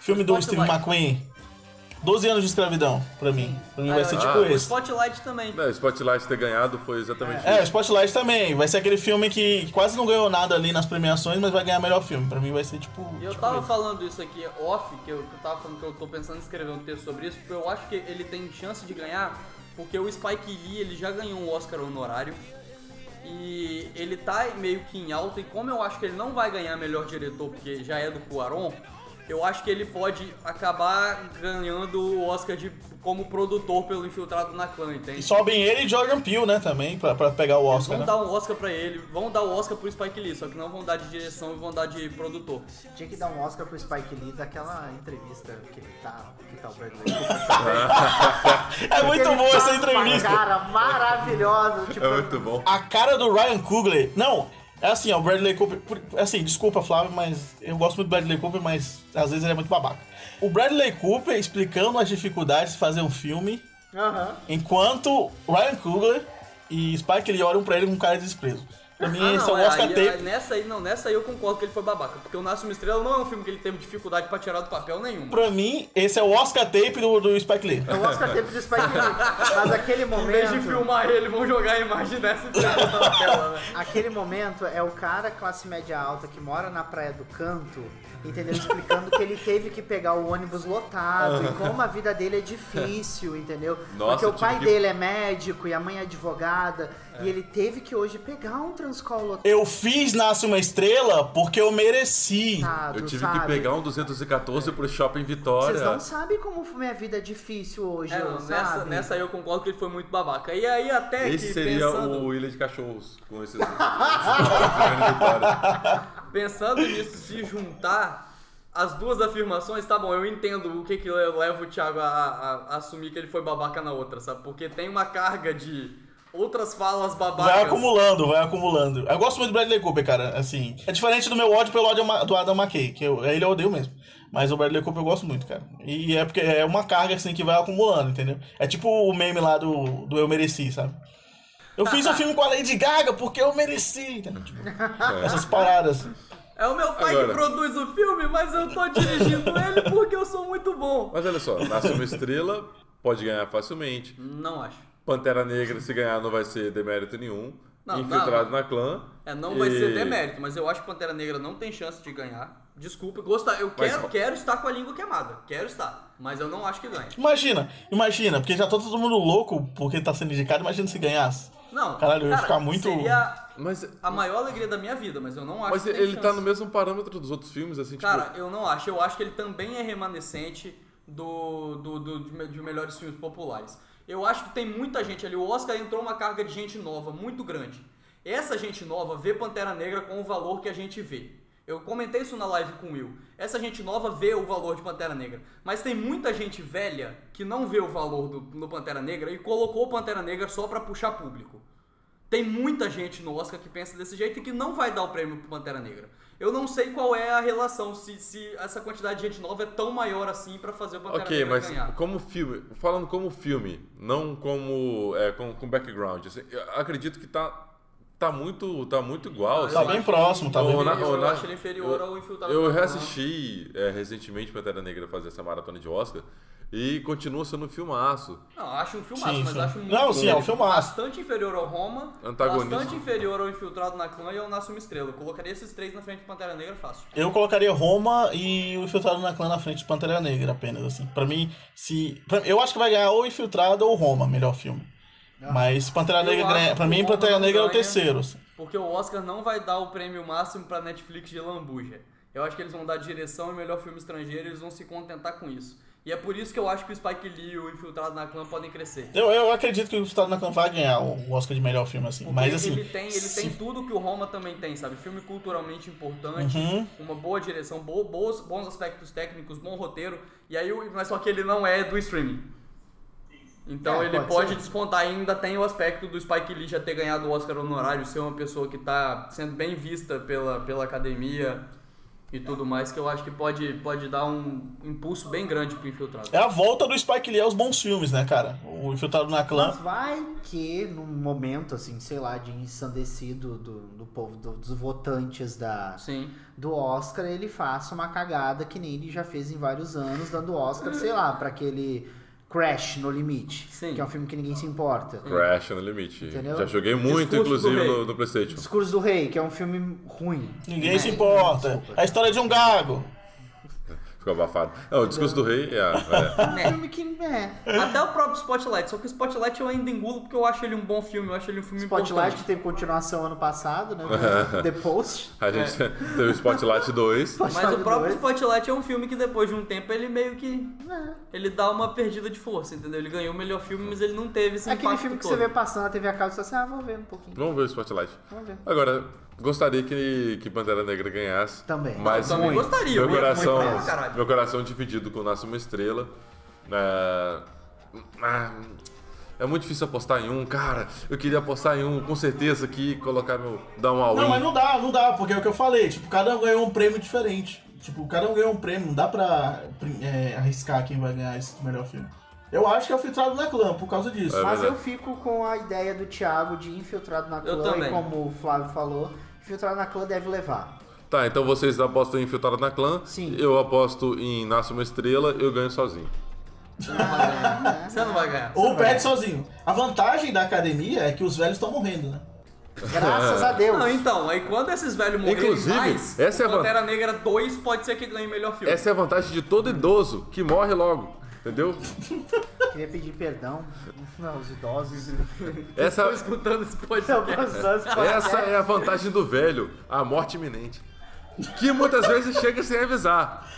Speaker 5: Filme do
Speaker 2: Spotlight.
Speaker 5: Steve McQueen. 12 anos de escravidão, pra mim. Pra mim vai ser tipo
Speaker 1: Ah,
Speaker 5: esse.
Speaker 2: O Spotlight também.
Speaker 1: Não, É, Spotlight ter ganhado foi exatamente
Speaker 5: É, o
Speaker 1: isso.
Speaker 5: Spotlight também. Vai ser aquele filme que quase não ganhou nada ali nas premiações, mas vai ganhar melhor filme. Pra mim vai ser tipo.
Speaker 2: E eu
Speaker 5: tipo
Speaker 2: tava
Speaker 5: isso.
Speaker 2: falando isso aqui off, que eu, que eu tava falando que eu tô pensando em escrever um texto sobre isso, porque eu acho que ele tem chance de ganhar porque o Spike Lee ele já ganhou um Oscar honorário e ele tá meio que em alta e como eu acho que ele não vai ganhar melhor diretor porque já é do Cuaron, eu acho que ele pode acabar ganhando o Oscar de como produtor pelo Infiltrado na Clã,
Speaker 5: E
Speaker 2: entende?
Speaker 5: sobem ele e Jordan Peele, né, também, pra, pra pegar o Oscar,
Speaker 2: Vão
Speaker 5: né?
Speaker 2: dar um Oscar pra ele, vão dar o Oscar pro Spike Lee, só que não vão dar de direção e vão dar de produtor.
Speaker 4: Tinha que dar um Oscar pro Spike Lee daquela entrevista que ele tá, que tá o Bradley
Speaker 5: É muito
Speaker 4: Ele
Speaker 5: boa essa
Speaker 4: faz uma
Speaker 5: entrevista.
Speaker 4: cara maravilhosa. Tipo,
Speaker 1: É muito bom.
Speaker 5: A cara do Ryan Coogler. Não, é assim, ó, o Bradley Cooper. por- Assim, desculpa, Flávio, mas eu gosto muito do Bradley Cooper, mas às vezes ele é muito babaca. O Bradley Cooper explicando as dificuldades de fazer um filme,
Speaker 4: Aham.
Speaker 5: enquanto Ryan Coogler e Spike Lee olham pra ele com cara de desprezo. Pra mim,
Speaker 2: Ah,
Speaker 5: esse é
Speaker 2: não,
Speaker 5: um
Speaker 2: é,
Speaker 5: Oscar
Speaker 2: aí,
Speaker 5: tape.
Speaker 2: aí, nessa aí, não, nessa aí eu concordo que ele foi babaca, porque o Nasce uma Estrela não é um filme que ele teve dificuldade pra tirar do papel nenhum.
Speaker 5: Pra mim, esse é o Oscar tape do, do Spike Lee.
Speaker 4: É o Oscar teve do Spike Lee. Mas aquele
Speaker 2: Em vez
Speaker 4: momento.
Speaker 2: de filmar ele, vão jogar a imagem dessa e tirar na tela, né?
Speaker 4: Aquele momento é o cara classe média alta que mora na praia do canto, entendeu? Explicando que ele teve que pegar o ônibus lotado e como a vida dele é difícil, entendeu?
Speaker 1: Nossa,
Speaker 4: Porque o
Speaker 1: tive
Speaker 4: pai
Speaker 1: que- É.
Speaker 4: dele é médico e a mãe é advogada e ele teve que hoje pegar um transcolo lotado.
Speaker 5: Eu fiz Nasce uma Estrela porque eu mereci.
Speaker 4: Ah,
Speaker 1: Eu tive
Speaker 4: sabe?
Speaker 1: que pegar um 214 pro Shopping
Speaker 4: Vocês um não
Speaker 1: Vitória.
Speaker 4: sabem como minha vida é difícil hoje,
Speaker 2: É, não,
Speaker 4: sabe?
Speaker 2: nessa, nessa aí eu concordo que ele foi muito babaca. E aí até
Speaker 1: Esse
Speaker 2: que
Speaker 1: seria
Speaker 2: pensando,
Speaker 1: o Ilha de Cachorros com esses. Shopping Vitória.
Speaker 2: pensando nisso se juntar, as duas afirmações, tá bom, eu entendo o que que leva o Thiago a, a- a assumir que ele foi babaca na outra, sabe? Porque tem uma carga de outras falas babacas.
Speaker 5: Vai acumulando, vai acumulando. Eu gosto muito do Bradley Cooper, cara. Assim, é diferente do meu ódio pelo ódio ma- do Adam McKay, que eu, ele eu odeio mesmo. Mas o Bradley Cooper eu gosto muito, cara. E é porque é uma carga assim que vai acumulando, entendeu? É tipo o meme lá do, do Eu Mereci, sabe? Eu fiz um filme com a Lady Gaga porque eu mereci, entendeu? Tipo, essas paradas.
Speaker 2: É o meu pai que
Speaker 1: Agora.
Speaker 2: produz o filme, mas eu tô dirigindo ele porque eu sou muito bom.
Speaker 1: Mas olha só, Nasce uma Estrela pode ganhar facilmente.
Speaker 2: Não acho.
Speaker 1: Pantera Negra, se ganhar, não vai ser demérito nenhum.
Speaker 2: Não,
Speaker 1: Infiltrado
Speaker 2: não.
Speaker 1: na clã.
Speaker 2: É, não vai
Speaker 1: E-
Speaker 2: ser demérito, mas eu acho que Pantera Negra não tem chance de ganhar. Desculpa, gosta, eu
Speaker 1: Mas-
Speaker 2: quero, quero estar com a língua queimada. Quero estar, mas eu não acho que ganha.
Speaker 5: Imagina, imagina, porque já tá todo mundo louco porque tá sendo indicado, imagina se ganhasse.
Speaker 2: Não.
Speaker 5: Caralho, eu ia
Speaker 2: cara,
Speaker 5: ficar muito-
Speaker 2: Seria
Speaker 1: Mas,
Speaker 2: a maior alegria da minha vida, mas eu não acho
Speaker 1: mas
Speaker 2: que tem
Speaker 1: ele tá
Speaker 2: chance.
Speaker 1: no mesmo parâmetro dos outros filmes, assim, tipo.
Speaker 2: Cara, eu não acho. Eu acho que ele também é remanescente do, do, do- de, me- de melhores filmes populares. Eu acho que tem muita gente ali. O Oscar entrou uma carga de gente nova muito grande. Essa gente nova vê Pantera Negra com o valor que a gente vê. Eu comentei isso na live com o Will. Essa gente nova vê o valor de Pantera Negra. Mas tem muita gente velha que não vê o valor do, do Pantera Negra e colocou Pantera Negra só pra puxar público. Tem muita gente no Oscar que pensa desse jeito e que não vai dar o prêmio pro Pantera Negra. Eu não sei qual é a relação, se, se essa quantidade de gente nova é tão maior assim pra fazer o Pantera
Speaker 1: ok,
Speaker 2: Negra
Speaker 1: mas
Speaker 2: ganhar.
Speaker 1: como filme, falando como filme, não como é, com, com background, assim, eu acredito que tá, tá, muito, tá muito igual.
Speaker 5: Tá
Speaker 1: Assim.
Speaker 5: bem próximo, tá
Speaker 1: O
Speaker 5: bem
Speaker 1: na-
Speaker 5: próximo.
Speaker 2: Eu
Speaker 1: o na-
Speaker 2: acho ele inferior
Speaker 1: eu-
Speaker 2: ao Infiltrado
Speaker 1: Eu
Speaker 2: na Clã.
Speaker 1: reassisti é, recentemente Pantera Negra fazer essa maratona de Oscar e continua sendo um filmaço.
Speaker 2: Não, acho um filmaço,
Speaker 5: Sim,
Speaker 2: mas
Speaker 5: sim.
Speaker 2: acho muito
Speaker 5: Não, sim, é um filmaço.
Speaker 2: Bastante inferior ao Roma,
Speaker 1: Antagonista.
Speaker 2: bastante inferior ao Infiltrado na Clã e ao Nasce uma Estrela. Eu colocaria esses três na frente do Pantera Negra fácil.
Speaker 5: Eu colocaria Roma e o Infiltrado na Clã na frente de Pantera Negra apenas, assim. Pra mim, se... pra- eu acho que vai ganhar ou Infiltrado ou Roma, melhor filme. Mas Pantera
Speaker 2: Eu
Speaker 5: Negra
Speaker 2: acho
Speaker 5: ganha... Pra
Speaker 2: que
Speaker 5: mim,
Speaker 2: o
Speaker 5: Pantera
Speaker 2: Roma
Speaker 5: Negra é o
Speaker 2: ganha.
Speaker 5: terceiro, assim.
Speaker 2: Porque o Oscar não vai dar o prêmio máximo pra Netflix de lambuja. Eu acho que eles vão dar direção e melhor filme estrangeiro, eles vão se contentar com isso. E é por isso que eu acho que o Spike Lee e o Infiltrado na Clã podem crescer.
Speaker 5: Eu, eu acredito que o Infiltrado na Clã vai ganhar o Oscar de melhor filme, assim.
Speaker 2: Porque
Speaker 5: Mas, assim...
Speaker 2: ele tem, ele
Speaker 5: se-
Speaker 2: tem tudo que o Roma também tem, sabe? Filme culturalmente importante,
Speaker 5: Uhum.
Speaker 2: uma boa direção, bo- boas, bons aspectos técnicos, bom roteiro. E aí, o- mas só que ele não é do streaming. Então
Speaker 4: É,
Speaker 2: ele
Speaker 4: pode
Speaker 2: pode
Speaker 4: ser.
Speaker 2: despontar e ainda tem o aspecto do Spike Lee já ter ganhado o Oscar honorário, ser uma pessoa que tá sendo bem vista pela, pela academia e tudo mais, que eu acho que pode, pode dar um impulso bem grande pro infiltrado.
Speaker 5: É a volta do Spike Lee aos bons filmes, né, cara? O Infiltrado na Clã...
Speaker 4: Mas vai que num momento, assim, sei lá, de ensandecido do, do povo, do- dos votantes
Speaker 5: É.
Speaker 4: da,
Speaker 2: Sim.
Speaker 4: do Oscar, ele faça uma cagada que nem ele já fez em vários anos, dando Oscar, sei lá, pra aquele Crash no Limite,
Speaker 2: Sim.
Speaker 4: que é um filme que ninguém se importa.
Speaker 1: Crash no limite.
Speaker 4: Entendeu?
Speaker 1: Já joguei muito,
Speaker 2: Discurso do
Speaker 1: inclusive,
Speaker 2: rei.
Speaker 1: no, no PlayStation.
Speaker 4: Discurso do Rei, que é um filme ruim.
Speaker 5: Ninguém se importa. é
Speaker 4: Desculpa.
Speaker 5: A história de um gago.
Speaker 1: Ficou abafado. Não, o discurso do rei é. a-
Speaker 4: É um filme que. É.
Speaker 2: Até o próprio Spotlight, só que o Spotlight eu ainda engulo porque eu acho ele um bom filme, eu acho ele um filme
Speaker 4: Spotlight que
Speaker 2: importante.
Speaker 4: teve continuação ano passado, né? The Post.
Speaker 1: é. A gente teve o Spotlight 2.
Speaker 2: Mas o
Speaker 4: Spotlight
Speaker 2: próprio
Speaker 4: dois.
Speaker 2: Spotlight é um filme que depois de um tempo ele meio que. Ele dá uma perdida de força, entendeu? Ele ganhou o melhor filme, mas ele não teve esse
Speaker 4: É aquele
Speaker 2: impacto
Speaker 4: filme que
Speaker 2: todo.
Speaker 4: você vê passando na TV a cabo e você fala assim, ah, vou ver um pouquinho.
Speaker 1: Vamos ver o Spotlight.
Speaker 4: Vamos ver.
Speaker 1: Agora, gostaria que, que Pantera Negra ganhasse.
Speaker 4: Também.
Speaker 1: Mas
Speaker 2: Eu também
Speaker 1: muito.
Speaker 2: gostaria,
Speaker 1: Meu
Speaker 2: muito,
Speaker 1: coração,
Speaker 2: muito mesmo, caralho.
Speaker 1: meu coração dividido com Nasce Uma Estrela. É... ah, é muito difícil apostar em um, cara. Eu queria apostar em um, com certeza, que colocar meu... Dar um all-in.
Speaker 5: Não, mas não dá, não dá, porque é o que eu falei, tipo, cada um ganhou um prêmio diferente. Tipo, cada um ganhou um prêmio, não dá pra é, arriscar quem vai ganhar esse melhor filme. Eu acho que é o filtrado na clã, por causa disso.
Speaker 1: É
Speaker 4: Mas
Speaker 1: verdade.
Speaker 4: eu fico com a ideia do Thiago de infiltrado na
Speaker 2: Eu
Speaker 4: clã,
Speaker 2: também.
Speaker 4: e como o Flávio falou, infiltrado na clã deve levar.
Speaker 1: Tá, então vocês apostam em Infiltrado na Clã.
Speaker 4: Sim.
Speaker 1: Eu aposto em Nasce Uma Estrela, eu ganho sozinho.
Speaker 2: Você não vai ganhar.
Speaker 5: Ou perde sozinho. A vantagem da academia é que os velhos estão morrendo, né?
Speaker 4: Graças a Deus.
Speaker 2: Não, então, aí quando esses velhos morrerem
Speaker 1: Inclusive,
Speaker 2: mais,
Speaker 1: essa é
Speaker 2: o
Speaker 1: a van-
Speaker 2: Pantera Negra 2 pode ser que ganhe o melhor filme.
Speaker 1: Essa é a vantagem de todo idoso, que morre logo. Entendeu?
Speaker 4: Queria pedir perdão aos idosos.
Speaker 1: Essa,
Speaker 2: Tô escutando esse podcast.
Speaker 1: Essa é a vantagem do velho, a morte iminente. Que muitas vezes chega sem avisar.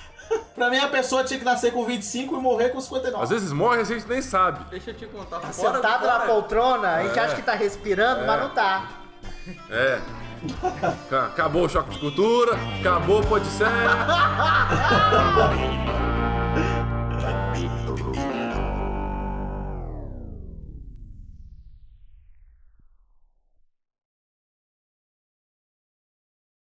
Speaker 5: Pra mim, a pessoa tinha que nascer com 25 e morrer com 59.
Speaker 1: Às vezes morre e a gente nem sabe.
Speaker 2: Deixa eu te contar.
Speaker 1: tá
Speaker 2: Fora,
Speaker 4: Sentado
Speaker 2: fora-
Speaker 4: na poltrona, a gente acha que tá respirando, mas não tá.
Speaker 1: É. Ca- Acabou o choque de cultura, acabou o Podicéia.